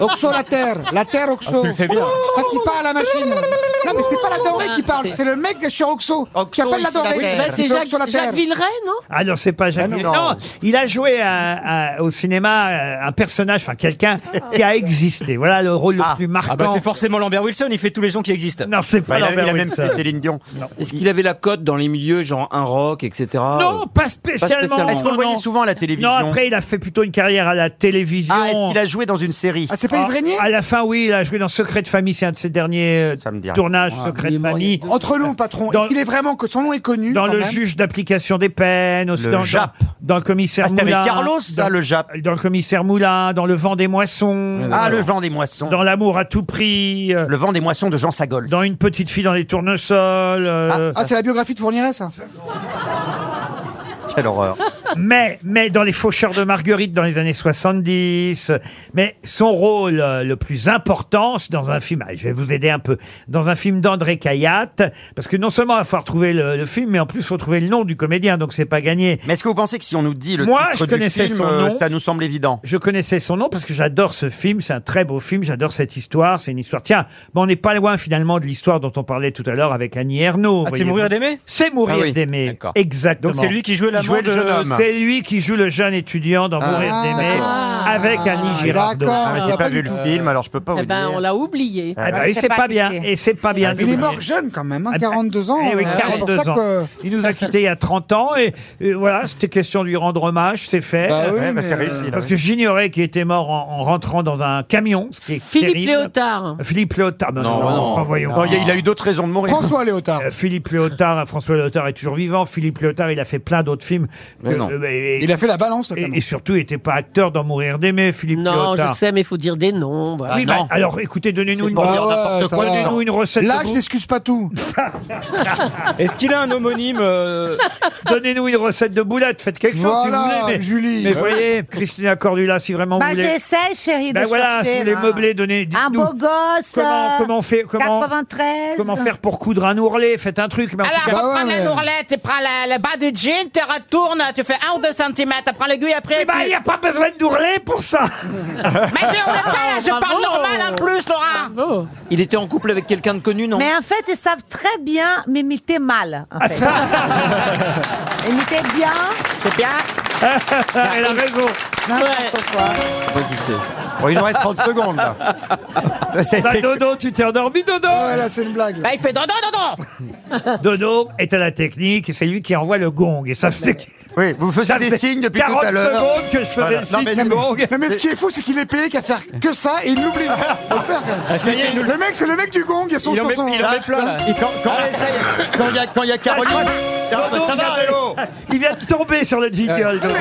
Speaker 6: Oxo la terre La terre Oxo
Speaker 8: Ah, tu le fais bien.
Speaker 6: Quand il parle à la machine Non, mais c'est pas la denrée qui parle, c'est le mec sur Oxo qui appelle la
Speaker 14: Oui,
Speaker 6: denrée.
Speaker 14: bah,
Speaker 6: Il
Speaker 14: Ah, c'est
Speaker 6: fait
Speaker 14: Jacques,
Speaker 6: Oxo la terre.
Speaker 14: Jacques Villeray, non
Speaker 2: Ah non, c'est pas Jacques.
Speaker 6: Ah non.
Speaker 2: Villeray. non. il a joué à- à- au cinéma euh, un personnage, enfin quelqu'un qui a existé. Voilà le rôle le plus marquant.
Speaker 8: Ah bah c'est forcément Lambert Wilson, il fait tous les gens qui existent. Bah,
Speaker 2: Non, c'est
Speaker 3: Bah,
Speaker 2: pas Lambert Wilson.
Speaker 4: Dion.
Speaker 3: Est-ce qu'il avait la cote dans les milieux, genre un rock, etc.
Speaker 2: Non, pas spécialement.
Speaker 4: Est-ce qu'on le voyait
Speaker 2: non.
Speaker 4: souvent à la télévision
Speaker 2: Non, après, il a fait plutôt une carrière à la télévision.
Speaker 4: Ah, est-ce qu'il a joué dans une série
Speaker 6: Ah, c'est pas Ivrenier
Speaker 2: À la fin, oui, il a joué dans Secret de famille. C'est un de ses derniers euh, tournages, Secret de famille.
Speaker 6: Entre nous, patron,
Speaker 2: Dans-
Speaker 6: est-ce qu'il est vraiment que son nom est connu
Speaker 2: Dans
Speaker 6: quand
Speaker 2: le
Speaker 6: même
Speaker 2: juge d'application des peines, aussi
Speaker 4: Le
Speaker 2: dans,
Speaker 4: Jap.
Speaker 2: dans, dans le commissaire
Speaker 4: Ah, c'était avec
Speaker 2: Moulin.
Speaker 4: Carlos, ça,
Speaker 2: dans,
Speaker 4: le Jap.
Speaker 2: Dans le commissaire Moulin, dans le vent des moissons.
Speaker 4: Ah, le vent des moissons.
Speaker 2: Dans l'amour à tout prix. euh,
Speaker 4: Le vent des moissons de Jean Ah, Sagol.
Speaker 2: Dans une petite fille dans les tournesols. euh, Ah,
Speaker 6: Ah, c'est la biographie de Fourniret, ça
Speaker 4: Quelle horreur.
Speaker 2: mais, mais dans les faucheurs de Marguerite dans les années 70, mais son rôle euh, le plus important, c'est dans un film, ah, je vais vous aider un peu, dans un film d'André Cayatte, parce que non seulement il va falloir trouver le, le film, mais en plus il faut trouver le nom du comédien, donc c'est pas gagné.
Speaker 4: Mais est-ce que vous pensez que si on nous dit le
Speaker 2: Moi,
Speaker 4: titre
Speaker 2: je
Speaker 4: du
Speaker 2: connaissais
Speaker 4: film,
Speaker 2: son
Speaker 4: euh,
Speaker 2: nom.
Speaker 4: ça nous semble évident
Speaker 2: Je connaissais son nom parce que j'adore ce film, c'est un très beau film, j'adore cette histoire, c'est une histoire. Tiens, ben, on n'est pas loin finalement de l'histoire dont on parlait tout à l'heure avec Annie Ernaux.
Speaker 8: Ah, c'est
Speaker 2: voyez-vous.
Speaker 8: Mourir d'aimer
Speaker 2: C'est Mourir
Speaker 8: Ah oui,
Speaker 2: d'aimer. Exactement.
Speaker 8: Donc c'est lui qui jouait l'amant
Speaker 2: Jouait le
Speaker 8: de-
Speaker 2: jeune homme. C'est lui qui joue le jeune étudiant dans
Speaker 4: Ah.
Speaker 2: Mourir d'aimer Ah, avec Annie Girardot.
Speaker 4: Ah,
Speaker 6: bah,
Speaker 4: mais j'ai pas vu le film, alors je peux pas vous
Speaker 14: Eh ben, on
Speaker 4: dire.
Speaker 14: l'a oublié.
Speaker 2: Ah bah, et c'est pas bien, et c'est pas bien.
Speaker 6: Ah, Il est mort jeune quand même, hein, 42 ans.
Speaker 2: Eh oui,
Speaker 6: euh, c'est
Speaker 2: 42
Speaker 6: pour ça
Speaker 2: ans.
Speaker 6: que-
Speaker 2: Il nous a quittés il y a 30 ans et, et voilà, c'était question de lui rendre hommage, c'est fait.
Speaker 4: Eh,
Speaker 12: Bah oui, Ouais, bah, c'est mais, réussi, là,
Speaker 2: euh, Parce
Speaker 12: oui.
Speaker 2: que j'ignorais qu'il était mort en, en rentrant dans un camion, ce qui est
Speaker 14: Philippe
Speaker 2: terrible.
Speaker 14: Léotard.
Speaker 2: Philippe Léotard, non, non,
Speaker 4: bah non.
Speaker 2: enfin, voyons.
Speaker 4: Non, il y a- il a eu d'autres raisons de mourir.
Speaker 6: François Léotard.
Speaker 2: Euh, Philippe Léotard, euh, François Léotard est toujours vivant. Philippe Léotard, il a fait plein d'autres films.
Speaker 6: Mais non.
Speaker 2: euh,
Speaker 6: Il a fait La Balance,
Speaker 2: Et, et surtout, il n'était pas acteur dans Mourir d'aimer, Philippe
Speaker 14: Non,
Speaker 2: Léotard.
Speaker 14: je sais, mais il faut dire des noms. voilà.
Speaker 2: Oui, bah, alors écoutez, donnez-nous
Speaker 14: C'est
Speaker 2: une, Euh,
Speaker 14: pour
Speaker 6: dire n'importe quoi.
Speaker 2: donnez-nous une recette.
Speaker 6: Là,
Speaker 2: de
Speaker 6: je
Speaker 2: bouffe.
Speaker 6: n'excuse pas tout.
Speaker 8: Est-ce qu'il a un homonyme euh,
Speaker 2: Donnez-nous une recette de boulettes, faites quelque chose si
Speaker 6: Voilà,
Speaker 2: vous voulez. Mais,
Speaker 6: Julie.
Speaker 2: mais voyez, Christina Cordula, si vraiment
Speaker 7: Bah,
Speaker 2: vous voulez.
Speaker 7: j'essaie, chérie,
Speaker 2: Ben
Speaker 7: de
Speaker 2: voilà,
Speaker 7: chercher,
Speaker 2: si vous voulez
Speaker 7: là.
Speaker 2: meubler, donnez,
Speaker 7: Un
Speaker 2: dites-nous.
Speaker 7: beau gosse.
Speaker 2: Comment-
Speaker 7: euh,
Speaker 2: comment on fait- comment-
Speaker 7: 93.
Speaker 2: Comment faire pour coudre un ourlet Faites un truc. Ah Mais en
Speaker 9: Alors,
Speaker 2: tout cas-
Speaker 9: reprends
Speaker 6: Ah
Speaker 9: la nourlette, tu prends la- le bas du jean, tu retournes, tu fais un ou deux centimètres, prends l'aiguille après.
Speaker 2: Eh ben, il n'y a pas besoin d'ourlet pour ça.
Speaker 9: Mais je ne pas,
Speaker 3: Ah,
Speaker 9: là, je
Speaker 14: Bravo.
Speaker 9: parle normal en plus, Laurent.
Speaker 3: Il était en couple avec quelqu'un de connu, non
Speaker 7: Mais en fait, ils savent très bien m'imiter mal. En fait. Imiter bien.
Speaker 9: C'est bien.
Speaker 2: Elle a raison.
Speaker 4: Bon, il nous reste 30 secondes, là. Ça, c'est- Oh,
Speaker 2: Bah, Dodo, tu t'es endormi, Dodo
Speaker 6: Ah ouais, là, c'est une blague.
Speaker 9: Bah, il fait dodo, dodo.
Speaker 2: Dodo est à la technique et c'est lui qui envoie le gong. Et ça fait.
Speaker 4: Oui, vous faisiez
Speaker 2: Ça
Speaker 4: des
Speaker 2: fait
Speaker 4: signes depuis tout
Speaker 2: 40
Speaker 4: à l'heure.
Speaker 2: secondes que je faisais
Speaker 4: Voilà.
Speaker 2: le
Speaker 4: Non,
Speaker 2: signe
Speaker 4: mais
Speaker 2: du
Speaker 4: c'est-
Speaker 2: gong.
Speaker 6: Non, mais ce qui est fou, c'est qu'il est payé qu'à faire que ça et il l'oublie. Faut faire.
Speaker 8: ça y est, il nous-
Speaker 6: Le mec, c'est le mec du gong et son
Speaker 8: Il en met, Ah,
Speaker 6: son-
Speaker 8: il en met plein, là.
Speaker 4: Et quand, quand- quand il Ah, y a, quand il y a Caroline, Ah, bah,
Speaker 2: Dodo
Speaker 4: ça va,
Speaker 2: vient de-
Speaker 4: Vélo.
Speaker 2: Il vient de tomber sur le jingle, Dodo.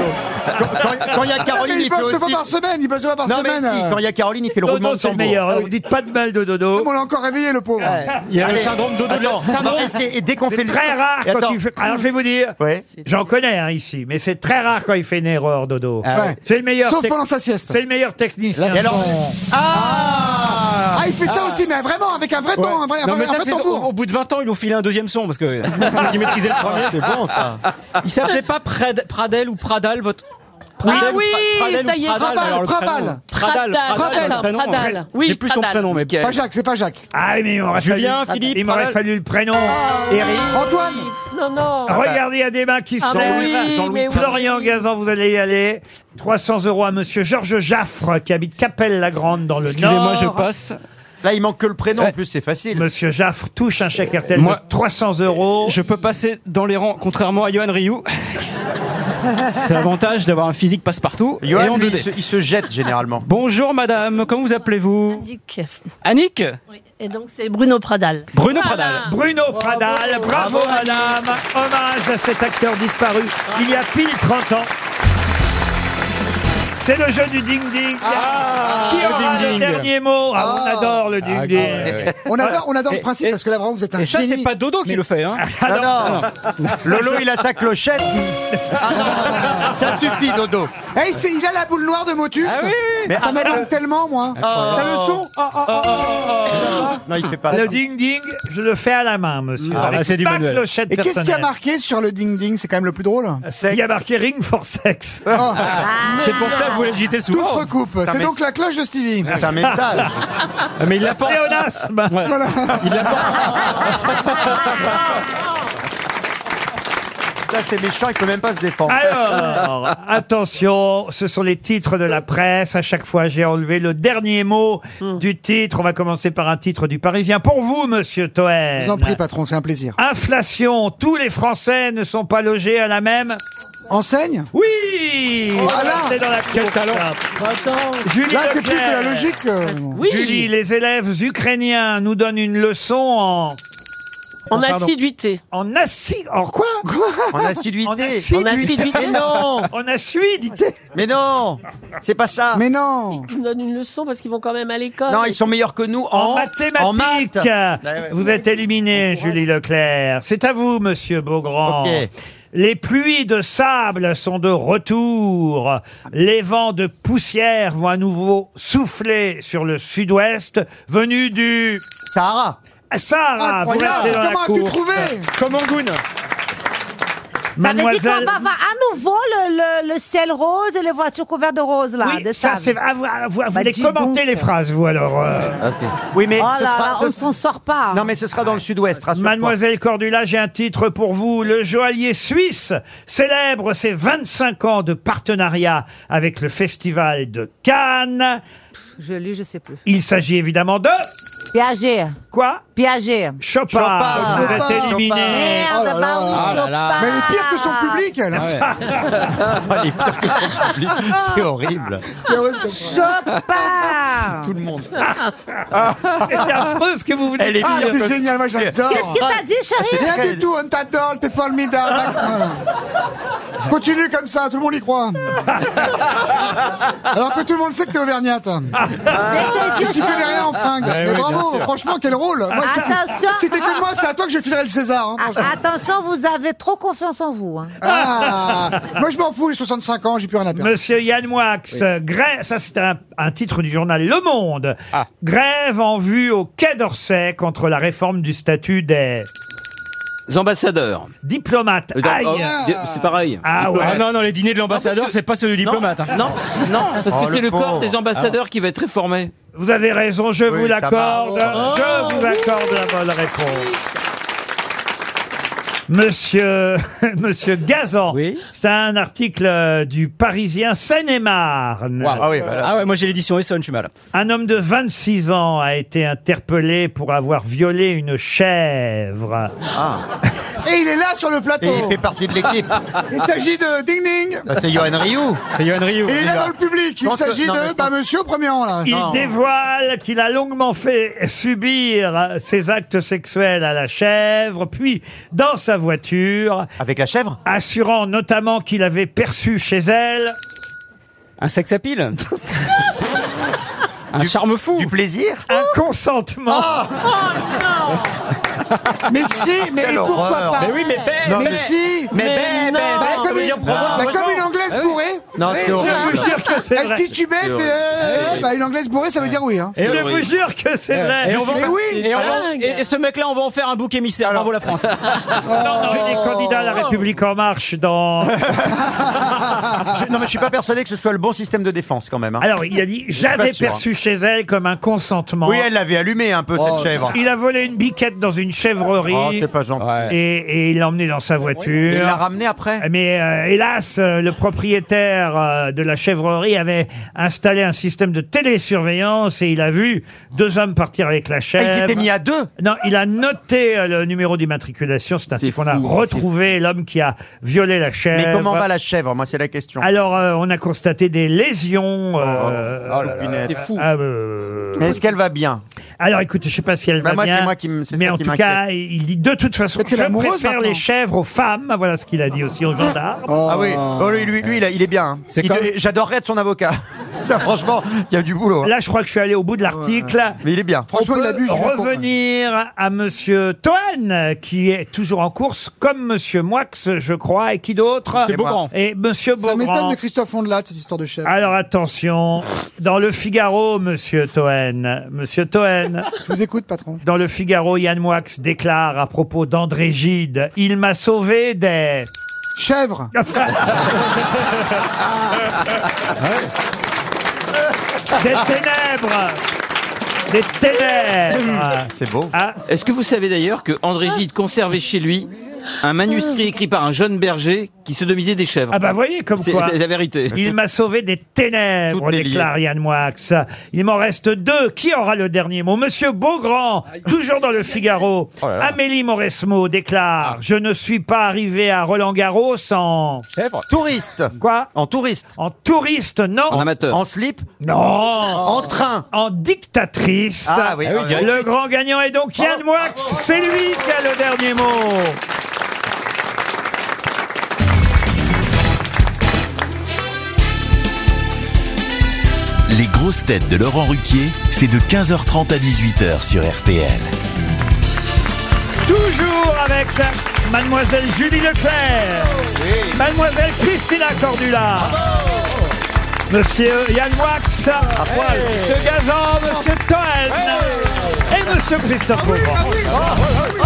Speaker 4: Quand- quand- quand il y a
Speaker 6: Ah,
Speaker 4: Caroline,
Speaker 6: mais il
Speaker 4: il fait
Speaker 6: bosse deux fois
Speaker 4: aussi.
Speaker 6: par semaine, il bosse deux fois par
Speaker 4: Non, mais
Speaker 6: semaine.
Speaker 4: si,
Speaker 6: euh.
Speaker 4: quand il y a Caroline, il fait le roulement
Speaker 2: Dodo,
Speaker 4: de
Speaker 2: c'est le
Speaker 4: tambour.
Speaker 2: meilleur. Alors, Oh, vous dites pas de mal de Dodo.
Speaker 6: On l'a encore réveillé, le pauvre.
Speaker 8: Il y a le
Speaker 4: Allez.
Speaker 8: syndrome Dodo de
Speaker 4: Attends,
Speaker 8: l'or.
Speaker 4: on va essayer- et dès qu'on fait
Speaker 2: Ah C'est
Speaker 4: le-
Speaker 2: très rare
Speaker 4: Et
Speaker 2: quand
Speaker 4: attends.
Speaker 2: il fait. Alors je vais vous dire,
Speaker 4: Ouais.
Speaker 2: j'en connais un ici, mais c'est très rare quand il fait une erreur, Dodo.
Speaker 6: ouais.
Speaker 2: C'est le meilleur.
Speaker 6: Sauf
Speaker 2: tec-
Speaker 6: pendant sa sieste.
Speaker 2: C'est le meilleur technicien.
Speaker 4: Ah Et alors-
Speaker 6: Ah, il fait ça aussi, mais vraiment, avec un vrai ton, un vrai, un
Speaker 8: Non,
Speaker 6: vrai,
Speaker 8: mais
Speaker 6: un
Speaker 8: ça,
Speaker 6: vrai
Speaker 8: c'est-
Speaker 6: tambour.
Speaker 8: au, au bout de 20 ans, ils lui ont filé un deuxième son parce que c'est qui maîtrisait le premier.
Speaker 4: C'est bon, ça.
Speaker 8: Il s'appelait pas Pred- Pradel ou Pradal, votre.
Speaker 14: Ah oui, ça y est,
Speaker 6: Pradal,
Speaker 8: alors, le
Speaker 6: Pradal.
Speaker 8: prénom. Pradal, Pradal, le
Speaker 14: Pradal,
Speaker 8: prénom,
Speaker 14: Pradal.
Speaker 8: en fait.
Speaker 14: Oui,
Speaker 8: J'ai plus son
Speaker 14: Pradal.
Speaker 8: prénom, mais.
Speaker 6: Pas Jacques, c'est pas Jacques.
Speaker 2: Ah oui, mais il m'aurait fallu.
Speaker 8: Julien, Philippe,
Speaker 2: il m'aurait
Speaker 8: Pavel.
Speaker 2: fallu le prénom.
Speaker 4: Eric.
Speaker 6: Ah, Antoine,
Speaker 14: Non, non.
Speaker 2: Ah Regardez, il y a des mains qui
Speaker 14: Ah,
Speaker 4: bah
Speaker 2: sont.
Speaker 14: mais oui, mais oui.
Speaker 2: Florian Gazan, vous allez y aller. 300 euros à monsieur Georges Jaffre, qui habite Capelle-la-Grande dans le Nord.
Speaker 8: Excusez-moi, je passe.
Speaker 4: Là, il manque que le prénom,
Speaker 8: Ouais.
Speaker 4: en plus, c'est facile.
Speaker 2: Monsieur Jaffre touche un chèque RTL
Speaker 8: Moi-
Speaker 2: de 300 euros.
Speaker 8: Je peux passer dans les rangs, contrairement à Johan Rioux. C'est l'avantage d'avoir un physique passe-partout. et
Speaker 4: Johan,
Speaker 8: en
Speaker 4: lui, il
Speaker 8: 2D.
Speaker 4: se, il se jette généralement.
Speaker 8: Bonjour madame, comment vous appelez-vous Annick
Speaker 15: Et donc c'est Bruno Pradal.
Speaker 8: Bruno Pradal.
Speaker 2: Bruno Pradal, bravo, madame, hommage à cet acteur disparu il y a pile 30 ans. C'est le jeu du ding-ding. Qui
Speaker 8: Ah, le
Speaker 2: aura le
Speaker 8: ding-ding.
Speaker 2: dernier mot Ah, On adore le
Speaker 8: Ah,
Speaker 2: ding-ding.
Speaker 8: ouais, ouais.
Speaker 6: on adore, on adore
Speaker 8: Et-
Speaker 6: le principe
Speaker 8: et-
Speaker 6: Ah, parce que là, vraiment, vous êtes un
Speaker 8: Et ça,
Speaker 6: génie. Ah,
Speaker 8: c'est pas Dodo qui le fait. Hein.
Speaker 4: Non, non. Lolo, il a sa clochette. Ah, non. Ça suffit, Dodo.
Speaker 6: Hey, c'est- il a la boule noire de Motus.
Speaker 8: Ah
Speaker 4: Mais
Speaker 6: Ça m'étonne tellement, moi.
Speaker 8: Oh.
Speaker 6: T'as le son Ah, ah,
Speaker 2: Oh,
Speaker 6: ah, ah.
Speaker 4: Non, il fait pas ça.
Speaker 2: Le ding-ding, je le fais à la main, monsieur.
Speaker 8: Ah,
Speaker 2: Avec
Speaker 8: bah, c'est du
Speaker 2: ma
Speaker 8: manuel.
Speaker 2: clochette
Speaker 6: Et qu'est-ce qui a
Speaker 2: personnelle.
Speaker 6: marqué sur le ding-ding C'est quand même le plus drôle.
Speaker 2: Il y a marqué Ring for Sex.
Speaker 6: Oh,
Speaker 8: Ah. C'est pour ça que vous l'agitez
Speaker 6: Tout se
Speaker 8: souvent.
Speaker 6: recoupe. C'est
Speaker 4: mais
Speaker 6: donc
Speaker 4: c'est-
Speaker 6: la cloche de Stevie.
Speaker 4: C'est un message.
Speaker 8: Ah, Mais il l'apporte.
Speaker 2: Pléonasme.
Speaker 8: Ouais. Il l'apporte.
Speaker 4: Ça, c'est méchant, il peut même pas se défendre.
Speaker 2: Alors, attention, ce sont les titres de la presse. À chaque fois, j'ai enlevé le dernier mot du titre. On va commencer par un titre du Parisien. Pour vous, monsieur Toen.
Speaker 6: Je vous en prie, patron, c'est un plaisir.
Speaker 2: Inflation, tous les Français ne sont pas logés à la même.
Speaker 6: Enseigne
Speaker 2: Oui
Speaker 13: Oh
Speaker 6: Voilà.
Speaker 2: C'est dans la course. Julie
Speaker 6: Là, c'est plus de
Speaker 2: Leclerc.
Speaker 6: la logique. euh, bon.
Speaker 14: Oui,
Speaker 2: Julie, les élèves ukrainiens nous donnent une leçon en
Speaker 14: en
Speaker 2: pardon.
Speaker 14: assiduité.
Speaker 2: en assi en quoi
Speaker 4: En assiduité.
Speaker 2: En assiduité.
Speaker 14: En assiduité.
Speaker 4: Mais non
Speaker 2: En assiduité.
Speaker 4: Mais non C'est pas ça
Speaker 6: Mais non
Speaker 14: Ils nous donnent une leçon parce qu'ils vont quand même à l'école.
Speaker 4: Non, ils sont meilleurs que nous en,
Speaker 2: En
Speaker 4: en
Speaker 2: mathématiques. Ben
Speaker 4: maths. Bah ouais.
Speaker 2: Vous êtes éliminé, Julie Leclerc. C'est à vous, monsieur Beaugrand.
Speaker 4: Ok.
Speaker 2: Les pluies de sable sont de retour. Les vents de poussière vont à nouveau souffler sur le sud-ouest, venus du... Sahara. Sahara, vous
Speaker 9: Ah, Incroyable.
Speaker 2: restez dans la
Speaker 9: Comment as-tu
Speaker 2: cour.
Speaker 9: trouvé
Speaker 2: Comme Angoune.
Speaker 7: Ça veut dire qu'on va avoir à nouveau le, le- le ciel rose et les voitures couvertes de rose, là.
Speaker 2: Oui,
Speaker 7: de
Speaker 2: ça,
Speaker 7: sable.
Speaker 2: c'est- ah, vous- ah, vous- vous
Speaker 7: Bah,
Speaker 2: voulez
Speaker 7: dis
Speaker 2: commenter les phrases, vous alors euh.
Speaker 4: Oui, mais
Speaker 7: Oh
Speaker 4: ce
Speaker 7: là
Speaker 4: sera-
Speaker 7: là,
Speaker 4: ce-
Speaker 7: on s'en sort pas.
Speaker 4: Non, mais ce sera dans le sud-ouest, rassure-toi.
Speaker 2: Mademoiselle Cordula, j'ai un titre pour vous. Le joaillier suisse célèbre ses 25 ans de partenariat avec le festival de Cannes.
Speaker 7: Je lis, je sais plus.
Speaker 2: Il s'agit évidemment de...
Speaker 7: Piaget.
Speaker 2: Quoi
Speaker 7: Piaget.
Speaker 2: Chopin.
Speaker 7: Chopin.
Speaker 2: Vous êtes éliminé.
Speaker 7: Merde, bah oui, Chopin.
Speaker 6: Mais elle est pire que son public,
Speaker 2: Ah,
Speaker 6: elle.
Speaker 4: Ah, C'est horrible.
Speaker 7: Chopin
Speaker 4: Tout le monde.
Speaker 2: c'est affreux ce que vous venez
Speaker 4: Elle est
Speaker 6: Ah,
Speaker 4: bien.
Speaker 6: c'est génial, moi j'adore. Ah,
Speaker 7: Qu'est-ce que t'as dit, chérie
Speaker 6: Rien du tout, on t'adore, t'es formidable.
Speaker 4: Ah.
Speaker 6: Voilà. Continue comme ça, tout le monde y croit. Alors que tout le monde sait que t'es auvergnate.
Speaker 7: Ah. Dieu,
Speaker 6: Tu connais
Speaker 7: Charlie.
Speaker 6: rien en fringue.
Speaker 4: Ah
Speaker 7: Ouais,
Speaker 6: Mais
Speaker 7: ouais, bien
Speaker 6: bravo,
Speaker 7: sûr.
Speaker 6: franchement, quel rôle. Moi, je te-
Speaker 7: Attention.
Speaker 6: Si t'étais que moi, c'est à toi que je filerais le César. hein, franchement.
Speaker 7: Ah, Attention, vous avez trop confiance en vous. hein.
Speaker 6: Ah, moi, je m'en fous, j'ai 65 ans, j'ai plus rien à perdre.
Speaker 2: Monsieur Yann Moix,
Speaker 6: Oui.
Speaker 2: grève, ça c'est un, un titre du journal Le Monde.
Speaker 6: Ah.
Speaker 2: Grève en vue au Quai d'Orsay contre la réforme du statut des
Speaker 3: ambassadeurs.
Speaker 2: diplomates.
Speaker 3: Euh, dans-
Speaker 2: Aïe.
Speaker 3: oh, di- c'est pareil.
Speaker 2: Ah ouais.
Speaker 8: non, non, les dîners de l'ambassadeur, c'est pas ceux du
Speaker 3: Non,
Speaker 8: diplomate. hein.
Speaker 3: Non, non, parce que c'est Oh, le corps des ambassadeurs
Speaker 8: qui
Speaker 3: qui va être réformé.
Speaker 2: Vous avez raison, je
Speaker 3: Oui,
Speaker 2: vous
Speaker 3: ça Oh.
Speaker 2: l'accorde.
Speaker 3: va.
Speaker 2: Je vous accorde la bonne réponse. Monsieur, Monsieur Gazan, c'est un article euh, du Parisien Seine-et-Marne.
Speaker 8: Ah, oui, ah ouais, moi j'ai l'édition Essonne, je suis mal.
Speaker 2: Un homme de 26 ans a été interpellé pour avoir violé une chèvre.
Speaker 6: Ah. Et il est là sur le plateau.
Speaker 2: Et il fait partie de l'équipe.
Speaker 6: Il s'agit de Ding Ding.
Speaker 4: Ah, c'est Yohan Ryu.
Speaker 8: C'est Yohan Ryu.
Speaker 6: Et il est là dans le public.
Speaker 4: Je
Speaker 6: Il
Speaker 4: pense que-
Speaker 6: s'agit
Speaker 4: non, mais
Speaker 6: de
Speaker 4: je
Speaker 6: bah, monsieur au premier rang, là.
Speaker 2: Il dévoile qu'il a longuement fait subir ses actes sexuels à la chèvre, puis dans sa voiture.
Speaker 4: Avec la chèvre
Speaker 2: Assurant notamment qu'il avait perçu chez elle.
Speaker 8: Un sex appeal Un charme fou Du
Speaker 4: plaisir
Speaker 2: Un consentement
Speaker 6: Mais si, mais
Speaker 9: Quelle
Speaker 6: pourquoi
Speaker 9: horreur.
Speaker 6: pas
Speaker 9: Mais oui, mais belle,
Speaker 6: Mais
Speaker 9: belle.
Speaker 6: si
Speaker 9: Mais belle,
Speaker 6: Bah,
Speaker 9: belle, belle,
Speaker 6: comme
Speaker 9: on
Speaker 6: une-
Speaker 9: veut dire Provence,
Speaker 6: bah,
Speaker 9: moi, je
Speaker 6: Comme une
Speaker 9: pense.
Speaker 6: anglaise
Speaker 9: Ah oui.
Speaker 6: bourrée
Speaker 9: Non, c'est
Speaker 6: Oui.
Speaker 9: horrible. Je vous jure que c'est
Speaker 6: Elle
Speaker 9: vrai.
Speaker 6: titubait,
Speaker 9: C'est
Speaker 6: c'est,
Speaker 9: horrible.
Speaker 6: euh,
Speaker 9: Oui.
Speaker 6: bah, une anglaise bourrée, ça veut dire oui. hein.
Speaker 8: Et
Speaker 2: Je vous jure que c'est vrai.
Speaker 8: Euh, Et, on va-
Speaker 6: Mais oui.
Speaker 8: et on va- et- et ce mec-là, on va en faire un bouc émissaire. Bravo la France.
Speaker 6: Oh.
Speaker 2: Non, j'ai des candidats à Ah, la République en marche dans...
Speaker 4: Je- non, mais je suis pas persuadé que ce soit le bon système de défense quand même. hein.
Speaker 2: Alors, il a dit,
Speaker 4: Je suis pas
Speaker 2: j'avais
Speaker 4: sûr,
Speaker 2: perçu
Speaker 4: hein.
Speaker 2: chez elle comme un consentement.
Speaker 4: Oui, elle l'avait allumé un peu cette chèvre.
Speaker 2: Il a volé une biquette dans une chèvrerie.
Speaker 4: Oh, c'est pas gentil.
Speaker 2: Et, et il l'a emmené dans sa voiture.
Speaker 4: Il l'a ramené après
Speaker 2: Mais euh, hélas, euh, le propriétaire euh, de la chèvrerie avait installé un système de télésurveillance et il a vu deux hommes partir avec la chèvre.
Speaker 4: Ah, il s'était mis à deux
Speaker 2: Non, il a noté euh, le numéro d'immatriculation. C'est ainsi qu'on a retrouvé l'homme qui a violé la chèvre.
Speaker 4: Mais comment va la chèvre Moi, c'est la question.
Speaker 2: Alors, euh, on a constaté des lésions. euh,
Speaker 4: Oh là là,
Speaker 2: euh,
Speaker 4: c'est fou.
Speaker 2: ah, euh,
Speaker 4: Mais est-ce qu'elle va bien
Speaker 2: alors écoutez, je sais pas si elle
Speaker 4: Bah,
Speaker 2: va
Speaker 4: moi,
Speaker 2: bien.
Speaker 4: c'est moi qui me- c'est
Speaker 2: mais
Speaker 4: ça
Speaker 2: en
Speaker 4: qui
Speaker 2: tout
Speaker 4: m'inquiète.
Speaker 2: cas, il dit de toute façon,
Speaker 4: Peut-être qu'elle est
Speaker 2: je
Speaker 4: amoureuse
Speaker 2: préfère
Speaker 4: maintenant.
Speaker 2: les chèvres aux femmes. Voilà ce qu'il a dit aussi aux gendarmes.
Speaker 4: Ah oui, Oh, lui, lui, lui, il a- il est bien. hein.
Speaker 2: C'est
Speaker 4: Il-
Speaker 2: comme-
Speaker 4: J'adorerais être son avocat. Ça, franchement, il y a du boulot. hein.
Speaker 2: Là, je crois que je suis allé au bout de l'article.
Speaker 4: Mais il est bien.
Speaker 6: Franchement,
Speaker 2: On
Speaker 6: il
Speaker 2: peut
Speaker 6: abuse, je le comprends.
Speaker 2: revenir à Monsieur Toan, qui est toujours en course, comme Monsieur Moix, je crois, et qui d'autre
Speaker 6: C'est Beaugrand.
Speaker 2: Et Monsieur
Speaker 6: Ça m'étonne
Speaker 2: Beaugrand.
Speaker 6: de Christophe Ondelat, cette histoire de chef.
Speaker 2: Alors attention, dans le Figaro, Monsieur Toen, Monsieur Toen.
Speaker 6: Je vous écoute, patron.
Speaker 2: Dans le Figaro, Yann Moix déclare à propos d'André Gide, il m'a sauvé des...
Speaker 6: Chèvre
Speaker 2: Des ténèbres Des
Speaker 3: Eh ben,
Speaker 2: ténèbres
Speaker 4: C'est beau.
Speaker 2: Ah.
Speaker 3: Est-ce que vous savez d'ailleurs que André Gide conservait chez lui un manuscrit écrit par un jeune berger qui sodomisait des chèvres
Speaker 2: Ah bah voyez comme
Speaker 3: C'est-
Speaker 2: quoi.
Speaker 3: C'est la vérité.
Speaker 2: Il m'a sauvé des ténèbres,
Speaker 3: Toutes les
Speaker 2: déclare Yann Moix. Il m'en reste deux. Qui aura le dernier mot Monsieur Beaugrand, toujours dans le Figaro.
Speaker 8: là là.
Speaker 2: Amélie Mauresmo déclare Je ne suis pas arrivé à Roland Garros en.
Speaker 8: Chèvre.
Speaker 4: Touriste.
Speaker 2: Quoi
Speaker 4: En touriste.
Speaker 2: En touriste, non.
Speaker 3: En amateur.
Speaker 4: En slip
Speaker 2: Non. En
Speaker 4: train.
Speaker 2: En dictatrice.
Speaker 4: Ah oui. Ah oui,
Speaker 2: le
Speaker 4: directrice.
Speaker 2: grand gagnant est donc Yann Moix. C'est lui qui a le dernier mot.
Speaker 1: Les grosses têtes de Laurent Ruquier, c'est de 15h30 à 18h sur RTL.
Speaker 2: Toujours avec Mademoiselle Julie Leclerc. Mademoiselle Christina Cordula. Monsieur Yann Wax. Monsieur Gazan, Monsieur Toen. Et Monsieur Christophe Beaugrand.
Speaker 7: Oh,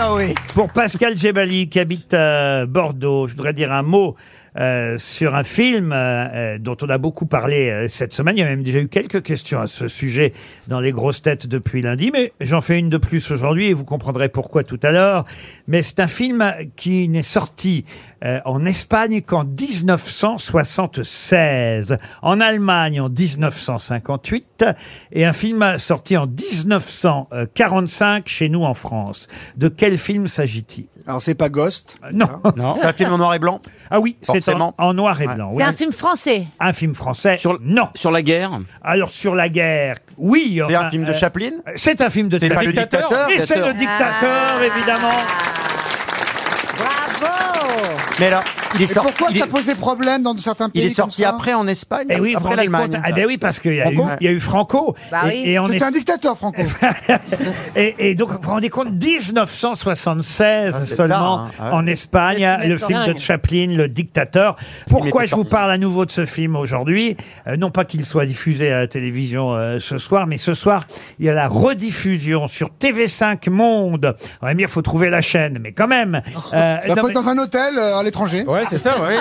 Speaker 10: Ah
Speaker 2: Pour Pascal Djebali, qui habite à Bordeaux, je voudrais dire un mot euh, sur un film euh, euh, dont on a beaucoup parlé euh, cette semaine. Il y a même déjà eu quelques questions à ce sujet dans les grosses têtes depuis lundi, mais j'en fais une de plus aujourd'hui et vous comprendrez pourquoi tout à l'heure. Mais c'est un film qui n'est sorti euh, en Espagne qu'en 1976, en Allemagne en 1958 et un film sorti en 1945 chez nous en France. De quel film s'agit-il Alors c'est pas Ghost Non. Ah. non.
Speaker 4: C'est un film en
Speaker 2: noir et blanc Ah oui, c'est en,
Speaker 4: Forcément.
Speaker 2: en noir et blanc. oui.
Speaker 7: C'est un film français.
Speaker 2: Un film français sur, Non. Sur la guerre Alors, sur la guerre, oui.
Speaker 4: C'est un film de Chaplin
Speaker 2: euh, C'est un film de
Speaker 4: C'est pas
Speaker 2: Chaplin.
Speaker 4: le dictateur,
Speaker 2: Et c'est le dictateur,
Speaker 7: Ah.
Speaker 2: évidemment.
Speaker 4: Mais là, il est
Speaker 6: Et
Speaker 4: sorti.
Speaker 6: pourquoi
Speaker 4: il
Speaker 6: ça
Speaker 4: est-
Speaker 6: posait problème dans certains
Speaker 4: il
Speaker 6: pays
Speaker 4: est sorti
Speaker 6: comme ça
Speaker 4: après en Espagne,
Speaker 2: Eh oui, vous vous
Speaker 4: après
Speaker 2: rendez
Speaker 4: l'Allemagne.
Speaker 2: compte Ah ben oui, parce qu'il y, a eu-
Speaker 4: Franco
Speaker 2: il y a eu Franco.
Speaker 6: Bah oui. C'est un
Speaker 2: dictateur, Franco. et, et donc, vous vous rendez compte, 1976
Speaker 4: Ah, c'est
Speaker 2: seulement,
Speaker 4: tard, hein. Ah ouais.
Speaker 2: en Espagne,
Speaker 4: Mais- mais
Speaker 2: le
Speaker 4: c'est
Speaker 2: film de
Speaker 4: dingue.
Speaker 2: Chaplin, Le Dictateur. Pourquoi
Speaker 4: était
Speaker 2: je vous
Speaker 4: sorti.
Speaker 2: parle à nouveau de ce film aujourd'hui Euh, Non pas qu'il soit diffusé à la télévision euh, ce soir, mais ce soir, il y a la rediffusion sur TV5 Monde. On va me dire, faut trouver la chaîne, mais quand même. Euh,
Speaker 6: Bah,
Speaker 2: non,
Speaker 6: faut
Speaker 2: mais-
Speaker 6: être Dans un hôtel euh, à l'étranger. Ouais,
Speaker 2: c'est ça, oui.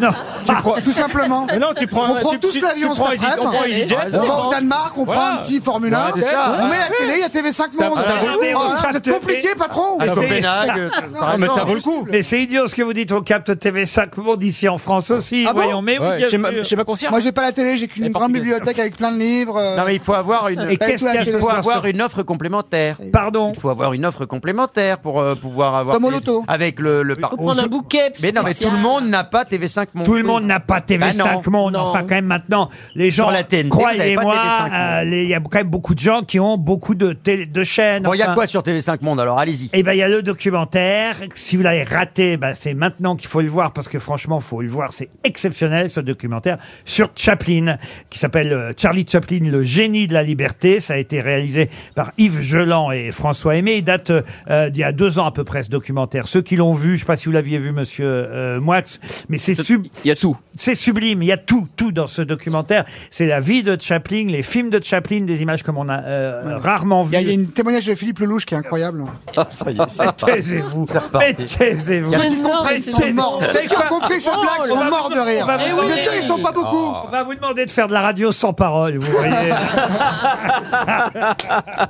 Speaker 6: non.
Speaker 2: Tu prends-
Speaker 6: Tout simplement.
Speaker 2: Mais non, tu prends
Speaker 6: on
Speaker 2: un-
Speaker 6: prend
Speaker 2: tu-
Speaker 6: tous
Speaker 2: tu-
Speaker 6: l'avion
Speaker 2: tu
Speaker 6: cet
Speaker 2: prends Easy-
Speaker 6: après-midi.
Speaker 2: on prend EasyJet,
Speaker 6: On
Speaker 2: on
Speaker 6: va
Speaker 2: prend-
Speaker 6: au Danemark, on
Speaker 2: Voilà.
Speaker 6: prend un petit Formule 1.
Speaker 2: Ouais, c'est ça.
Speaker 6: on met la
Speaker 2: Ouais.
Speaker 6: télé, il y a TV5
Speaker 2: Ça-
Speaker 6: Monde.
Speaker 2: ça vaut le coup.
Speaker 6: Oh là là,
Speaker 2: On
Speaker 6: vous êtes
Speaker 2: capte-
Speaker 6: compliqué, patron.
Speaker 2: Ah, c'est-
Speaker 6: Non, non, non,
Speaker 2: coup. Mais c'est idiot ce que vous dites. On capte TV5 Monde ici en France aussi.
Speaker 6: Ah bon
Speaker 2: voyons, mais oui, bien sûr.
Speaker 6: Moi, j'ai pas la télé, j'ai qu'une grande bibliothèque avec plein de livres. euh,
Speaker 4: Non mais il faut avoir une.
Speaker 6: Et qu'est-ce qu'il y a
Speaker 4: il
Speaker 6: ce
Speaker 4: faut
Speaker 6: soir
Speaker 4: avoir
Speaker 6: sur- Eh
Speaker 4: une offre complémentaire.
Speaker 2: Pardon.
Speaker 4: Il faut avoir une offre complémentaire pour euh, pouvoir avoir.
Speaker 6: Comme au
Speaker 4: les- Avec le. le par-
Speaker 2: Faut prendre un bouquet, puis
Speaker 4: Mais non mais tout
Speaker 2: spécial.
Speaker 4: le monde n'a pas TV5 Monde.
Speaker 2: Tout le monde n'a pas TV5
Speaker 4: Bah non.
Speaker 2: Monde.
Speaker 4: Non.
Speaker 2: Enfin, quand même, maintenant, les gens.
Speaker 4: Sur la TNT, vous avez pas
Speaker 2: Croyez-moi,
Speaker 4: TV5
Speaker 2: euh, les- il y a quand même beaucoup de gens qui ont beaucoup de, télé- de chaînes.
Speaker 4: Bon, il y a
Speaker 2: enfin.
Speaker 4: quoi sur TV5 Monde alors Allez-y.
Speaker 2: Eh ben, il y a le documentaire. Si vous l'avez raté, ben, c'est maintenant qu'il faut le voir parce que franchement, faut le voir. C'est exceptionnel ce documentaire sur Chaplin qui s'appelle euh, Charlie Chaplin, le génie de la liberté. Ça a été réalisé par Yves Geland et François Aimé. Il date euh, euh, d'il y a deux ans à peu près ce documentaire. Ceux qui l'ont vu, je sais pas si vous l'aviez vu, Monsieur euh, Moix, mais c'est sub. Il y a tout. C'est sublime. Il y a tout, tout dans ce documentaire. C'est la vie de Chaplin, les films de Chaplin, des images comme on a euh, rarement vu.
Speaker 6: Il y a- il y a une témoignage de Philippe Lelouch qui est incroyable.
Speaker 4: Ah, ça y
Speaker 2: Mais Taisez-vous. Mais taisez-vous.
Speaker 6: Ceux qui comprennent sont morts. Ceux qui ont compris
Speaker 2: Oh,
Speaker 6: sa blague sont morts de rire. Eh Bien sûr, ils sont pas beaucoup.
Speaker 4: Oh.
Speaker 2: On va vous demander de faire de la radio sans parole, vous voyez.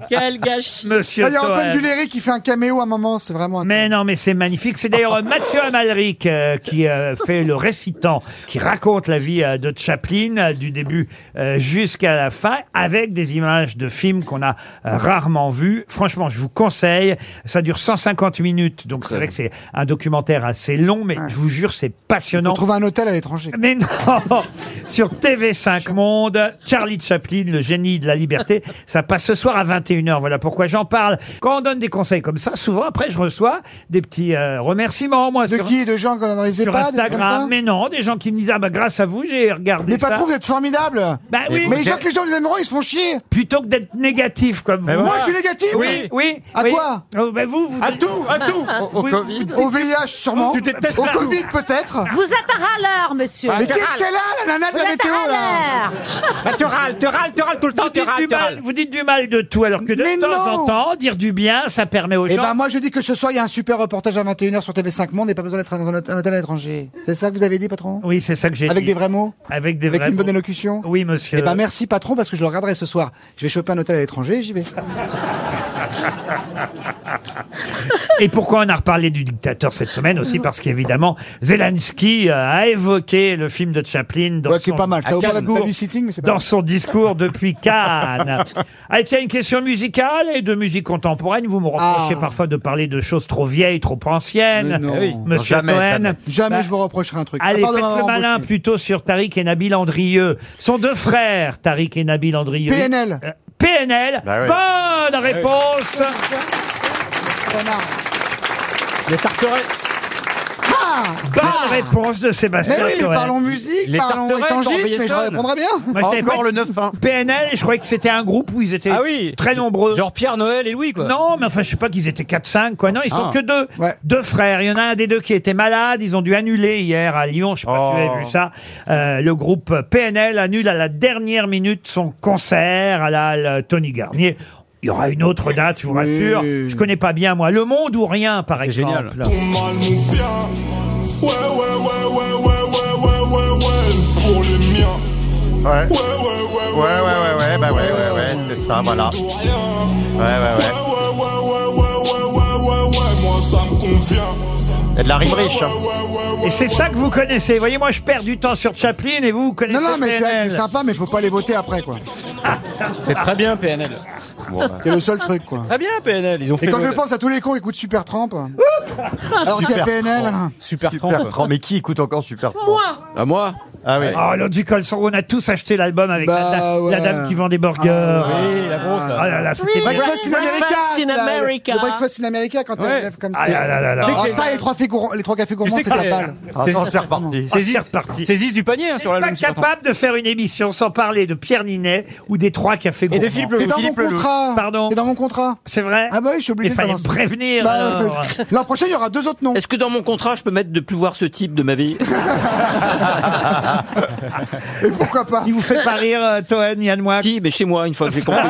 Speaker 14: Quel gâchis.
Speaker 2: Monsieur
Speaker 6: Là, Il y a Antoine
Speaker 2: Toen.
Speaker 6: Duléry qui fait un caméo à un moment, c'est vraiment.
Speaker 2: Mais non, mais c'est magnifique. C'est d'ailleurs euh, Mathieu Amalric euh, qui euh, fait le récitant, qui raconte la vie euh, de Chaplin euh, du début euh, jusqu'à la fin, avec des images de films qu'on a euh, rarement vues. Franchement, je vous conseille. Ça dure 150 minutes, donc c'est vrai que c'est un documentaire assez long, mais je vous jure, c'est passionnant.
Speaker 6: On trouve un hôtel à l'étranger.
Speaker 2: Mais non Sur TV5 Monde, Charlie Chaplin, le génie de la liberté, ça passe ce soir à 21h. Voilà pourquoi j'en parle. Quand on donne des conseils comme ça, souvent après, je reçois des petits euh, remerciements. Moi,
Speaker 6: De
Speaker 2: sur,
Speaker 6: qui De gens dans les
Speaker 2: sur
Speaker 6: EHPAD des trucs comme ça
Speaker 2: Instagram. Mais non, des gens qui me disent Ah, bah, grâce à vous, j'ai regardé.
Speaker 6: Les
Speaker 2: ça.
Speaker 6: patrons, vous êtes formidables.
Speaker 2: Bah oui.
Speaker 6: Mais ils voient que les gens les aimeront, ils se font chier.
Speaker 2: Plutôt que d'être négatif comme vous.
Speaker 6: Moi, je suis négatif Ah.
Speaker 2: Oui, oui.
Speaker 6: À
Speaker 2: oui.
Speaker 6: quoi
Speaker 2: Oh, bah, vous, vous.
Speaker 6: À tout, à tout.
Speaker 2: Au, Covid. Oh,
Speaker 6: Au VIH, sûrement.
Speaker 2: Tu t'es peut-être
Speaker 6: Au
Speaker 2: pas-
Speaker 6: Covid, peut-être.
Speaker 7: Vous êtes un râleur, monsieur.
Speaker 6: Mais qu'est-ce qu'elle a, la nana de
Speaker 7: Vous êtes
Speaker 6: la
Speaker 7: un
Speaker 6: météo, là
Speaker 7: râleur.
Speaker 4: Bah, tu râles, tu râles, tu râles tout le temps, tu
Speaker 2: Dites
Speaker 4: râles,
Speaker 2: du
Speaker 4: tu
Speaker 2: mal-
Speaker 4: râles.
Speaker 2: vous dites du mal de tout, alors que de
Speaker 6: Mais
Speaker 2: temps
Speaker 6: non.
Speaker 2: en temps, dire du bien, ça permet aux
Speaker 6: Eh
Speaker 2: gens.
Speaker 6: ben moi je dis que ce soir il y a un super reportage à 21h sur TV5 Monde et pas besoin d'être dans un hôtel un hôtel à l'étranger. C'est ça que vous avez dit patron
Speaker 2: Oui, c'est ça que j'ai
Speaker 6: Avec
Speaker 2: dit.
Speaker 6: des vrais mots
Speaker 2: Avec des
Speaker 6: Avec
Speaker 2: vrais
Speaker 6: une bonne
Speaker 2: mots.
Speaker 6: élocution
Speaker 2: Oui, monsieur.
Speaker 6: Eh ben merci patron parce que je le regarderai ce soir. Je vais choper un hôtel à l'étranger et j'y vais.
Speaker 2: Et pourquoi on a reparlé du dictateur cette semaine aussi Parce qu'évidemment, Zelensky euh, a évoqué le film de Chaplin dans,
Speaker 6: Ouais, qui
Speaker 2: son,
Speaker 6: est pas mal. Ça vaut pas la
Speaker 2: discours,
Speaker 6: babysitting, mais c'est pas
Speaker 2: dans
Speaker 6: mal.
Speaker 2: son discours depuis Cannes. Allez, tiens, une question musicale et de musique contemporaine. Vous me reprochez
Speaker 6: Ah.
Speaker 2: parfois de parler de choses trop vieilles, trop anciennes.
Speaker 6: Mais Euh, non.
Speaker 2: Oui. Monsieur
Speaker 6: jamais,
Speaker 2: Cohen.
Speaker 6: jamais. Jamais
Speaker 2: Bah,
Speaker 6: je vous Ah, reprocherai un truc.
Speaker 2: Allez,
Speaker 6: À part de
Speaker 2: faites le
Speaker 6: m'avoir
Speaker 2: malin
Speaker 6: embauché.
Speaker 2: plutôt sur Tariq et Nabil Andrieux. Sont deux frères, Tariq et Nabil Andrieux.
Speaker 6: PNL.
Speaker 2: Euh, PNL.
Speaker 6: Bah oui.
Speaker 2: Bonne réponse.
Speaker 6: Connard.
Speaker 2: Les tarterets.
Speaker 6: Ah
Speaker 2: Bonne réponse de Sébastien
Speaker 6: Mais oui, mais
Speaker 2: Thorel.
Speaker 6: parlons musique, Les parlons tarterelles étangiste, mais je d'Orbieston. répondrai bien.
Speaker 2: Moi, je
Speaker 6: Encore
Speaker 2: le 9-1. PNL, je croyais que c'était un groupe où ils étaient très nombreux. Genre
Speaker 8: Ah Pierre Noël et Louis, quoi.
Speaker 2: Non, mais enfin, je sais pas qu'ils étaient 4-5, quoi. Non, ils sont
Speaker 8: Ah.
Speaker 2: que deux. Deux frères. Il y en a un des deux qui était malade. Ils ont dû annuler hier à Lyon. Je sais pas si vous
Speaker 6: Oh.
Speaker 2: avez vu ça. Euh, le groupe PNL annule à la dernière minute son concert à la halle Tony Garnier. Il y aura une autre date, je vous rassure. Je connais pas bien, moi. Le monde ou rien, par exemple.
Speaker 9: Tout mal ou bien. Ouais, ouais, ouais, ouais, ouais, ouais, ouais, ouais, ouais, pour les miens.
Speaker 12: Ouais, ouais, ouais, ouais, bah ouais, ouais, ouais, c'est ça, voilà. Ouais, ouais, ouais.
Speaker 9: Moi, ça me convient.
Speaker 12: Il y a de la rime riche.
Speaker 2: Et c'est ça que vous connaissez. Vous voyez, moi, je perds du temps sur Chaplin et vous, vous connaissez
Speaker 6: Non, non, mais c'est
Speaker 2: PNL.
Speaker 6: c'est sympa, mais faut pas les voter après, quoi.
Speaker 8: C'est très bien, PNL.
Speaker 4: bah.
Speaker 6: C'est le seul truc, quoi.
Speaker 8: Très bien, PNL. Ils ont fait
Speaker 6: Et quand
Speaker 8: le-
Speaker 6: je pense à tous les cons qui écoutent Super Tramp, alors qu'il y a
Speaker 8: Super
Speaker 6: PNL.
Speaker 8: Tramp. Super
Speaker 12: Super Tramp. Mais qui écoute encore Super Tramp
Speaker 6: Moi.
Speaker 12: À moi Ah oui.
Speaker 2: Oh, Logical Song, on a tous acheté l'album avec la,
Speaker 6: Bah,
Speaker 2: dame-
Speaker 12: ouais.
Speaker 2: la dame qui vend des burgers.
Speaker 12: Ah,
Speaker 8: oui, la grosse, là.
Speaker 2: Ah là là, c'était bien.
Speaker 6: Breakfast in America.
Speaker 14: Breakfast in
Speaker 6: c'est la-
Speaker 14: America.
Speaker 6: Le Breakfast in America quand
Speaker 2: Ouais.
Speaker 6: elle lève comme ça.
Speaker 2: Ah là là là là.
Speaker 6: Ah,
Speaker 2: Tu sais que
Speaker 6: ça,
Speaker 2: c'est-
Speaker 6: les trois, filles gourmands- les trois cafés gourmands, Ah, c'est la balle.
Speaker 2: Saisis,
Speaker 8: Saisis du panier hein, sur la
Speaker 2: pas
Speaker 8: lune. Super Tramp.
Speaker 2: capable de faire une émission sans parler de Pierre Ninet ou des trois cafés gourmands.
Speaker 6: C'est dans mon contrat.
Speaker 2: Pardon.
Speaker 6: C'est dans mon contrat.
Speaker 2: C'est vrai
Speaker 6: Ah bah oui, je suis obligé
Speaker 2: Il
Speaker 6: de
Speaker 2: fallait
Speaker 6: commencer.
Speaker 2: me prévenir,
Speaker 6: Bah,
Speaker 2: alors.
Speaker 6: euh, L'an prochain, il y aura deux autres noms.
Speaker 3: Est-ce que dans mon contrat, je peux mettre de plus voir ce type de ma vie
Speaker 6: Et pourquoi pas
Speaker 2: Il vous fait pas rire, euh, Toen, Yann Moix Ah,
Speaker 3: Si, mais chez moi, une fois que j'ai compris.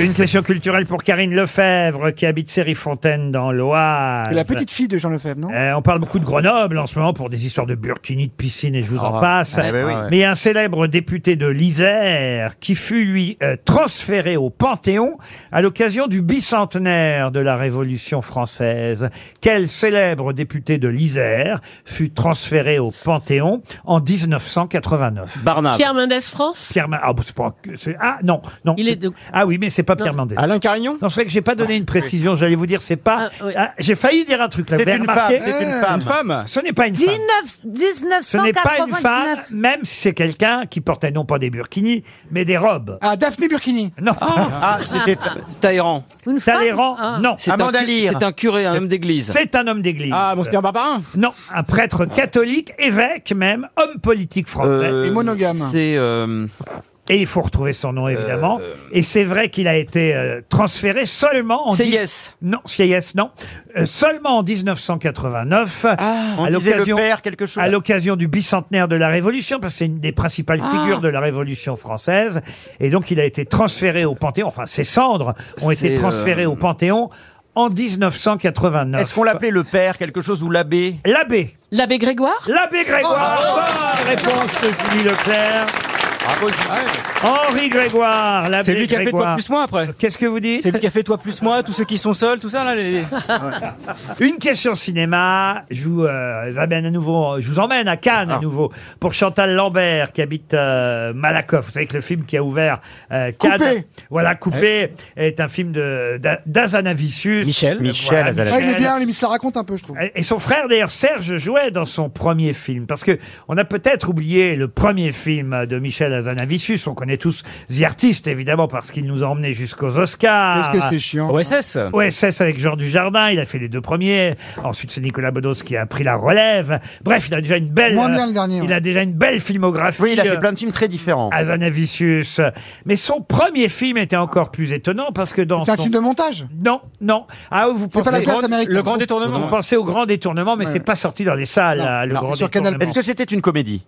Speaker 2: Une question culturelle pour Karine Lefebvre qui habite Série-Fontaine dans l'Oise.
Speaker 6: C'est la petite fille de Jean Lefebvre, non
Speaker 2: Euh, on parle beaucoup de Grenoble en ce moment pour des histoires de burkini, de piscine et je vous en
Speaker 6: Ah,
Speaker 2: passe.
Speaker 6: ah, bah oui.
Speaker 2: Mais il y a un célèbre député de l'Isère qui fut, lui, euh, transféré au Panthéon à l'occasion du bicentenaire de la Révolution française. Quel célèbre député de l'Isère fut transféré au Panthéon en 1989
Speaker 3: Barnard.
Speaker 14: Pierre Mendès France
Speaker 2: Pierre Ma- ah, bon, c'est pas- c'est- ah, non, non.
Speaker 14: Il
Speaker 2: c'est-
Speaker 14: est de-
Speaker 2: Ah oui, mais c'est pas Pierre Mendès. Alain Carignon Non, c'est vrai que j'ai pas donné une précision, j'allais vous dire, c'est pas. Ah, j'ai failli dire un truc là,
Speaker 8: Ah, C'est
Speaker 2: vous avez
Speaker 8: une
Speaker 2: remarqué
Speaker 8: femme, c'est une femme. Une femme.
Speaker 2: Ce n'est pas une femme.
Speaker 7: 19,
Speaker 2: Ce n'est pas une femme,
Speaker 7: 1999.
Speaker 2: même si c'est quelqu'un qui portait non pas des burkinis, mais des robes.
Speaker 6: Ah, Daphné Burkini.
Speaker 2: Non.
Speaker 3: Ah, c'était Ta- Talleyrand.
Speaker 2: Talleyrand, non.
Speaker 3: C'est un, cu- c'est un curé, un homme d'église.
Speaker 2: C'est un homme d'église. Ah, Monseigneur
Speaker 8: Barbarin
Speaker 2: Non, un prêtre catholique, évêque même, homme politique français.
Speaker 3: Euh, C'est. euh,
Speaker 2: Et il faut retrouver son nom, évidemment. Et c'est vrai qu'il a été euh, transféré seulement en...
Speaker 3: C'est
Speaker 2: dix-
Speaker 3: Yes.
Speaker 2: Non, c'est Yes, non. Euh, seulement en 1989.
Speaker 4: Ah, on
Speaker 2: à
Speaker 4: disait le
Speaker 2: l'occasion-
Speaker 4: père, quelque chose.
Speaker 2: À l'occasion du bicentenaire de la Révolution, parce que c'est une des principales
Speaker 4: Ah.
Speaker 2: figures de la Révolution française. Et donc, il a été transféré au Panthéon. Enfin, ses cendres ont été
Speaker 4: C'est, euh,
Speaker 2: transférées au Panthéon en 1989.
Speaker 4: Est-ce qu'on l'appelait le père, quelque chose, ou l'abbé
Speaker 2: L'abbé.
Speaker 14: L'abbé Grégoire
Speaker 2: L'abbé Grégoire, bonne réponse de Julie Leclerc. Henri Grégoire, l'abbé
Speaker 8: C'est lui qui a fait
Speaker 2: Grégoire.
Speaker 8: toi plus moi après.
Speaker 2: Qu'est-ce que vous dites
Speaker 8: C'est lui qui a fait toi plus moi, tous ceux qui sont seuls, tout ça là. les-
Speaker 2: Une question cinéma. Je vous, euh, amène à nouveau, je vous emmène à Cannes
Speaker 8: Ah.
Speaker 2: à nouveau pour Chantal Lambert qui habite euh, Malakoff. Vous savez que le film qui a ouvert euh, Cannes,
Speaker 6: Coupé.
Speaker 2: voilà, Coupé, est un film de d'A- d'Azanavicius. Michel.
Speaker 12: Michel
Speaker 6: Ah, il est bien, il se la raconte un peu, je trouve.
Speaker 2: Et son frère, d'ailleurs, Serge jouait dans son premier film. Parce que on a peut-être oublié le premier film de Michel Azanavicius. On connaît tous The Artist, évidemment, parce qu'il nous a emmenés jusqu'aux Oscars.
Speaker 6: Qu'est-ce que c'est chiant.
Speaker 8: OSS.
Speaker 2: OSS avec Jean Dujardin. Il a fait les deux premiers. Ensuite, c'est Nicolas Bedos qui a pris la relève. Bref, il a déjà une belle.
Speaker 6: Moins bien le dernier,
Speaker 2: Il
Speaker 6: ouais.
Speaker 2: a déjà une belle filmographie. Oui,
Speaker 4: il a fait plein de films
Speaker 2: très différents. Azanavicius. Mais son premier film était encore plus étonnant parce que dans.
Speaker 6: C'est un
Speaker 2: son-
Speaker 6: film de montage.
Speaker 2: Non, non. Ah, vous
Speaker 6: C'est
Speaker 2: pensez
Speaker 6: pas la classe Le grand- américaine. le grand détournement.
Speaker 2: Vous pensez au grand détournement, mais
Speaker 6: Ouais.
Speaker 2: c'est pas sorti dans les salles.
Speaker 6: Non,
Speaker 2: là, le
Speaker 6: non,
Speaker 2: grand
Speaker 6: c'est sur Canal+.
Speaker 2: détournement.
Speaker 6: Est-ce que
Speaker 2: c'était une comédie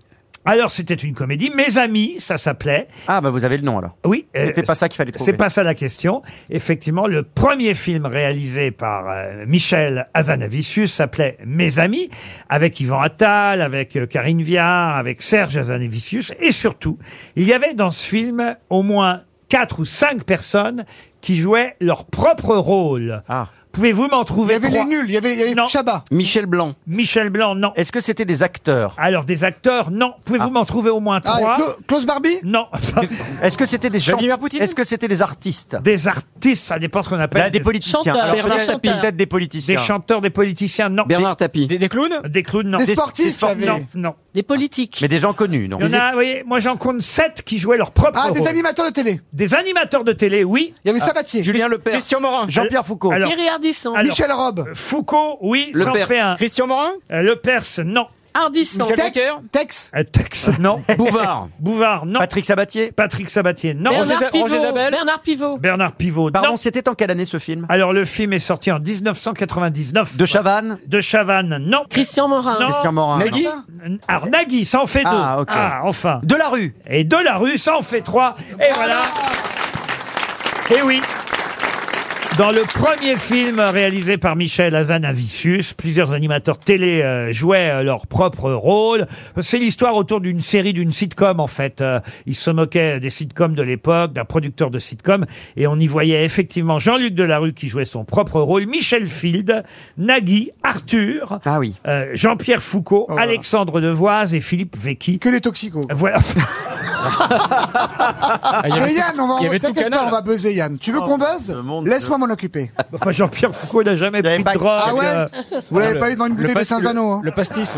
Speaker 2: Alors c'était une comédie. Mes amis, ça s'appelait.
Speaker 4: Ah, bah vous avez le nom alors.
Speaker 2: Oui. euh,
Speaker 4: C'était pas ça qu'il fallait trouver.
Speaker 2: C'est pas ça la question. Effectivement, le premier film réalisé par euh, Michel Azanavicius s'appelait Mes amis, avec Yvan Attal, avec euh, Karine Viard, avec Serge Azanavicius. Et surtout, il y avait dans ce film au moins quatre ou cinq personnes qui jouaient leur propre rôle. Pouvez-vous m'en trouver
Speaker 6: Il y avait les nuls, il y avait, il y avait Chabat.
Speaker 2: Ah. Michel Blanc. Michel Blanc, non. Est-ce que c'était des acteurs Alors, des acteurs, non. Pouvez-vous m'en trouver au moins
Speaker 6: Ah,
Speaker 2: trois
Speaker 6: Cla-
Speaker 2: Klaus Barbie Non. Est-ce que c'était des
Speaker 4: Vladimir Poutine
Speaker 2: Est-ce que c'était des artistes Des artistes, ça dépend ce qu'on appelle.
Speaker 4: Bah, des politiciens. Chanteurs. Alors, Bernard peut-être- Tapie. peut-être des politiciens.
Speaker 2: Des chanteurs, des politiciens, non. Bernard Tapie. Des, clowns Des clowns, non.
Speaker 4: Des sportifs,
Speaker 2: des sportifs,
Speaker 4: il y avait.
Speaker 2: non, non.
Speaker 14: Des politiques.
Speaker 4: Mais des gens connus, non
Speaker 2: Il y en a, vous voyez, moi j'en compte sept qui jouaient leur propre
Speaker 6: Ah, des
Speaker 2: animateurs de télé. Des animateurs de télé, oui. Il y
Speaker 6: avait Sabatier. Julien Lepers. Christian Morin. Jean-Pierre Foucault. Thierry Ardisson. Michel Robe.
Speaker 2: Foucault, oui.
Speaker 6: Le
Speaker 2: j'en
Speaker 6: Pers.
Speaker 2: fais un. Christian Morin Le Pers, non.
Speaker 14: Ardisson.
Speaker 2: Michel Tex- Drucker
Speaker 6: Tex
Speaker 2: Euh, Tex, non.
Speaker 4: Bouvard.
Speaker 2: Bouvard, non. Patrick Sabatier. Patrick Sabatier, non.
Speaker 14: Bernard Pivot. Bernard Pivot.
Speaker 2: Bernard Pivot.
Speaker 4: Pardon, c'était en quelle année ce film
Speaker 2: Alors le film est sorti en 1999. De Chavannes De Chavannes, non.
Speaker 14: Christian Morin.
Speaker 2: Non.
Speaker 4: Christian Morin. Nagui
Speaker 2: Alors Nagui, ça en fait deux.
Speaker 4: Ah, ok.
Speaker 2: enfin. De la rue. Et de la rue, ça en fait trois. Et voilà.
Speaker 4: Ah.
Speaker 2: Et oui. Dans le premier film réalisé par Michel Hazanavicius, plusieurs animateurs télé euh, jouaient euh, leur propre rôle. C'est l'histoire autour d'une série, d'une sitcom en fait. Euh, ils se moquaient des sitcoms de l'époque, d'un producteur de sitcom, et on y voyait effectivement Jean-Luc Delarue qui jouait son propre rôle, Michel Field, Nagui, Arthur,
Speaker 6: Ah
Speaker 2: euh, Jean-Pierre Foucault,
Speaker 6: Oh
Speaker 2: Alexandre Devoise et Philippe Vecchi. Que les toxicos. Voilà. Ah, il y avait
Speaker 6: Mais
Speaker 2: tout-
Speaker 6: Yann, on va,
Speaker 2: il y avait tout
Speaker 6: t'inquiète pas,
Speaker 2: Canal.
Speaker 6: on va buzzer Yann. Tu veux qu'on buzz Laisse-moi m'en occuper.
Speaker 2: Enfin, Jean-Pierre Foucault n'a jamais pris de drogue.
Speaker 6: Ah ouais
Speaker 2: euh,
Speaker 6: Vous l'avez
Speaker 2: le-
Speaker 6: pas eu dans une bouteille de Saint-Zano hein.
Speaker 2: Le pastis,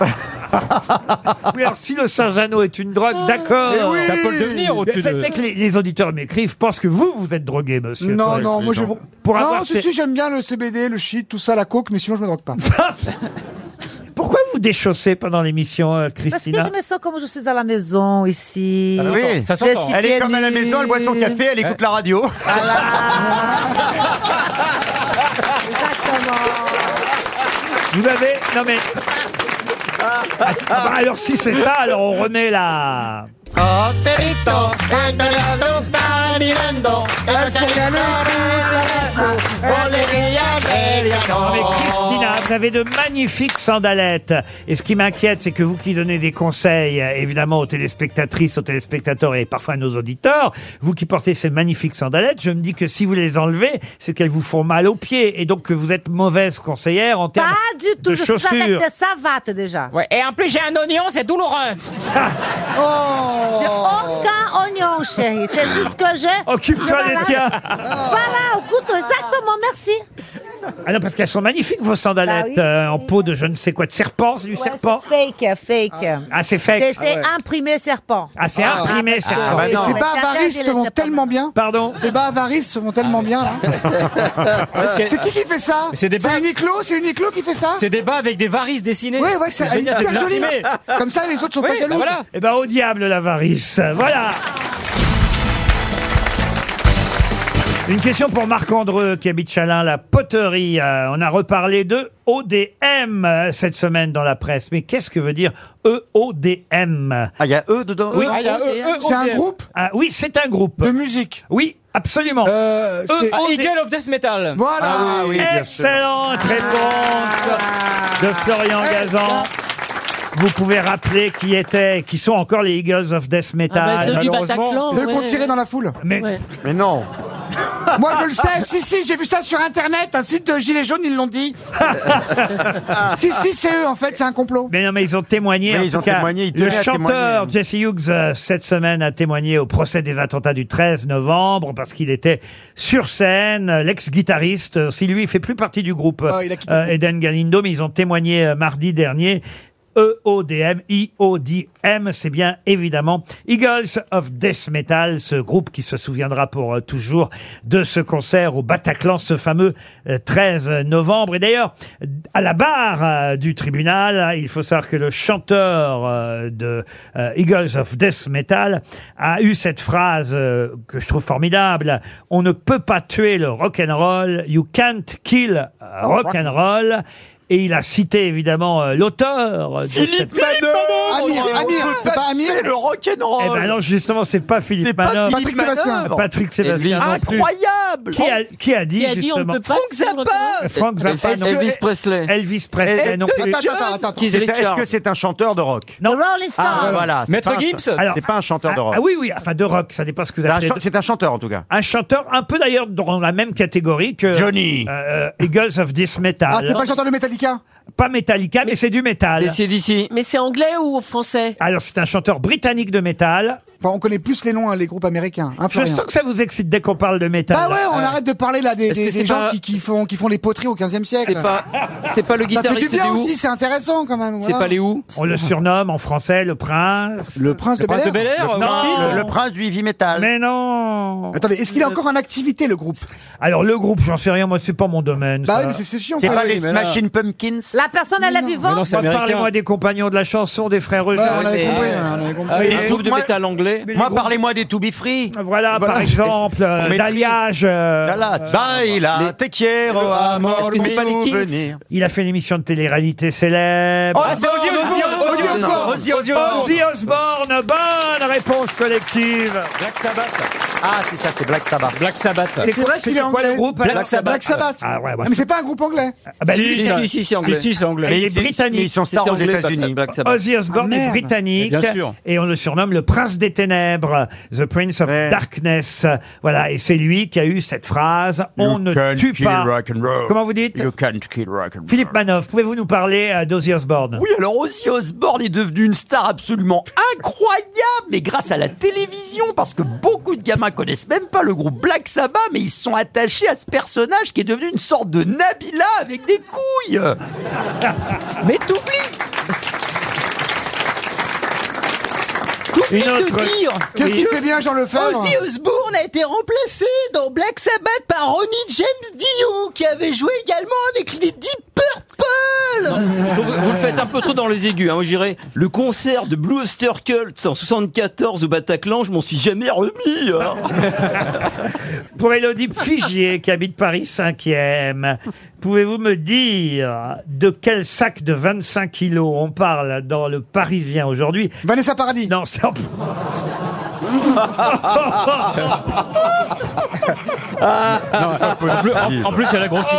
Speaker 2: oui, alors si le Saint-Jano est une drogue, d'accord.
Speaker 6: Mais oui Ça peut le devenir au-dessus
Speaker 2: Eh Mais
Speaker 6: de-
Speaker 2: c'est que les, les auditeurs m'écrivent, pensent que vous, vous êtes drogué, monsieur.
Speaker 6: Non, non, moi je.
Speaker 2: Pour
Speaker 6: non,
Speaker 2: avoir
Speaker 6: si,
Speaker 2: ces-
Speaker 6: si, j'aime bien le CBD, le shit, tout ça, la coke, mais sinon je me drogue pas. Ah,
Speaker 2: Pourquoi vous déchaussez pendant l'émission, euh,
Speaker 7: Parce que je
Speaker 2: Christina
Speaker 7: me sens comme je suis à la maison ici. Je suis
Speaker 4: Elle est
Speaker 7: pieds
Speaker 4: comme à la
Speaker 7: nus.
Speaker 4: maison, elle boit son café, elle écoute la radio.
Speaker 2: Ah, Vous avez... Non mais... Ah, bah, alors si c'est ça, alors on remet la...
Speaker 9: Coterito, coterito, sta mirando,
Speaker 2: Ah,
Speaker 9: el
Speaker 10: Oh.
Speaker 2: Avec Christina,
Speaker 9: Christina.
Speaker 2: vous avez de magnifiques sandalettes. Et ce qui m'inquiète, c'est que vous qui donnez des conseils, euh, évidemment, aux téléspectatrices, aux téléspectateurs et parfois à nos auditeurs, vous qui portez ces magnifiques sandalettes, je me dis que si vous les enlevez, c'est qu'elles vous font mal aux pieds et donc que vous êtes mauvaise conseillère en termes
Speaker 7: Pas du tout,
Speaker 2: de
Speaker 7: je suis avec
Speaker 2: chaussures.
Speaker 7: des savates déjà.
Speaker 9: Et en plus, j'ai un oignon, c'est douloureux.
Speaker 2: Oh.
Speaker 7: J'ai aucun oignon, chérie. C'est juste que j'ai.
Speaker 2: Occupe-toi des
Speaker 7: Voilà.
Speaker 2: tiens.
Speaker 7: Voilà, au couteau, exactement, merci.
Speaker 2: Ah non, parce qu'elles sont magnifiques, vos sandalettes,
Speaker 7: Bah oui.
Speaker 2: euh, en peau de je ne sais quoi, de serpent, c'est du
Speaker 7: Ouais,
Speaker 2: serpent.
Speaker 7: c'est Fake, fake.
Speaker 2: Ah, c'est fake.
Speaker 7: C'est c'est
Speaker 2: Ah ouais.
Speaker 7: imprimé serpent.
Speaker 2: Ah, c'est imprimé,
Speaker 7: parce que-
Speaker 2: serpent. Ah, bah
Speaker 6: Et
Speaker 2: non.
Speaker 6: ces
Speaker 2: Mais
Speaker 6: bas avaries
Speaker 7: t'as
Speaker 6: se vont
Speaker 7: des
Speaker 6: tellement bien.
Speaker 2: Pardon Ah,
Speaker 6: Ces bas avaries se vont tellement bien, là. C'est qui qui fait ça
Speaker 8: Mais c'est des bas-
Speaker 6: Uniqlo C'est Uniqlo qui fait ça
Speaker 8: C'est des bas avec des varices dessinées.
Speaker 6: Ouais, ouais, c'est
Speaker 8: C'est génial,
Speaker 6: hyper
Speaker 8: c'est
Speaker 6: joli.
Speaker 8: imprimé.
Speaker 6: Comme ça, les autres sont
Speaker 8: Oui,
Speaker 6: pas
Speaker 8: bah
Speaker 6: jaloux.
Speaker 8: voilà.
Speaker 2: Eh ben, au diable l'avarice. Voilà. Une question pour Marc Andreux qui habite Chalin, la poterie. Euh, on a reparlé de ODM euh, cette semaine dans la presse. Mais qu'est-ce que veut dire E EODM Ah, il y a E dedans Oui,
Speaker 6: Ah, il y a E, E, C'est un ODM. groupe
Speaker 2: Ah, Oui, c'est un groupe. De Euh,
Speaker 6: musique
Speaker 2: Oui, absolument. E
Speaker 8: c'est- Ah,
Speaker 2: EODM.
Speaker 8: Eagle of Death Metal.
Speaker 6: Voilà.
Speaker 8: Ah oui, bien sûr.
Speaker 2: Excellente réponse de Florian Gazan. Vous pouvez rappeler qui étaient, qui sont encore les Eagles of Death Metal.
Speaker 6: bah, ceux du Bataclan, Ceux qu'on ouais. tirait dans la foule.
Speaker 2: Mais,
Speaker 6: Ouais.
Speaker 2: mais non.
Speaker 6: Moi, je le sais. Si, si, j'ai vu ça sur Internet. Un site de Gilets jaunes, ils l'ont dit. si, si, c'est eux, en fait. C'est un complot.
Speaker 2: Mais non, mais ils ont témoigné.
Speaker 4: Mais
Speaker 2: en
Speaker 4: ils
Speaker 2: tout
Speaker 4: ont
Speaker 2: cas,
Speaker 4: témoigné, ils
Speaker 2: le
Speaker 4: tenaient à
Speaker 2: chanteur Jesse Hughes, euh, cette semaine, a témoigné au procès des attentats du 13 novembre parce qu'il était sur scène. Euh, L'ex-guitariste, euh, si lui, il fait plus partie du groupe
Speaker 6: Ah, il a quitté.
Speaker 2: euh, Eden Galindo, mais ils ont témoigné euh, mardi dernier. E EODM, IODM, c'est bien évidemment Eagles of Death Metal, ce groupe qui se souviendra pour euh, toujours de ce concert au Bataclan, ce fameux euh, 13 novembre. Et d'ailleurs, à la barre euh, du tribunal, hein, il faut savoir que le chanteur euh, de euh, Eagles of Death Metal a eu cette phrase euh, que je trouve formidable. On ne peut pas tuer le rock and roll. You can't kill rock and roll. Et il a cité évidemment euh, l'auteur de cette-
Speaker 9: Manon
Speaker 6: Amir, Amir, c'est pas Amir
Speaker 2: oh, le rock'n'roll Eh ben non, justement, c'est pas Philippe
Speaker 6: pas
Speaker 2: Manœuvre.
Speaker 6: Philippe Patrick Sébastien. Manœuvre.
Speaker 2: Patrick Sébastien non plus.
Speaker 4: Incroyable
Speaker 2: Qui a, qui a dit
Speaker 4: Qui a dit, on
Speaker 2: justement
Speaker 4: peut pas Frank
Speaker 2: Frank
Speaker 4: Zappa
Speaker 2: Zappa Frank Zappa, non.
Speaker 4: Elvis
Speaker 2: Presley Elvis Presley,
Speaker 4: Eh,
Speaker 2: eh, non plus.
Speaker 12: Keith C'est- Richards. est-ce que c'est un chanteur de rock
Speaker 2: Non.
Speaker 12: Rolling Stones. Ah, voilà, c'est pas un-
Speaker 2: Alors-
Speaker 12: c'est pas un chanteur de rock.
Speaker 2: Ah oui, oui, enfin de rock, ça dépend ce que vous
Speaker 12: C'est un
Speaker 2: appelez.
Speaker 12: chan- c'est un chanteur, en tout cas.
Speaker 2: Un chanteur un peu d'ailleurs dans la même catégorie que
Speaker 12: Johnny.
Speaker 2: euh, Eagles of Death Metal.
Speaker 6: Ah, c'est pas le chanteur de Metallica
Speaker 2: Pas Metallica, mais, c'est du métal.
Speaker 3: d'ici.
Speaker 14: Mais c'est anglais ou français
Speaker 2: Alors c'est un chanteur britannique de métal.
Speaker 6: Enfin, on connaît plus les noms, hein, les groupes américains. hein,
Speaker 2: Je
Speaker 6: Florian.
Speaker 2: sens que ça vous excite dès qu'on parle de métal. Euh.
Speaker 6: Bah ouais, on arrête de parler là des,
Speaker 2: Est-ce que
Speaker 6: des-
Speaker 2: c'est
Speaker 6: des gens
Speaker 2: pas-
Speaker 6: qui, qui font, qui font les poteries au 15e siècle.
Speaker 2: C'est pas- c'est pas le
Speaker 6: Ça fait
Speaker 2: guitariste
Speaker 6: du bien
Speaker 2: des Who
Speaker 6: aussi, c'est intéressant quand même. voilà.
Speaker 2: Who On le surnomme en français le prince. Le
Speaker 6: prince de Le prince Bel-Air. de Bel-Air,
Speaker 2: euh, Non,
Speaker 6: aussi.
Speaker 2: le prince du heavy metal. Mais non
Speaker 6: Attendez, est-ce qu'il est encore en activité le groupe
Speaker 2: Alors le groupe, j'en sais rien, moi c'est pas mon domaine.
Speaker 6: Bah
Speaker 2: ça.
Speaker 6: oui, mais c'est ceci, on
Speaker 12: C'est pas les Smashing Pumpkins
Speaker 7: La personne, elle est
Speaker 2: Moi,
Speaker 7: vivante
Speaker 2: Parlez-moi des compagnons de la chanson, des frères Eugène.
Speaker 4: Ah
Speaker 12: Ouais, on avait compris, hein, on avait compris. Ah oui, les groupes de métal
Speaker 3: anglais.
Speaker 12: Moi, parlez-moi des To Be Free.
Speaker 2: Voilà, par exemple, euh, d'alliage. euh,
Speaker 12: D'alliage.
Speaker 6: Bah,
Speaker 12: Baila,
Speaker 2: voilà.
Speaker 12: te quiero, oh, amor, Ah, Est-ce que c'est pas les Kings souvenir.
Speaker 2: Il a fait une émission de télé-réalité célèbre.
Speaker 12: Oh, Ah, c'est Ozzy Osbourne, Ozzy Osbourne. Ozzy Osbourne.
Speaker 2: Ozzy Osbourne, bonne réponse collective.
Speaker 12: Black Sabbath. Ah, c'est ça, c'est Black Sabbath.
Speaker 8: Black Sabbath.
Speaker 6: C'est vrai qu'il est
Speaker 2: quoi
Speaker 6: anglais.
Speaker 2: le groupe
Speaker 6: Black
Speaker 2: alors
Speaker 6: Sabbath. Black Sabbath.
Speaker 2: Ah ouais, ouais.
Speaker 6: Ah, mais c'est pas un groupe anglais.
Speaker 2: Ah bah,
Speaker 8: Si,
Speaker 2: lui,
Speaker 8: si, si, si, c'est anglais.
Speaker 2: Mais
Speaker 8: Si, c'est anglais.
Speaker 2: Mais il
Speaker 8: Mais
Speaker 2: est
Speaker 8: c'est-
Speaker 2: britannique.
Speaker 8: mais ils sont stars
Speaker 2: C'est
Speaker 8: aux
Speaker 2: anglais,
Speaker 8: États-Unis.
Speaker 2: Black Sabbath. Ozzy Osbourne
Speaker 8: Ah,
Speaker 2: est
Speaker 8: merde.
Speaker 2: britannique.
Speaker 8: Mais bien sûr.
Speaker 2: Et on le surnomme le prince des ténèbres, The Prince of Darkness. Voilà, et c'est lui qui a eu cette phrase On ne tue pas. Comment vous dites
Speaker 12: can't kill rock and roll.
Speaker 2: Philippe Manoff, pouvez-vous nous parler euh, d'Ozzy Osbourne
Speaker 4: Oui, alors Ozzy Osbourne est devenu une star absolument incroyable, mais grâce à la télévision, parce que beaucoup de gamins connaissent même pas le groupe Black Sabbath, mais ils sont attachés à ce personnage qui est devenu une sorte de Nabila avec des couilles.
Speaker 2: Mais t'oublies Une autre.
Speaker 6: Qu'est-ce qu'il fait bien, Jean Lefebvre
Speaker 16: Ozzy Osbourne a été remplacé dans Black Sabbath par Ronnie James Dio, qui avait joué également avec les Deep Purple.
Speaker 3: Vous, vous le faites un peu trop dans les aigus, hein. Moi, je dirais, le concert de Blue Oyster Cult en 74 au Bataclan, je m'en suis jamais remis. hein.
Speaker 2: Pour Elodie Figier, qui habite Paris 5e, pouvez-vous me dire de quel sac de 25 kilos on parle dans le Parisien aujourd'hui
Speaker 6: Vanessa Paradis
Speaker 2: Non, c'est...
Speaker 8: en, plus, en- en plus, elle a grossi.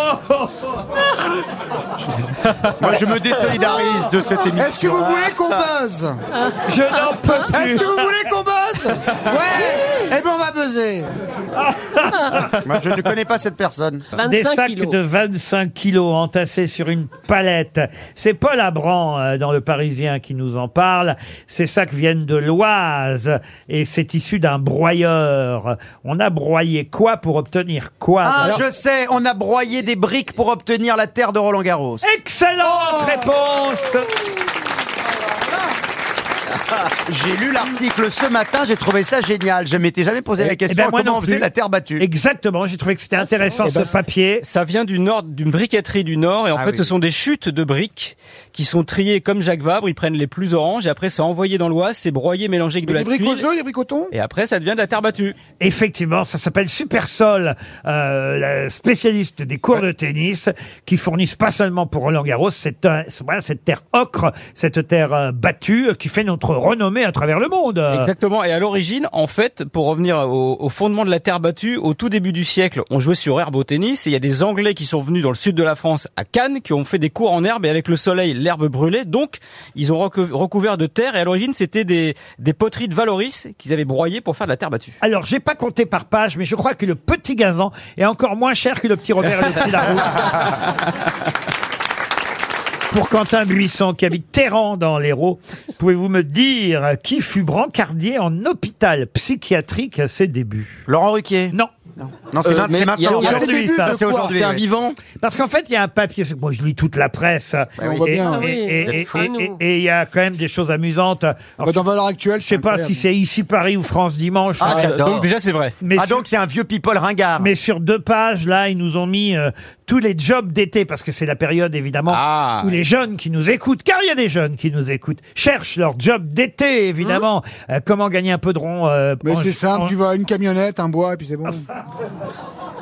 Speaker 12: Moi, je me désolidarise de cette émission.
Speaker 6: Est-ce que vous voulez qu'on buzz
Speaker 2: Je n'en peux plus.
Speaker 6: Est-ce que vous voulez qu'on buzz Ouais Eh ben on va buzzer.
Speaker 2: Bah,
Speaker 12: Moi, je ne connais pas cette personne.
Speaker 2: Des sacs de 25 kilos entassés sur une palette. C'est Paul Abran euh, dans Le Parisien qui nous en parle. Ces sacs viennent de l'Oise et c'est issu d'un broyeur. On a broyé quoi pour obtenir quoi
Speaker 12: Ah,
Speaker 2: Alors-
Speaker 12: je sais, on a broyé des briques pour obtenir la terre de Roland Garros.
Speaker 2: Excellente
Speaker 8: Oh,
Speaker 2: réponse
Speaker 12: J'ai lu l'article ce matin, j'ai trouvé ça génial. Je m'étais jamais posé la
Speaker 8: Eh
Speaker 12: question
Speaker 8: ben, moi
Speaker 12: comment
Speaker 8: non
Speaker 12: on faisait
Speaker 8: plus.
Speaker 12: la terre battue.
Speaker 2: Exactement, j'ai trouvé que c'était intéressant
Speaker 8: Eh ben,
Speaker 2: ce papier.
Speaker 8: Ça vient du nord, d'une briqueterie du nord, et en
Speaker 12: Ah
Speaker 8: fait,
Speaker 12: oui.
Speaker 8: ce sont des chutes de briques qui sont triées comme Jacques Vabre. Ils prennent les plus oranges, et après, c'est envoyé dans l'Oise, c'est broyé, mélangé avec de
Speaker 6: Des
Speaker 8: la
Speaker 6: briques aux
Speaker 8: tuile.
Speaker 6: œufs, des briques au thon
Speaker 8: Et après, ça devient de la terre battue.
Speaker 2: Effectivement, ça s'appelle Supersol, euh, la spécialiste des cours de tennis, qui fournissent pas seulement pour Roland Garros cette, euh, voilà, cette terre ocre, cette terre euh, battue, euh, qui fait notre renommée à travers le monde.
Speaker 8: Exactement. Et à l'origine, en fait, pour revenir au, au fondement de la terre battue, au tout début du siècle, on jouait sur herbe au tennis. Et il y a des Anglais qui sont venus dans le sud de la France, à Cannes, qui ont fait des cours en herbe et avec le soleil, l'herbe brûlait. Donc, ils ont recou- recouvert de terre. Et à l'origine, c'était des, des poteries de Valoris qu'ils avaient broyées pour faire de la terre battue.
Speaker 2: Alors, j'ai pas compté par page, mais je crois que le petit gazan est encore moins cher que le petit Robert et le petit Larousse. Pour Quentin Buisson, qui habite Téhéran dans l'Hérault, pouvez-vous me dire qui fut brancardier en hôpital psychiatrique à ses débuts
Speaker 12: Laurent Ruquier
Speaker 2: Non.
Speaker 12: Non, c'est Euh, ma- mais c'est maintenant. il y a Ah, c'est aujourd'hui, début, ça. je Ça, c'est crois. aujourd'hui, C'est un oui.
Speaker 2: vivant. Parce qu'en fait, il y a un papier. c'est que Moi, je lis toute la presse.
Speaker 6: on voit
Speaker 2: Et-
Speaker 6: bien.
Speaker 2: et-
Speaker 6: Ah oui,
Speaker 2: et-
Speaker 6: vous êtes
Speaker 2: et-
Speaker 6: fous.
Speaker 2: et- et- Et il y a quand même des choses amusantes. Alors,
Speaker 6: Dans Valeurs Actuelles,
Speaker 2: je sais pas si c'est ici Paris ou France Dimanche.
Speaker 12: Ah,
Speaker 2: hein.
Speaker 12: j'adore. Donc déjà,
Speaker 8: c'est vrai.
Speaker 2: Mais
Speaker 12: ah,
Speaker 2: sur-
Speaker 12: donc c'est un vieux people ringard.
Speaker 2: mais sur deux pages, là, ils nous ont mis euh, tous les jobs d'été, parce que c'est la période, évidemment, où les jeunes qui nous écoutent, car il y a des jeunes qui nous écoutent, cherchent leur job d'été, évidemment.
Speaker 14: Mmh.
Speaker 2: Euh, comment gagner un peu de rond euh,
Speaker 6: Mais
Speaker 2: en
Speaker 6: c'est
Speaker 2: ju- en-
Speaker 6: simple, tu vas à une camionnette, un bois, et puis c'est bon.
Speaker 2: Ah,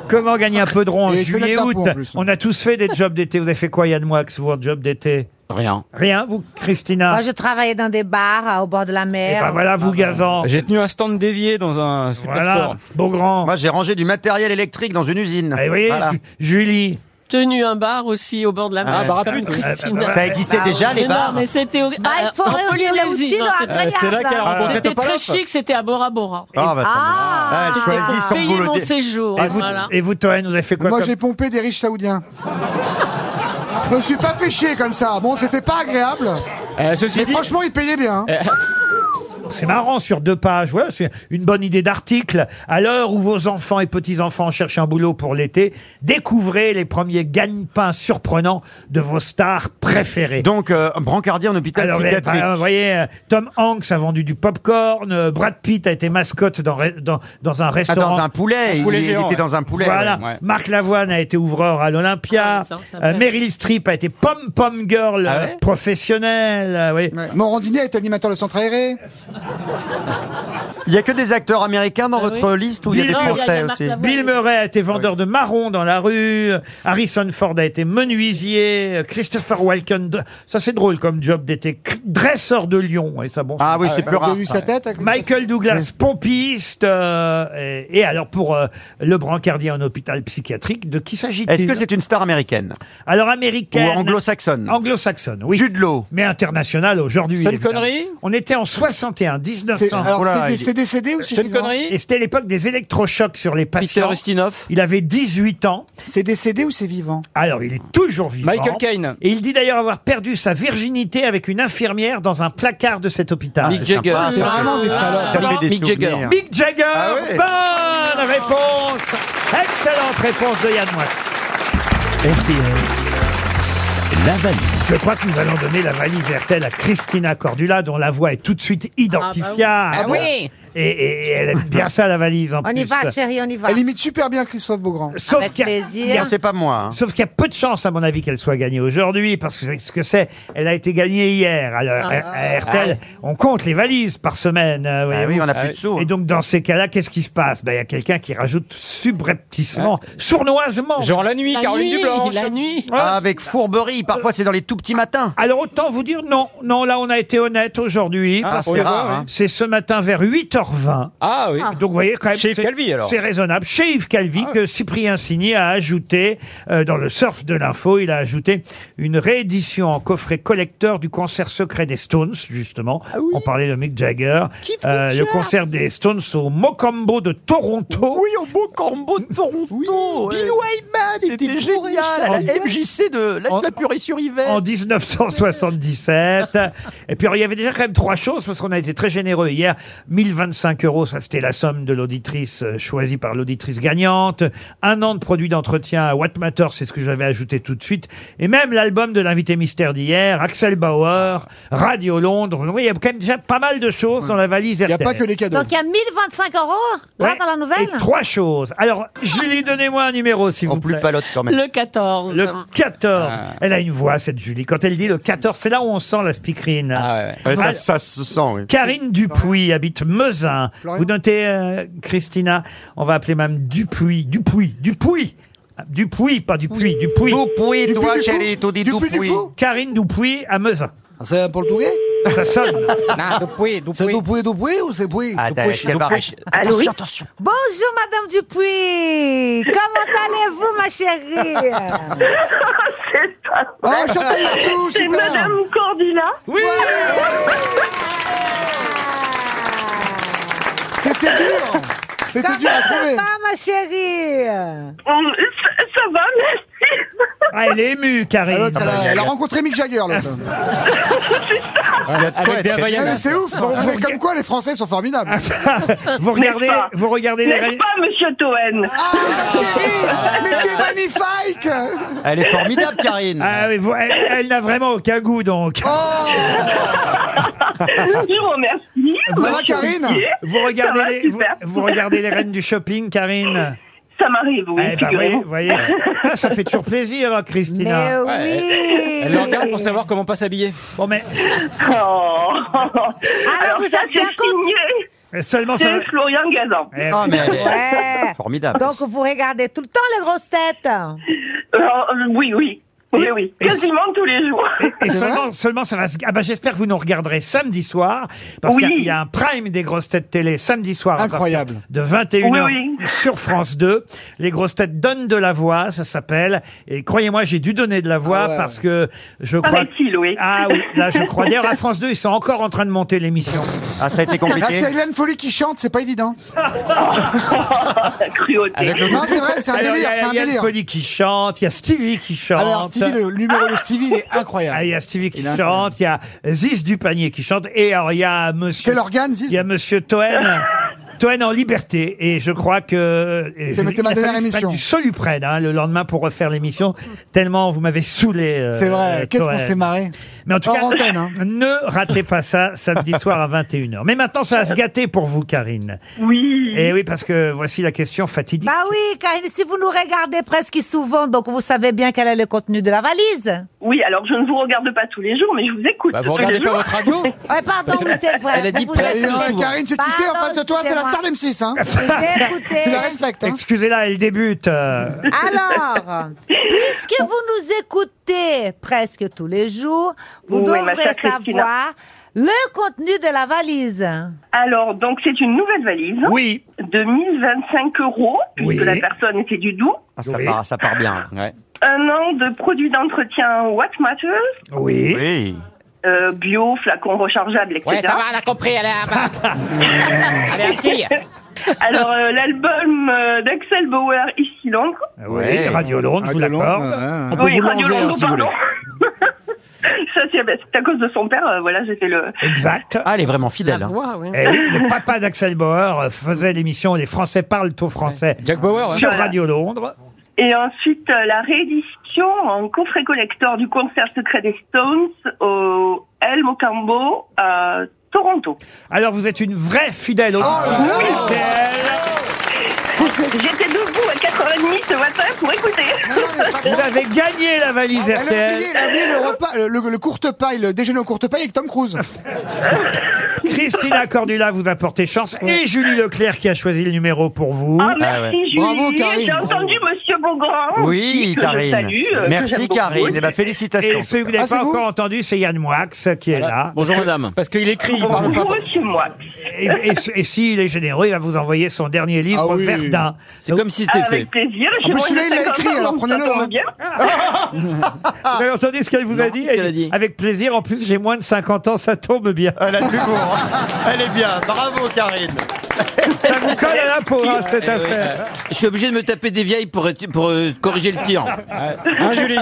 Speaker 2: Comment gagner un peu de rond en
Speaker 6: Et
Speaker 2: juillet,
Speaker 6: fenêtre d'impôt,
Speaker 2: août
Speaker 6: en plus.
Speaker 2: On a tous fait des jobs d'été. Vous avez fait quoi, Yann Moix, vous, en job d'été Rien. Rien, vous, Christina
Speaker 7: Moi, je travaillais dans des bars euh, au bord de la mer.
Speaker 2: Eh ben voilà, vous, Gazan.
Speaker 8: J'ai tenu un stand dévié dans un supersport.
Speaker 2: Beaugrand.
Speaker 4: Moi, j'ai rangé du matériel électrique dans une usine.
Speaker 2: Et oui, Julie.
Speaker 14: Tenu un bar aussi au bord de la mer.
Speaker 4: Ah, bar à
Speaker 14: comme
Speaker 4: pute.
Speaker 14: Christina.
Speaker 4: Ça existait déjà, les
Speaker 14: Mais
Speaker 4: bars
Speaker 14: Non, mais c'était au. Euh,
Speaker 7: Bah, il faut réunir les outils dans la grillade.
Speaker 14: c'est là
Speaker 4: qu'elle a rencontré
Speaker 14: C'était très
Speaker 4: Topalov.
Speaker 14: chic, c'était à Bora Bora.
Speaker 4: Ah, bah, ça me-
Speaker 14: Ah,
Speaker 4: Ah, elle
Speaker 14: c'était
Speaker 4: choisit
Speaker 14: pour
Speaker 4: son
Speaker 14: payer
Speaker 4: boulot.
Speaker 14: mon séjour.
Speaker 2: Et vous,
Speaker 14: voilà.
Speaker 2: et vous Toen, vous avez fait quoi
Speaker 6: Moi,
Speaker 2: comme-
Speaker 6: j'ai pompé des riches saoudiens. Je me suis pas fait chier comme ça. Bon, c'était pas agréable.
Speaker 2: Euh, ceci
Speaker 6: mais
Speaker 2: dit- Euh,
Speaker 6: franchement, ils payaient bien. hein.
Speaker 2: C'est marrant sur deux pages. Voilà, c'est une bonne idée d'article. À l'heure où vos enfants et petits-enfants cherchent un boulot pour l'été, découvrez les premiers gagne-pains surprenants de vos stars préférées.
Speaker 4: Donc, euh, un brancardier en hôpital
Speaker 2: Alors, mais,
Speaker 4: psychiatrique.
Speaker 2: par- vous voyez, euh, Tom Hanks a vendu du popcorn, euh, Brad Pitt a été mascotte dans, re- dans, dans un restaurant.
Speaker 4: Ah, dans un poulet, Un poulet il- il géant, était ouais. dans un poulet,
Speaker 2: Voilà.
Speaker 4: ouais, ouais.
Speaker 2: Marc Lavoine a été ouvreur à l'Olympia.
Speaker 6: Ah, ça, ça me
Speaker 2: Euh,
Speaker 6: plaît.
Speaker 2: Meryl Streep a été pom-pom girl
Speaker 6: Ah
Speaker 2: euh, professionnelle. euh, vous voyez.
Speaker 6: Morandini est animateur de centre aéré.
Speaker 4: Il y a que des acteurs américains
Speaker 8: Ah
Speaker 4: dans votre liste ou il y a des Français aussi
Speaker 2: Bill Murray a été vendeur de marrons dans la rue. Harrison Ford a été menuisier. Christopher Walken, d- ça c'est drôle comme job d'été. C- Dresseur de lion. Et ça, bon,
Speaker 4: Ah oui, c'est plus rare. ça.
Speaker 2: Michael Douglas, pompiste. euh, et, et alors pour euh, le brancardier en hôpital psychiatrique, de qui s'agit-il
Speaker 4: Est-ce que c'est une star américaine
Speaker 2: Alors américaine.
Speaker 4: Ou anglo-saxonne
Speaker 2: Anglo-saxonne, oui.
Speaker 4: Jude Law.
Speaker 2: Mais international aujourd'hui.
Speaker 8: Sean
Speaker 2: évidemment.
Speaker 8: Connery
Speaker 2: On était en 61, 1900.
Speaker 6: alors, Oh là c'est- là, il- c'est décédé ou c'est Sean vivant Connery
Speaker 2: Et c'était l'époque des électrochocs sur les patients.
Speaker 6: Peter
Speaker 2: Ustinov. Il avait 18 ans.
Speaker 6: C'est décédé ou c'est vivant
Speaker 2: Alors, il est toujours vivant.
Speaker 6: Michael
Speaker 2: Caine. Et il dit d'ailleurs avoir perdu sa virginité avec une infirmière dans un placard de cet hôpital.
Speaker 6: Mick Ah, c'est Jagger. sympa, ça. C'est vraiment des salopes. Ça fait des
Speaker 2: Mick Jagger.
Speaker 6: souvenirs.
Speaker 2: Mick Jagger.
Speaker 6: Ah ouais.
Speaker 2: Bonne réponse. Excellente réponse de Yann Moix.
Speaker 1: RTL, la valise.
Speaker 2: Je crois que nous allons donner la valise RTL à Christina Cordula, dont la voix est tout de suite identifiable.
Speaker 6: bah Ah bah oui. Ah oui.
Speaker 2: Et, et elle aime bien ça, la valise, en
Speaker 7: On
Speaker 2: plus.
Speaker 7: y va, chérie, hein. on y va.
Speaker 6: Elle imite super bien Christophe Beaugrand.
Speaker 2: Sauf
Speaker 7: Avec
Speaker 2: qu'il y a-
Speaker 7: plaisir.
Speaker 2: il y a-
Speaker 7: C'est
Speaker 4: pas moi. hein.
Speaker 2: Sauf qu'il y a peu de chance, à mon avis, qu'elle soit gagnée aujourd'hui, parce que c'est ce que c'est. Elle a été gagnée hier. Alors,
Speaker 4: Ah.
Speaker 2: à- à RTL, on compte les valises par semaine. euh, voyez-vous.
Speaker 4: oui, on a plus de sous.
Speaker 2: Et donc, dans ces cas-là, qu'est-ce qui se passe Ben, Il y a quelqu'un qui rajoute
Speaker 4: Ah.
Speaker 2: subrepticement, sournoisement.
Speaker 8: Genre la nuit, La Caroline nuit, Dublanche. la
Speaker 14: nuit.
Speaker 12: Ah,
Speaker 2: avec fourberie. Parfois, c'est dans les tout petits matins. Alors, autant vous dire, non. Non, là, on a été honnête aujourd'hui.
Speaker 8: Ah, c'est rare, hein.
Speaker 2: C'est ce matin vers 8h20.
Speaker 8: Ah oui.
Speaker 2: Donc vous voyez quand même.
Speaker 8: Chez Yves
Speaker 2: c'est-
Speaker 8: Calvi, alors. Ah.
Speaker 2: C'est raisonnable. Chez Yves Calvi, que Cyprien Signé a ajouté, euh, dans le surf de l'info, il a ajouté une réédition en coffret collecteur du concert secret des Stones, justement.
Speaker 8: Ah
Speaker 2: On parlait de Mick Jagger. Euh, le concert des Stones au Mocambo de Toronto.
Speaker 4: Oui, au Mocambo de Toronto. Bill Wyman, c'était génial.
Speaker 8: Ah,
Speaker 4: À la MJC de la, la purée sur hiver.
Speaker 2: En 1977. Et puis, alors, il y avait déjà quand même trois choses, parce qu'on a été très généreux hier. 1025 euros, ça c'était la somme de l'auditrice euh, choisie par l'auditrice gagnante. Un an de produits d'entretien à What Matter, c'est ce que j'avais ajouté tout de suite. Et même l'album de l'invité mystère d'hier, Axel Bauer, Radio Londres. Oui, il y a quand même déjà pas mal de choses dans la valise. Il n'y a
Speaker 6: pas que les cadeaux.
Speaker 7: Donc, il y a 1025 euros, là, dans la nouvelle.
Speaker 2: Trois choses. Alors, Julie, donnez-moi un numéro, s'il vous plaît. plus
Speaker 4: palote quand
Speaker 14: Le 14.
Speaker 2: le 14.
Speaker 4: Ah.
Speaker 2: Elle a une voix, cette Julie. Quand elle dit le 14, c'est là où on sent la speakerine.
Speaker 4: Ouais, ça,
Speaker 2: Ah,
Speaker 4: ça se sent, oui.
Speaker 2: Karine Dupuis habite Meusin. Vous notez, euh, Christina, on va appeler même Dupuis. Dupuis. Dupuis. Dupuis, pas Dupuis. Dupuis.
Speaker 4: Dupuis, toi,
Speaker 2: du
Speaker 4: chérie,
Speaker 2: fou.
Speaker 4: tu dis
Speaker 2: Dupuis du
Speaker 4: Dupuis.
Speaker 2: fou. Karine Dupuis à Meusin.
Speaker 6: C'est un portugais
Speaker 2: Ça sonne.
Speaker 4: Ah.
Speaker 6: C'est Dupuis Dupuis ou c'est Puy
Speaker 4: Attends, est-ce qu'elle va arracher
Speaker 7: Allô, oui. Bonjour, Madame Dupuis. Comment allez-vous, ma chérie
Speaker 17: Ah,
Speaker 6: Oh, Chantal Latsou,
Speaker 9: C'est
Speaker 6: super
Speaker 9: Madame Cordila
Speaker 2: Oui
Speaker 6: C'était dur C'était dur à trouver
Speaker 7: Ah, ma chérie
Speaker 9: ça, ça va, merci
Speaker 2: Ah, elle est émue, Karine.
Speaker 6: Ah, l'autre, elle, a, elle a rencontré Mick Jagger, l'autre.
Speaker 8: Avec des
Speaker 6: Ah,
Speaker 8: Havaianas.
Speaker 6: mais C'est ouf
Speaker 2: Bon,
Speaker 6: C'est
Speaker 2: vous-
Speaker 6: comme quoi les Français sont formidables
Speaker 2: vous regardez, vous regardez les
Speaker 9: N'est-ce
Speaker 2: ré-
Speaker 9: pas, monsieur Ah, Toen
Speaker 6: Ah, Mais tu es magnifique
Speaker 4: Elle est formidable, Karine.
Speaker 2: Ah oui, vous- elle, elle n'a vraiment aucun goût, donc.
Speaker 9: Je vous remercie
Speaker 6: Ça va,
Speaker 9: monsieur
Speaker 6: Karine
Speaker 9: Olivier.
Speaker 2: Vous
Speaker 9: Ça va,
Speaker 2: regardez, les, vous,
Speaker 9: super.
Speaker 2: vous regardez les reines du shopping, Karine
Speaker 9: Ça m'arrive,
Speaker 2: Eh
Speaker 9: oui,
Speaker 2: ben,
Speaker 9: figurez-vous.
Speaker 2: voyez, voyez. Ah, ça fait toujours plaisir, hein, Christina.
Speaker 7: oui
Speaker 8: Elle le regarde pour savoir comment pas s'habiller.
Speaker 2: Bon, mais
Speaker 9: Oh. Alors,
Speaker 7: vous
Speaker 9: ça,
Speaker 7: êtes
Speaker 9: c'est
Speaker 7: bien
Speaker 9: signé
Speaker 2: seulement ça.
Speaker 9: C'est Florian Gazan.
Speaker 2: Eh,
Speaker 6: Oh,
Speaker 4: Ah, mais elle est
Speaker 7: Ouais.
Speaker 4: formidable.
Speaker 7: Donc, vous regardez tout le temps les grosses têtes.
Speaker 9: Alors, euh, oui, oui.
Speaker 2: Oui, oui,
Speaker 17: quasiment tous les jours.
Speaker 2: Et, et seulement, seulement, ça va se... Ah bah, j'espère que vous nous regarderez samedi soir, parce
Speaker 17: Oui.
Speaker 2: qu'il y, a- il y a un prime des grosses têtes télé samedi soir. à partir
Speaker 6: Incroyable.
Speaker 2: De 21h
Speaker 17: Oui,
Speaker 2: sur France 2. Les grosses têtes donnent de la voix, ça s'appelle. Et croyez-moi, j'ai dû donner de la voix
Speaker 17: Ah ouais,
Speaker 2: parce que je crois...
Speaker 17: oui.
Speaker 2: Ah oui, là je crois. D'ailleurs, à France 2, ils sont encore en train de monter l'émission. Ah, ça a été
Speaker 6: Parce qu'il y a Hélène Folie qui chante, c'est pas évident. Non, c'est vrai, c'est un
Speaker 2: Alors,
Speaker 6: délire,
Speaker 2: Il y
Speaker 6: c'est
Speaker 2: a
Speaker 6: un
Speaker 2: Yann
Speaker 6: délire.
Speaker 2: Folly qui chante, il y a Stevie qui chante.
Speaker 6: Alors, Stevie, le numéro de Stevie, il est incroyable.
Speaker 2: Ah, Il y a Stevie qui chante, il y a Ziz Dupanier qui chante, et alors il y a Monsieur. Quel organe, Ziz Il y a Monsieur Toen. Toen en liberté, et je crois que. et
Speaker 6: C'était
Speaker 2: je- il
Speaker 6: ma
Speaker 2: a fallu
Speaker 6: dernière
Speaker 2: que je prenne
Speaker 6: émission.
Speaker 2: Du soluprène, hein, le lendemain pour refaire l'émission, tellement vous m'avez saoulé. euh,
Speaker 6: C'est vrai, qu'est-ce qu'on
Speaker 2: Toen.
Speaker 6: s'est marré.
Speaker 2: Mais en tout
Speaker 6: Hors
Speaker 2: cas,
Speaker 6: antenne, hein.
Speaker 2: ne ratez pas ça samedi soir à 21h. Mais maintenant, ça va se gâter pour vous, Karine.
Speaker 7: Oui.
Speaker 2: Et Eh oui, parce que voici la question fatidique.
Speaker 7: Bah oui, car si vous nous regardez presque souvent, donc vous savez bien quel est le contenu de la valise.
Speaker 17: Oui, alors je ne vous regarde pas tous les jours, mais je vous écoute.
Speaker 8: Bah, vous regardez pas votre radio
Speaker 7: Ouais, pardon, oui, c'est vrai.
Speaker 8: Elle a dit
Speaker 7: Vous
Speaker 8: presque
Speaker 7: êtes-
Speaker 8: souvent.
Speaker 6: Eh, euh, Karine, c'est qui c'est en face de toi C'est la star d'M6, hein
Speaker 7: Écoutez.
Speaker 6: Tu la respectes, hein
Speaker 2: Excusez-la, elle débute. euh.
Speaker 7: Alors, puisque vous nous écoutez presque tous les jours, vous
Speaker 17: Oui, ma
Speaker 7: devrez
Speaker 17: chère Christina.
Speaker 7: savoir le contenu de la valise.
Speaker 17: Alors, donc, c'est une nouvelle valise.
Speaker 2: Oui.
Speaker 17: De 1025 euros, puisque
Speaker 4: Oui.
Speaker 17: la personne était du Doubs.
Speaker 4: Ah, ça, part, ça part bien.
Speaker 17: Un an de produits d'entretien What Matters.
Speaker 8: Oh.
Speaker 2: Oui.
Speaker 17: euh, bio, flacon rechargeable, etc.
Speaker 9: Ouais, ça va, elle a compris, elle est à Elle est à qui
Speaker 17: Alors, euh, l'album euh, d'Axel Bauer, Ici Londres.
Speaker 2: Oui, Radio Londres,
Speaker 4: Ah,
Speaker 2: je vous l'accorde.
Speaker 6: hein.
Speaker 17: oui, Radio Londres, pardon. Ça, c'est bah, c'est à cause de son père, euh, voilà, j'ai fait le...
Speaker 2: Exact.
Speaker 4: Ah, elle est vraiment fidèle. hein.
Speaker 2: Eh oui, le papa d'Axel Bauer euh, faisait l'émission Les Français parlent au français
Speaker 8: Bauer,
Speaker 2: sur
Speaker 17: hein.
Speaker 2: Radio Londres.
Speaker 17: Et ensuite, euh, la réédition en coffret collector du concert secret des Stones au El Mocambo à Toronto. Oh
Speaker 2: Alors vous êtes une vraie fidèle
Speaker 6: Oh,
Speaker 2: auditrice.
Speaker 17: J'étais debout à 4h30 ce matin pour écouter.
Speaker 2: Vous avez gagné la valise
Speaker 6: Ah, Elle a oublié,
Speaker 2: RTL.
Speaker 6: elle a oublié le repas, le, le- le courte paille, le déjeuner au courte paille avec Tom Cruise.
Speaker 2: Christina Cordula vous a porté chance et Julie Leclerc qui a choisi le numéro pour vous.
Speaker 17: Ah, merci Julie. J'ai entendu Monsieur Beaugrand.
Speaker 2: Oui,
Speaker 17: aussi, Oh, que je
Speaker 2: Karine.
Speaker 17: salue, euh, que
Speaker 2: Merci,
Speaker 17: j'aime beaucoup.
Speaker 2: Karine. Eh ben,
Speaker 4: félicitations.
Speaker 2: Et celui que vous n'avez
Speaker 17: Ah,
Speaker 2: pas
Speaker 17: c'est vous
Speaker 2: encore entendu, c'est Yann Moix euh, qui est là.
Speaker 8: Bonjour, madame. Parce qu'il écrit, il parle pas.
Speaker 17: Bonjour Monsieur Moix.
Speaker 2: Et, et, et s'il est généreux, il va vous envoyer son dernier livre,
Speaker 8: Ah oui.
Speaker 2: Verdun.
Speaker 8: C'est comme si c'était
Speaker 17: Ah, Avec plaisir. J'ai moins de 50 ans, donc ça tombe
Speaker 2: hein.
Speaker 17: bien.
Speaker 2: Vous avez entendu ce qu'elle vous a dit Elle dit, Avec plaisir, en plus j'ai moins de 50 ans, ça tombe bien. Elle a
Speaker 4: Elle est bien. Bravo, Karine.
Speaker 2: Ça vous colle à la peau, hein, cette
Speaker 3: Eh oui.
Speaker 2: affaire.
Speaker 3: Je suis obligé de me taper des vieilles pour, être- pour euh, corriger le tir.
Speaker 4: Hein, Julie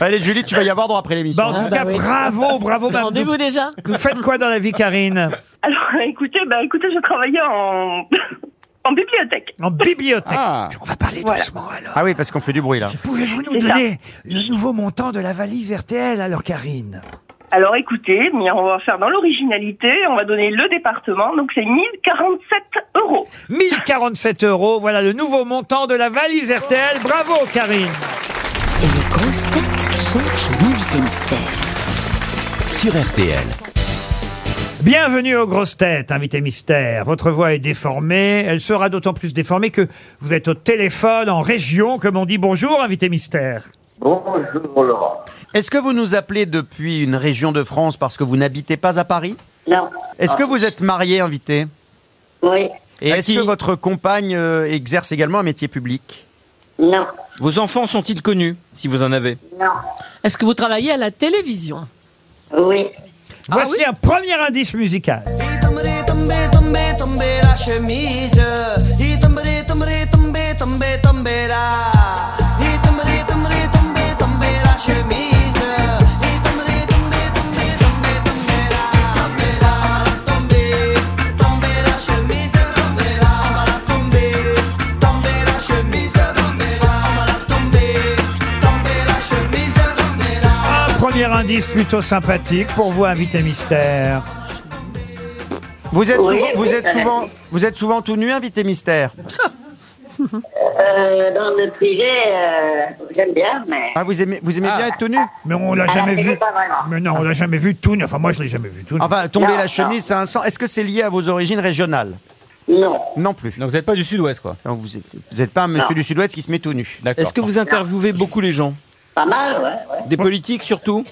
Speaker 4: Allez, Julie, tu vas y avoir droit après l'émission.
Speaker 3: Bah, en tout Ah, bah cas, oui.
Speaker 2: bravo, bravo, madame.
Speaker 17: Rendez-vous
Speaker 14: déjà.
Speaker 2: Vous faites quoi dans la vie, Karine
Speaker 17: Alors, écoutez, bah, écoutez, je travaillais en, en bibliothèque.
Speaker 2: En bibliothèque.
Speaker 4: On
Speaker 2: va parler
Speaker 4: doucement, alors. Ah oui, parce qu'on fait du bruit, là.
Speaker 2: Pouvez-vous nous
Speaker 17: C'est ça.
Speaker 2: donner le nouveau montant de la valise RTL, alors, Karine
Speaker 17: Alors, écoutez, mais on va faire dans l'originalité. On va donner le département. Donc, c'est 1047 euros.
Speaker 2: 1047 euros, voilà le nouveau montant de la valise RTL. Bravo, Karine
Speaker 11: Et les grosses têtes cherchent l'invité mystère.
Speaker 1: Sur RTL.
Speaker 2: Bienvenue aux grosses têtes, invité mystère. Votre voix est déformée. Elle sera d'autant plus déformée que vous êtes au téléphone en région, comme on dit bonjour, invité mystère.
Speaker 4: Bonjour, Laurent. Est-ce que vous nous appelez depuis une région de France parce que vous n'habitez pas à Paris
Speaker 18: Non.
Speaker 4: Est-ce
Speaker 3: Ah.
Speaker 4: que vous êtes marié, invité
Speaker 18: Oui.
Speaker 4: Et est-ce que votre compagne euh, exerce également un métier public
Speaker 18: Non.
Speaker 3: Vos enfants sont-ils connus, si vous en avez
Speaker 18: Non.
Speaker 14: Est-ce que vous travaillez à la télévision
Speaker 18: Oui.
Speaker 2: Voici un premier indice musical.
Speaker 9: Tombez, tombez, tombez, tombez la chemise. Et tombez, tombez, tombez, tombez, tombez là. Et tombez, tombez, tombez, tombez la chemise. Et tombez, tombez, tombez, tombez, tombez là. Tombez là, tombez, tombez la chemise. Tombez là, on va la tomber. Tombez la chemise. Tombez là, on va la tomber. Tombez la chemise. Tombez là.
Speaker 2: Un premier indice plutôt sympathique pour vous, invité mystère.
Speaker 4: Vous êtes,
Speaker 2: Oui,
Speaker 4: souvent, vous,
Speaker 2: oui,
Speaker 4: êtes
Speaker 2: ça va.
Speaker 4: souvent, vous êtes souvent tout nu, invité mystère
Speaker 18: Euh, dans le privé, euh, j'aime bien, mais.
Speaker 4: Ah, vous aimez, vous aimez bien être tout nu
Speaker 2: Mais on l'a
Speaker 18: À la
Speaker 2: jamais
Speaker 18: télé,
Speaker 2: vu.
Speaker 18: pas vraiment.
Speaker 2: Mais non, on l'a jamais vu tout nu. Enfin, moi, je l'ai jamais vu tout nu.
Speaker 4: Enfin, tomber
Speaker 18: Non,
Speaker 4: la
Speaker 18: non.
Speaker 4: chemise, ça a un sens. Est-ce que c'est lié à vos origines régionales
Speaker 18: Non.
Speaker 4: Non plus.
Speaker 8: Donc vous n'êtes pas du sud-ouest, quoi.
Speaker 4: vous n'êtes pas un monsieur du sud-ouest qui se met tout nu.
Speaker 3: Est-ce que vous interviewez beaucoup les gens
Speaker 18: Pas mal, ouais, ouais.
Speaker 3: Des politiques surtout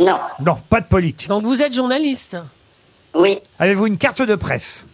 Speaker 18: Non.
Speaker 2: Non, pas de politique.
Speaker 14: Donc vous êtes journaliste
Speaker 18: Oui.
Speaker 2: Avez-vous une carte de presse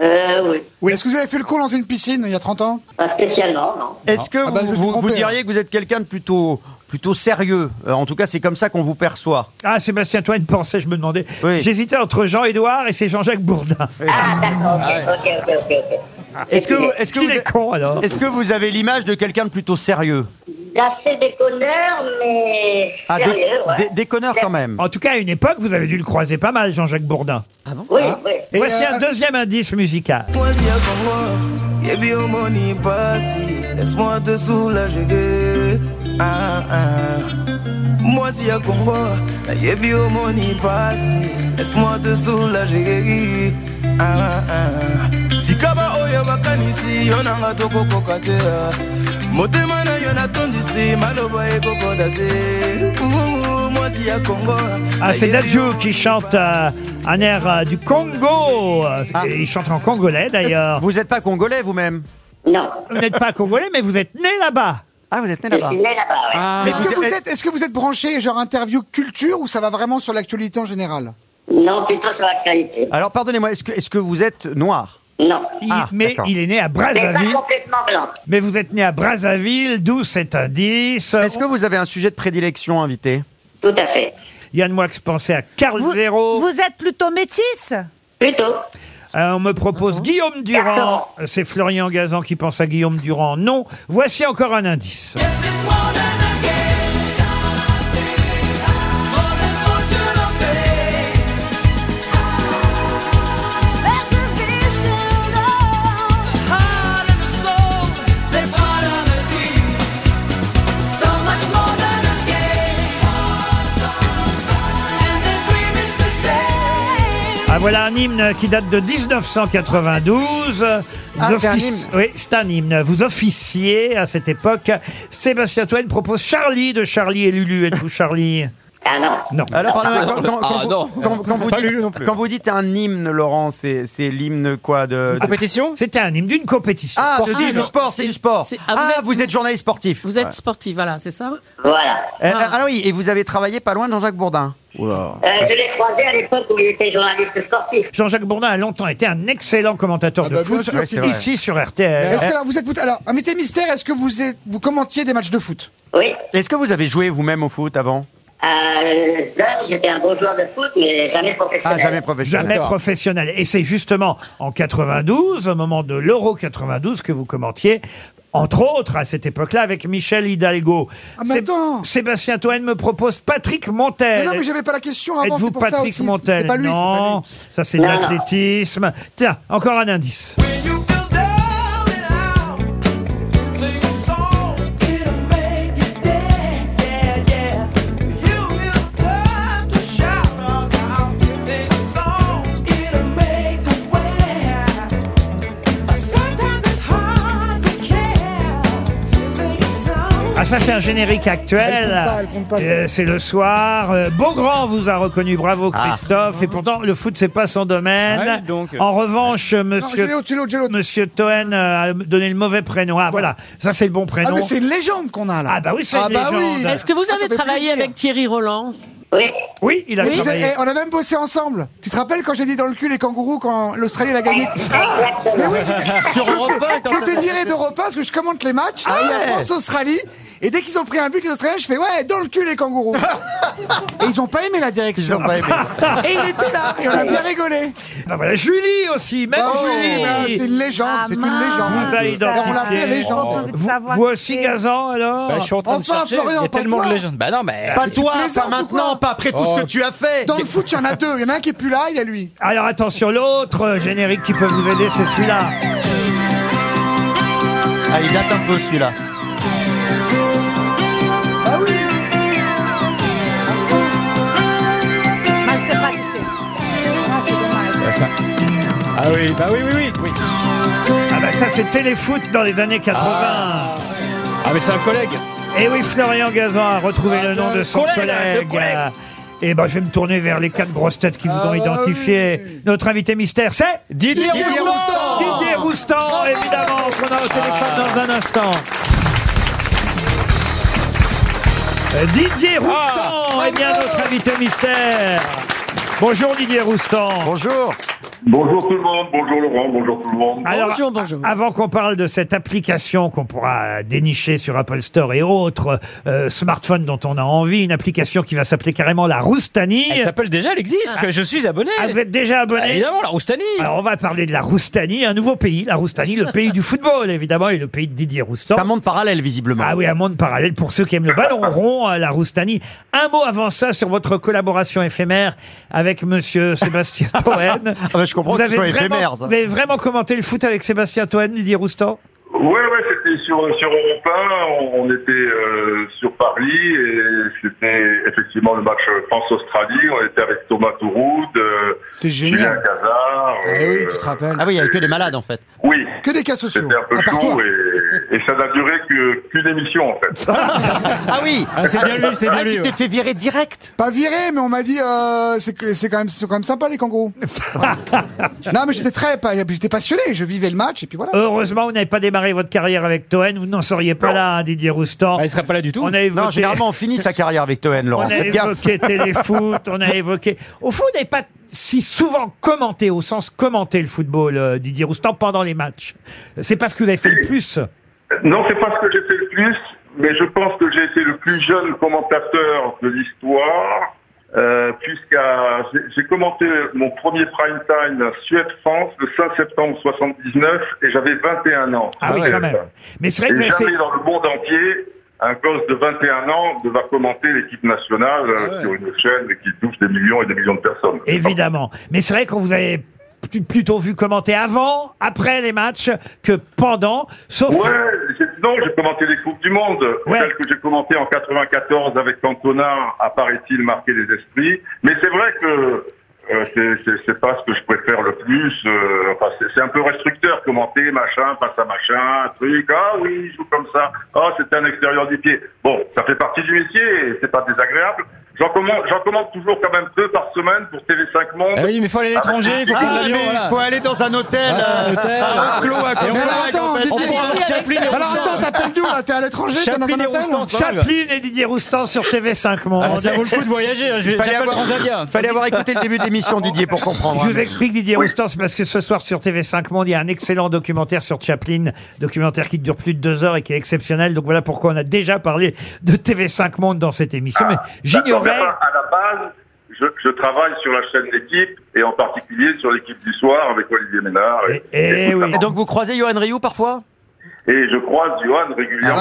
Speaker 18: Euh, oui.
Speaker 6: Est-ce que vous avez fait le con dans une piscine il y a 30 ans
Speaker 18: Pas spécialement, non.
Speaker 4: Est-ce que
Speaker 6: Ah bah, je
Speaker 4: vous,
Speaker 6: me suis
Speaker 4: vous-
Speaker 6: trompé,
Speaker 4: vous
Speaker 6: hein.
Speaker 4: diriez que vous êtes quelqu'un de plutôt, plutôt sérieux Euh, En tout cas, c'est comme ça qu'on vous perçoit.
Speaker 2: Ah, Sébastien Toine pensait, je me demandais. J'hésitais entre Jean-Édouard et c'est Jean-Jacques Bourdin.
Speaker 18: Ah, d'accord, ok, ok, ok, ok,
Speaker 2: Ah.
Speaker 18: ok.
Speaker 4: Est-ce que, vous- est-ce que vous,
Speaker 2: est con alors
Speaker 4: Est-ce que vous avez l'image de quelqu'un de plutôt sérieux
Speaker 18: D'assez déconneur, mais
Speaker 4: Ah, dé-
Speaker 18: sérieux, ouais.
Speaker 4: dé- déconneur quand même.
Speaker 2: En tout cas, à une époque, vous avez dû le croiser pas mal, Jean-Jacques Bourdin. Ah bon
Speaker 18: Oui, oui. euh,
Speaker 2: Voici
Speaker 18: Et,
Speaker 2: un deuxième indice musical.
Speaker 9: Laisse-moi dire comme moi, y'a bien mon y passe, laisse-moi te soulager. Ah, ah. Moi si y'a comme moi, y'a bien mon y passe, laisse-moi te soulager. Ah, ah. Si kaba oya bakanisi, yonanga toko kokate. motema na yo natondisi maloba ekokoda te Ouh, mwasi ya kongo
Speaker 2: Ah, c'est Dadju qui chante euh, un air euh, du Congo. Euh, Il chante en congolais d'ailleurs.
Speaker 4: Ah. Vous n'êtes pas congolais vous-même
Speaker 18: Non.
Speaker 2: Vous n'êtes pas congolais, mais vous êtes né là-bas.
Speaker 4: Ah, vous êtes né
Speaker 18: Je suis né là-bas, ouais.
Speaker 2: Ah.
Speaker 6: Est-ce que vous
Speaker 4: êtes-
Speaker 6: êtes, est-ce que vous êtes branché genre interview culture ou ça va vraiment sur l'actualité en général
Speaker 18: Non, plutôt sur l'actualité.
Speaker 4: Alors pardonnez-moi, est-ce que, est-ce que vous êtes noir
Speaker 18: Non.
Speaker 2: Il-
Speaker 4: Ah,
Speaker 2: mais il est né à
Speaker 18: Mais
Speaker 2: Brazzaville.
Speaker 18: pas complètement blanc.
Speaker 2: Mais vous êtes né à Brazzaville, d'où cet indice.
Speaker 4: Est-ce que vous avez un sujet de prédilection invité
Speaker 18: Tout à fait.
Speaker 2: Yann Moix pensait à Carl Zero.
Speaker 7: Vous êtes plutôt métisse
Speaker 18: Plutôt.
Speaker 2: Euh, on me propose
Speaker 4: Ah.
Speaker 2: Guillaume Durand. C'est Florian Gazan qui pense à Guillaume Durand. Non. Voici encore un indice. Ah, voilà un hymne qui date de 1992.
Speaker 4: Ah,
Speaker 2: Vous
Speaker 4: c'est un
Speaker 2: offici-
Speaker 4: hymne.
Speaker 2: Oui, c'est un hymne. Vous officiez à cette époque. Sébastien Toine propose Charlie de Charlie et Lulu. Êtes-vous Charlie
Speaker 18: Ah non.
Speaker 2: Non.
Speaker 4: Alors, pardonnez-moi, quand, quand- quand
Speaker 3: Ah,
Speaker 4: vous-
Speaker 3: non.
Speaker 4: quand- quand vous
Speaker 2: Pas
Speaker 4: dites,
Speaker 2: Lulu non plus.
Speaker 4: quand vous dites un hymne, Laurent, c'est c'est l'hymne quoi de, de-
Speaker 8: Compétition
Speaker 2: C'était un hymne d'une compétition.
Speaker 4: Ah, de-
Speaker 14: sportive.
Speaker 4: du sport, c'est du sport.
Speaker 14: C'est- ah, vous
Speaker 4: Ah,
Speaker 14: êtes-
Speaker 4: vous êtes journaliste sportif.
Speaker 14: Vous êtes
Speaker 4: Ouais.
Speaker 14: sportif, voilà, c'est ça
Speaker 18: Voilà.
Speaker 4: Euh, euh, ah oui, et vous avez travaillé pas loin de Jean-Jacques Bourdin.
Speaker 18: Euh, je l'ai croisé à l'époque où il était journaliste sportif.
Speaker 2: Jean-Jacques Bourdin a longtemps été un excellent commentateur
Speaker 4: Ah
Speaker 2: de
Speaker 6: bah, bien
Speaker 2: foot
Speaker 6: sûr, c'est vrai.
Speaker 2: ici sur RTL.
Speaker 6: Est-ce que alors vous êtes alors un métier mystère Est-ce que vous êtes vous commentiez des matchs de foot
Speaker 18: Oui.
Speaker 4: Est-ce que vous avez joué vous-même au foot avant
Speaker 18: Euh, jeune, j'étais un bon joueur de foot, mais jamais professionnel.
Speaker 4: Ah, jamais professionnel.
Speaker 2: Jamais professionnel. Et c'est justement en 92, au moment de l'Euro 92, que vous commentiez, entre autres à cette époque-là, avec Michel Hidalgo.
Speaker 6: Ah, mais
Speaker 2: Sé-
Speaker 6: attends.
Speaker 2: Sébastien Toen me propose Patrick Montel.
Speaker 6: Mais non, mais j'avais pas la question avant.
Speaker 2: Euh, Êtes-vous
Speaker 6: c'est pour ça
Speaker 2: Patrick
Speaker 6: aussi, c'est-
Speaker 2: Montel
Speaker 6: c'est pas lui, c'est pas
Speaker 2: Non, ça c'est de
Speaker 18: Non, non.
Speaker 2: l'athlétisme. Tiens, encore un indice.
Speaker 10: é
Speaker 2: Ah ça c'est un générique actuel.
Speaker 6: Elle compte pas, elle compte pas.
Speaker 2: Euh, c'est le soir. Euh, Beaugrand vous a reconnu, bravo Christophe. Et pourtant le foot c'est pas son domaine.
Speaker 8: Ah oui, donc.
Speaker 2: En revanche,
Speaker 6: Non, je
Speaker 2: Monsieur
Speaker 6: l'ai l'autre, je l'ai l'autre, je l'ai l'autre.
Speaker 2: Monsieur Toen euh, a donné le mauvais prénom. Ah voilà, ça c'est le bon
Speaker 6: Ah
Speaker 2: prénom.
Speaker 6: mais c'est une légende qu'on a là.
Speaker 2: Ah bah oui, c'est
Speaker 6: Ah
Speaker 2: une
Speaker 6: bah oui.
Speaker 2: légende.
Speaker 14: Est-ce que vous
Speaker 6: Ah, ça
Speaker 14: avez
Speaker 6: fait
Speaker 14: travaillé
Speaker 6: plaisir.
Speaker 14: avec Thierry Roland
Speaker 18: Oui.
Speaker 2: Oui, il a
Speaker 6: Vous
Speaker 2: travaillé.
Speaker 6: avez- eh, on a même bossé ensemble. Tu te rappelles quand j'ai dit dans le cul les kangourous quand l'Australie l'a gagné Ah, Mais
Speaker 18: Exactement.
Speaker 6: oui, tu-
Speaker 8: Sur Europe 1, quand
Speaker 6: Je t'ai viré d'Europa parce que je commente les matchs. et il y a France-Australie. Et dès qu'ils ont pris un but, les Australiens, je fais ouais, dans le cul les kangourous. et ils ont pas aimé la
Speaker 4: Ils
Speaker 6: direction.
Speaker 4: ont pas aimé.
Speaker 6: Et il était là. Et on a bien rigolé.
Speaker 2: Bah voilà, Julie aussi, même
Speaker 6: Oh, mais
Speaker 2: Julie.
Speaker 6: c'est une légende.
Speaker 7: Ah,
Speaker 6: c'est une
Speaker 7: mince.
Speaker 6: légende.
Speaker 2: Vous allez
Speaker 6: On
Speaker 2: identifier.
Speaker 6: l'appelle légende.
Speaker 7: envie de
Speaker 2: Vous,
Speaker 7: savoir
Speaker 2: vous
Speaker 7: qui
Speaker 2: aussi,
Speaker 7: c'est.
Speaker 2: Gazan, alors
Speaker 8: Bah, je suis en train de
Speaker 6: Enfin,
Speaker 8: chercher,
Speaker 6: Florian,
Speaker 8: il y
Speaker 6: pas
Speaker 8: a tellement
Speaker 6: toi.
Speaker 8: de légendes.
Speaker 2: Ah
Speaker 8: Bah
Speaker 2: ben,
Speaker 8: non, mais...
Speaker 4: Pas toi, pas
Speaker 6: Eh. plaisantes ou
Speaker 4: maintenant,
Speaker 6: quoi
Speaker 4: pas après tout
Speaker 2: Oh.
Speaker 4: ce que tu as fait.
Speaker 6: Dans le foot, il y en a deux. Il y en a un qui est plus là, il y a lui.
Speaker 2: Alors attention, l'autre euh, générique qui peut vous aider, c'est celui-là.
Speaker 4: Ah, il date un peu celui-là.
Speaker 6: Ah oui.
Speaker 7: Ah, Je sais pas qui c'est. Ah, c'est dommage.
Speaker 8: Bah, ça. Ah oui, bah oui, oui, oui, oui.
Speaker 2: Ah bah ça, c'est téléfoot dans les années 80.
Speaker 8: Ah mais c'est un collègue.
Speaker 2: Et Eh oui, Florian Gazan a retrouvé le nom de son
Speaker 8: collègue, c'est Ah, le
Speaker 2: collègue.
Speaker 8: collègue. Ah, bah
Speaker 2: Et ben, je vais me tourner vers les quatre grosses têtes qui vous ont identifié. Notre invité mystère, c'est
Speaker 8: Didier Roustan.
Speaker 2: Didier Roustan, évidemment, qu'on a au téléphone dans un instant. Euh, Didier Roustan
Speaker 8: Ah.
Speaker 2: est bien notre invité mystère. Bonjour Didier Roustan. Bonjour.
Speaker 19: Bonjour tout le monde, bonjour Laurent, bonjour tout le monde.
Speaker 2: Alors, a- Avant qu'on parle de cette application qu'on pourra dénicher sur Apple Store et autres euh, smartphones dont on a envie, une application qui va s'appeler carrément la Roustanie.
Speaker 8: Elle s'appelle déjà, elle existe.
Speaker 2: Ah.
Speaker 8: Je suis abonné.
Speaker 2: Ah, vous êtes déjà abonné
Speaker 8: Bah, Évidemment, la Roustanie.
Speaker 2: Alors on va parler de la Roustanie, un nouveau pays, la Roustanie, le pays du football évidemment et le pays de Didier Roustan. C'est un monde parallèle visiblement. Ah oui, un monde parallèle pour ceux qui aiment le ballon rond, euh, la Roustanie. Un mot avant ça sur votre collaboration éphémère avec Monsieur Sébastien Toen.
Speaker 12: je comprends que ce soit
Speaker 2: vraiment,
Speaker 12: éphémère, ça.
Speaker 2: Vous avez vraiment commenté le foot avec Sébastien Toen, Didier Roustan
Speaker 19: Ouais, ouais, c'était sur, sur Europe 1, on, on était euh, sur Paris et c'était effectivement le match France-Australie, on était avec Thomas Touroud, euh,
Speaker 6: C'était génial.
Speaker 19: Julien Cazard.
Speaker 6: Eh oui,
Speaker 19: euh,
Speaker 6: tu te rappelles.
Speaker 12: Ah oui, il n'y avait que des malades en fait.
Speaker 19: Oui.
Speaker 6: Que des cas sociaux.
Speaker 19: C'était un peu
Speaker 6: À part
Speaker 19: chaud
Speaker 6: toi.
Speaker 19: et, et ça n'a duré que- qu'une émission en fait.
Speaker 12: ah oui
Speaker 19: Ah, c'est bien lui, c'est bien
Speaker 12: Ah,
Speaker 19: lui,
Speaker 12: Tu t'es
Speaker 19: ouais.
Speaker 12: fait virer direct
Speaker 6: Pas viré, mais on m'a dit euh, c'est que- c'est quand même c'est quand même sympa les kangourous. non, mais j'étais très pa- j'étais passionné, je vivais le match et puis voilà.
Speaker 2: Heureusement, vous n'avez pas démarré votre carrière avec Toen, vous n'en seriez pas là, hein, Didier Roustan. il ne serait pas là du tout. On a évoqué...
Speaker 12: Non, généralement on finit sa carrière avec Toen, Laurent.
Speaker 2: On a
Speaker 12: Faites gaffe.
Speaker 2: évoqué téléfoot, on a évoqué. Au fond, on n'avez pas si souvent commenté, au sens commenter le football, euh, Didier Roustan, pendant les matchs. C'est parce que vous avez fait le plus. Ah
Speaker 19: Non, c'est pas ce que j'ai fait le plus, mais je pense que j'ai été le plus jeune commentateur de l'histoire, euh, puisqu'à j'ai- j'ai commenté mon premier prime time Suède-France le 5 septembre 79 et j'avais 21 ans.
Speaker 2: Ah oui, quand même. Mais c'est vrai que vous
Speaker 19: Et
Speaker 2: avez fait-
Speaker 19: jamais dans le monde entier. Un gosse de 21 ans va commenter l'équipe nationale euh, sur une chaîne qui touche des millions et des millions de personnes.
Speaker 2: Évidemment. Mais c'est vrai qu'on vous avait pl- plutôt vu commenter avant, après les matchs, que pendant. Sauf.
Speaker 19: Ouais, j'ai- non, j'ai commenté les Coupes du Monde, celle que j'ai commentée en 94 avec Cantona, apparaît-il marquer les esprits. Mais c'est vrai que euh, c'est- c'est- c'est pas ce que je préfère le plus. euh, enfin, c'est- c'est un peu restricteur, commenter machin, passe à machin, truc. Ah oui, il joue comme ça. Ah, c'était un extérieur du pied. Bon, ça fait partie du métier, et c'est pas désagréable. J'en commente, j'en commente toujours quand même deux par semaine pour TV5 Monde.
Speaker 8: Ah oui, mais faut aller à l'étranger, faut prendre
Speaker 19: Ah,
Speaker 8: l'avion,
Speaker 19: mais
Speaker 8: voilà.
Speaker 12: Faut aller dans un hôtel,
Speaker 8: Ah,
Speaker 12: euh,
Speaker 8: un hôtel.
Speaker 12: à Oslo, à
Speaker 8: Et on
Speaker 12: Copenhague,
Speaker 10: é
Speaker 8: va-
Speaker 12: en fait.
Speaker 8: on va voir Chaplin et
Speaker 6: Alors
Speaker 8: Roustan.
Speaker 6: attends, t'appelles nous là, t'es à l'étranger, t'es dans un hôtel hein.
Speaker 2: Chaplin et Didier Roustan sur TV5 Monde.
Speaker 8: Ah, ça vaut le coup de voyager, hein, je vais-
Speaker 2: Il fallait
Speaker 8: j'appelle
Speaker 2: avoir-
Speaker 8: Transavia.
Speaker 2: il fallait avoir écouté le début de l'émission, Didier, hein.
Speaker 12: pour comprendre.
Speaker 2: Je vous explique Didier Roustan, c'est parce que ce soir sur TV5 Monde, il y a un excellent documentaire sur Chaplin, documentaire qui dure plus de deux heures et qui est exceptionnel. Donc voilà pourquoi on a déjà parlé de TV5 Monde dans cette émission. Mais j'ignorais.
Speaker 19: D'accord, mais À la base, je, je travaille sur la chaîne d'équipe et en particulier sur l'équipe du soir avec Olivier Ménard. Et,
Speaker 2: Eh,
Speaker 19: et tout ça.
Speaker 12: Et donc vous croisez Johan Rioux parfois
Speaker 19: Et je croise Johan
Speaker 12: Ah,
Speaker 19: régulièrement.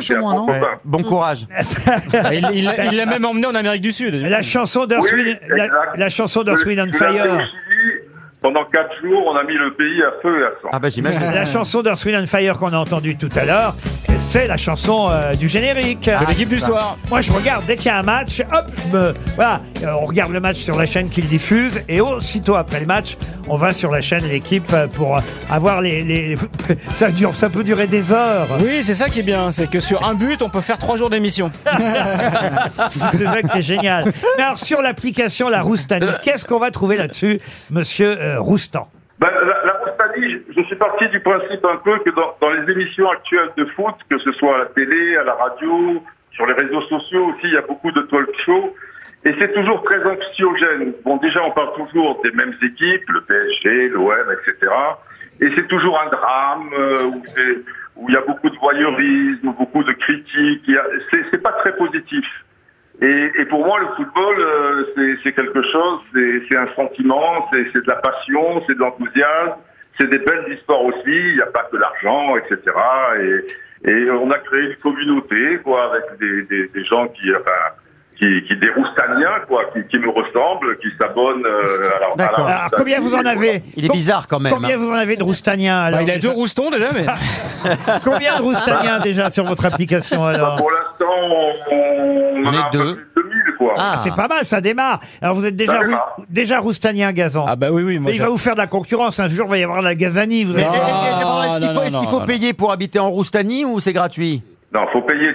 Speaker 19: C'est un bon copain.
Speaker 12: Bon courage.
Speaker 8: Ah, il il l'a- il l'a même emmené en Amérique du Sud.
Speaker 2: La chanson d'Earth,
Speaker 19: Oui,
Speaker 2: Wind- la,
Speaker 19: exact.
Speaker 2: la chanson d'Earth,
Speaker 19: Tu
Speaker 2: Wind and
Speaker 19: l'as fait au
Speaker 2: Fire.
Speaker 19: Chili, Pendant quatre jours, on a mis le pays à feu et à sang.
Speaker 12: Ah bah
Speaker 2: La chanson d'Earth, Wind and Fire qu'on a entendue tout à l'heure, c'est la chanson euh, du générique. Ah,
Speaker 8: De l'équipe du soir.
Speaker 2: Moi, je regarde dès qu'il y a un match, hop, je me- voilà, euh, on regarde le match sur la chaîne qu'il diffuse et aussitôt après le match, on va sur la chaîne l'équipe euh, pour euh, avoir les, les- ça dure, ça peut durer des heures.
Speaker 8: Oui, c'est ça qui est bien, c'est que sur un but, on peut faire trois jours d'émission.
Speaker 2: C'est ça qui est génial. Mais alors, sur l'application La Roustanie, qu'est-ce qu'on va trouver là-dessus, monsieur euh, Roustan
Speaker 19: Ben, la, la Roumanie, je, je suis parti du principe un peu que dans, dans les émissions actuelles de foot, que ce soit à la télé, à la radio, sur les réseaux sociaux aussi, il y a beaucoup de talk shows. Et c'est toujours très anxiogène. Bon, déjà, on parle toujours des mêmes équipes, le PSG, l'OM, etc. Et c'est toujours un drame euh, où c'est- où il y a beaucoup de voyeurisme, beaucoup de critiques. Il y a- C'est c'est pas très positif. Et, et pour moi, le football, euh, c'est- c'est quelque chose, c'est c'est un sentiment, c'est c'est de la passion, c'est de l'enthousiasme, c'est des belles histoires aussi, il n'y a pas que l'argent, etc. Et, et on a créé une communauté, quoi, avec des, des, des gens qui... Enfin, qui, qui des roustaniens, quoi, qui, qui me ressemblent, qui s'abonnent euh, à la- à la
Speaker 12: D'accord.
Speaker 2: Alors, combien vous en avez
Speaker 12: Il est bizarre quand même. hein.
Speaker 2: Combien vous en avez de Roustaniens alors
Speaker 8: Bah, il a deux roustons déjà, mais.
Speaker 2: Combien de Roustaniens déjà sur votre application alors
Speaker 19: Bah, Pour l'instant,
Speaker 2: Então,
Speaker 19: on, on en a un peu plus de 2000, quoi.
Speaker 2: Ah, c'est pas mal, ça démarre. Alors vous êtes déjà,
Speaker 19: Ça
Speaker 2: rou-
Speaker 19: démarre.
Speaker 2: déjà roustanien gazan. Ah
Speaker 8: bah oui, oui.
Speaker 2: Mais il
Speaker 12: j'a-
Speaker 2: va vous faire de la concurrence. Un jour, il va y avoir de la gazanie. Vous
Speaker 12: Mais
Speaker 2: allez-
Speaker 8: Ah,
Speaker 12: eh, eh, eh, pardon, est-ce qu'il faut, est-ce qu'il faut payer pour habiter en Roustanie ou c'est gratuit
Speaker 19: Non, faut payer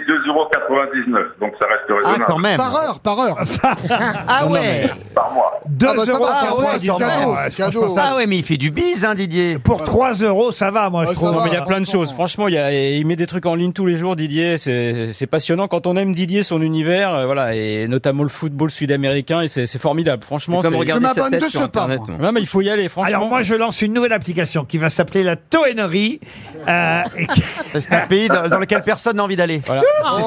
Speaker 19: 2,99€, donc ça
Speaker 2: Ah,
Speaker 19: reste raisonnable.
Speaker 6: Par heure, par heure.
Speaker 4: Ah ouais.
Speaker 19: Par mois.
Speaker 6: Deux
Speaker 4: Ah bah ça
Speaker 6: euros
Speaker 4: va,
Speaker 6: par
Speaker 4: ah
Speaker 6: mois,
Speaker 4: ouais,
Speaker 6: c'est
Speaker 4: quand
Speaker 6: cadeau,
Speaker 4: même.
Speaker 6: c'est cadeau.
Speaker 4: Ah ouais, mais il fait du bise, hein, Didier. Ah,
Speaker 2: Pour 3 euros, Ah, ça va, moi, je trouve.
Speaker 8: Ah, Non, mais il y a plein de choses. Franchement, il, y a- il met des trucs en ligne tous les jours, Didier. C'est c'est passionnant. Quand on aime Didier, son univers, euh, voilà, et notamment le football sud-américain, et c'est c'est formidable. Franchement,
Speaker 2: C'est comme
Speaker 8: c'est-
Speaker 2: regarder Je sa m'abonne tête de sur ce pas, Internet, moi.
Speaker 8: Non, mais il faut y aller. Franchement.
Speaker 2: Alors moi, je lance une nouvelle application qui va s'appeler la euh, Toénerie.
Speaker 4: C'est un pays dans, dans lequel personne n'a envie d'aller.
Speaker 2: C'est-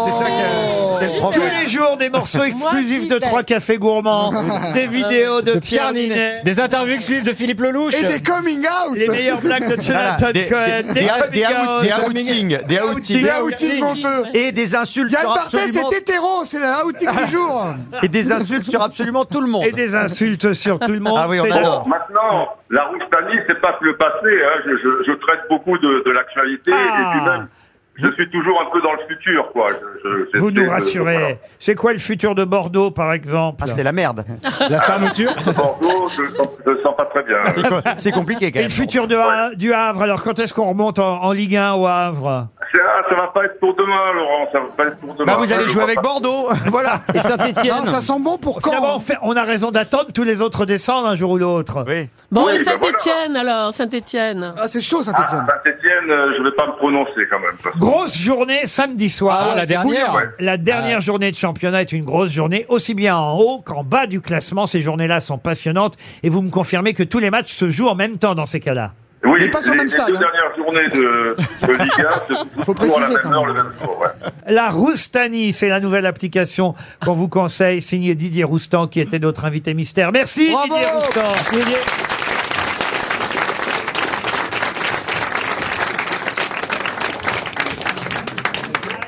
Speaker 2: c'est ça
Speaker 4: que- c'est le
Speaker 2: Oh, Tous
Speaker 4: problème.
Speaker 2: les jours, des morceaux
Speaker 4: Oh. Moi,
Speaker 2: exclusifs
Speaker 4: qui Ah
Speaker 2: de
Speaker 4: t'aime.
Speaker 2: trois cafés gourmands, des vidéos de, Pierre Ninet.
Speaker 8: Des interviews exclusives de Philippe Lelouch.
Speaker 6: Et des coming
Speaker 4: Ah
Speaker 6: out.
Speaker 2: Les meilleures blagues de Jonathan
Speaker 4: Voilà, des-
Speaker 2: Cohen,
Speaker 4: des- des-
Speaker 2: coming
Speaker 4: des out-
Speaker 2: out,
Speaker 4: des outings, des outings.
Speaker 6: Des outings honteux.
Speaker 4: Et des insultes
Speaker 6: Yann
Speaker 4: sur
Speaker 6: Barthès
Speaker 4: absolument...
Speaker 6: est hétéro, c'est la outing du jour.
Speaker 4: Et des insultes sur absolument tout le monde.
Speaker 2: Et des insultes sur tout le monde.
Speaker 4: Ah oui, on
Speaker 2: c'est
Speaker 4: adore.
Speaker 2: la-
Speaker 19: Maintenant, la Roustanie, c'est pas que le passé. hein. Je, je- je traite beaucoup de, de l'actualité
Speaker 2: Ah.
Speaker 19: et puis même, je suis toujours un peu dans le futur, quoi. Je- je- j'essaie
Speaker 2: Vous
Speaker 19: de-
Speaker 2: nous rassurez. C'est quoi le futur de Bordeaux, par exemple
Speaker 4: Ah, c'est la merde.
Speaker 2: La fermeture
Speaker 19: de Bordeaux, je le sens- je le sens pas très bien.
Speaker 4: C'est compliqué quand
Speaker 2: Et le
Speaker 4: même.
Speaker 2: futur de Ha- du Havre, alors quand est-ce qu'on remonte en, en Ligue 1 au Havre
Speaker 19: C'est- ah, ça va pas être pour demain, Laurent. Ça va pas être pour demain.
Speaker 4: Bah, vous allez
Speaker 19: Je
Speaker 4: jouer
Speaker 19: vois
Speaker 4: avec
Speaker 19: pas.
Speaker 4: Bordeaux, voilà.
Speaker 6: Non, ça sent bon pour
Speaker 2: Finalement, on,
Speaker 6: quand
Speaker 2: fait- on a raison d'attendre, tous les autres descendent un jour ou l'autre.
Speaker 4: Oui.
Speaker 14: Bon,
Speaker 19: Oui,
Speaker 14: et
Speaker 19: bah
Speaker 2: ben
Speaker 14: Saint-Étienne alors, Saint-Étienne.
Speaker 6: Ah, c'est chaud,
Speaker 19: Ah, Saint-Etienne, je vais pas me prononcer quand même. parce que-
Speaker 2: Grosse journée samedi soir.
Speaker 8: Ah ouais, la
Speaker 2: C'est
Speaker 8: dernière.
Speaker 2: bouillant. La dernière journée de championnat est une grosse journée, aussi bien en haut qu'en bas du classement. Ces journées-là sont passionnantes et vous me confirmez que tous les matchs se jouent en même temps dans ces cas-là.
Speaker 19: Oui,
Speaker 6: Mais pas sur le
Speaker 19: les,
Speaker 6: même
Speaker 19: les
Speaker 6: stade,
Speaker 19: deux
Speaker 6: hein.
Speaker 19: dernières journées de, de Ligue 1, c'est toujours à
Speaker 6: Faut préciser,
Speaker 19: la
Speaker 6: quand
Speaker 19: même heure, le
Speaker 6: même.
Speaker 19: même jour. ouais.
Speaker 2: La Roustanie, c'est la nouvelle application qu'on vous conseille, signée Didier Roustan, qui était notre invité mystère. Merci
Speaker 6: Bravo
Speaker 2: Didier Roustan.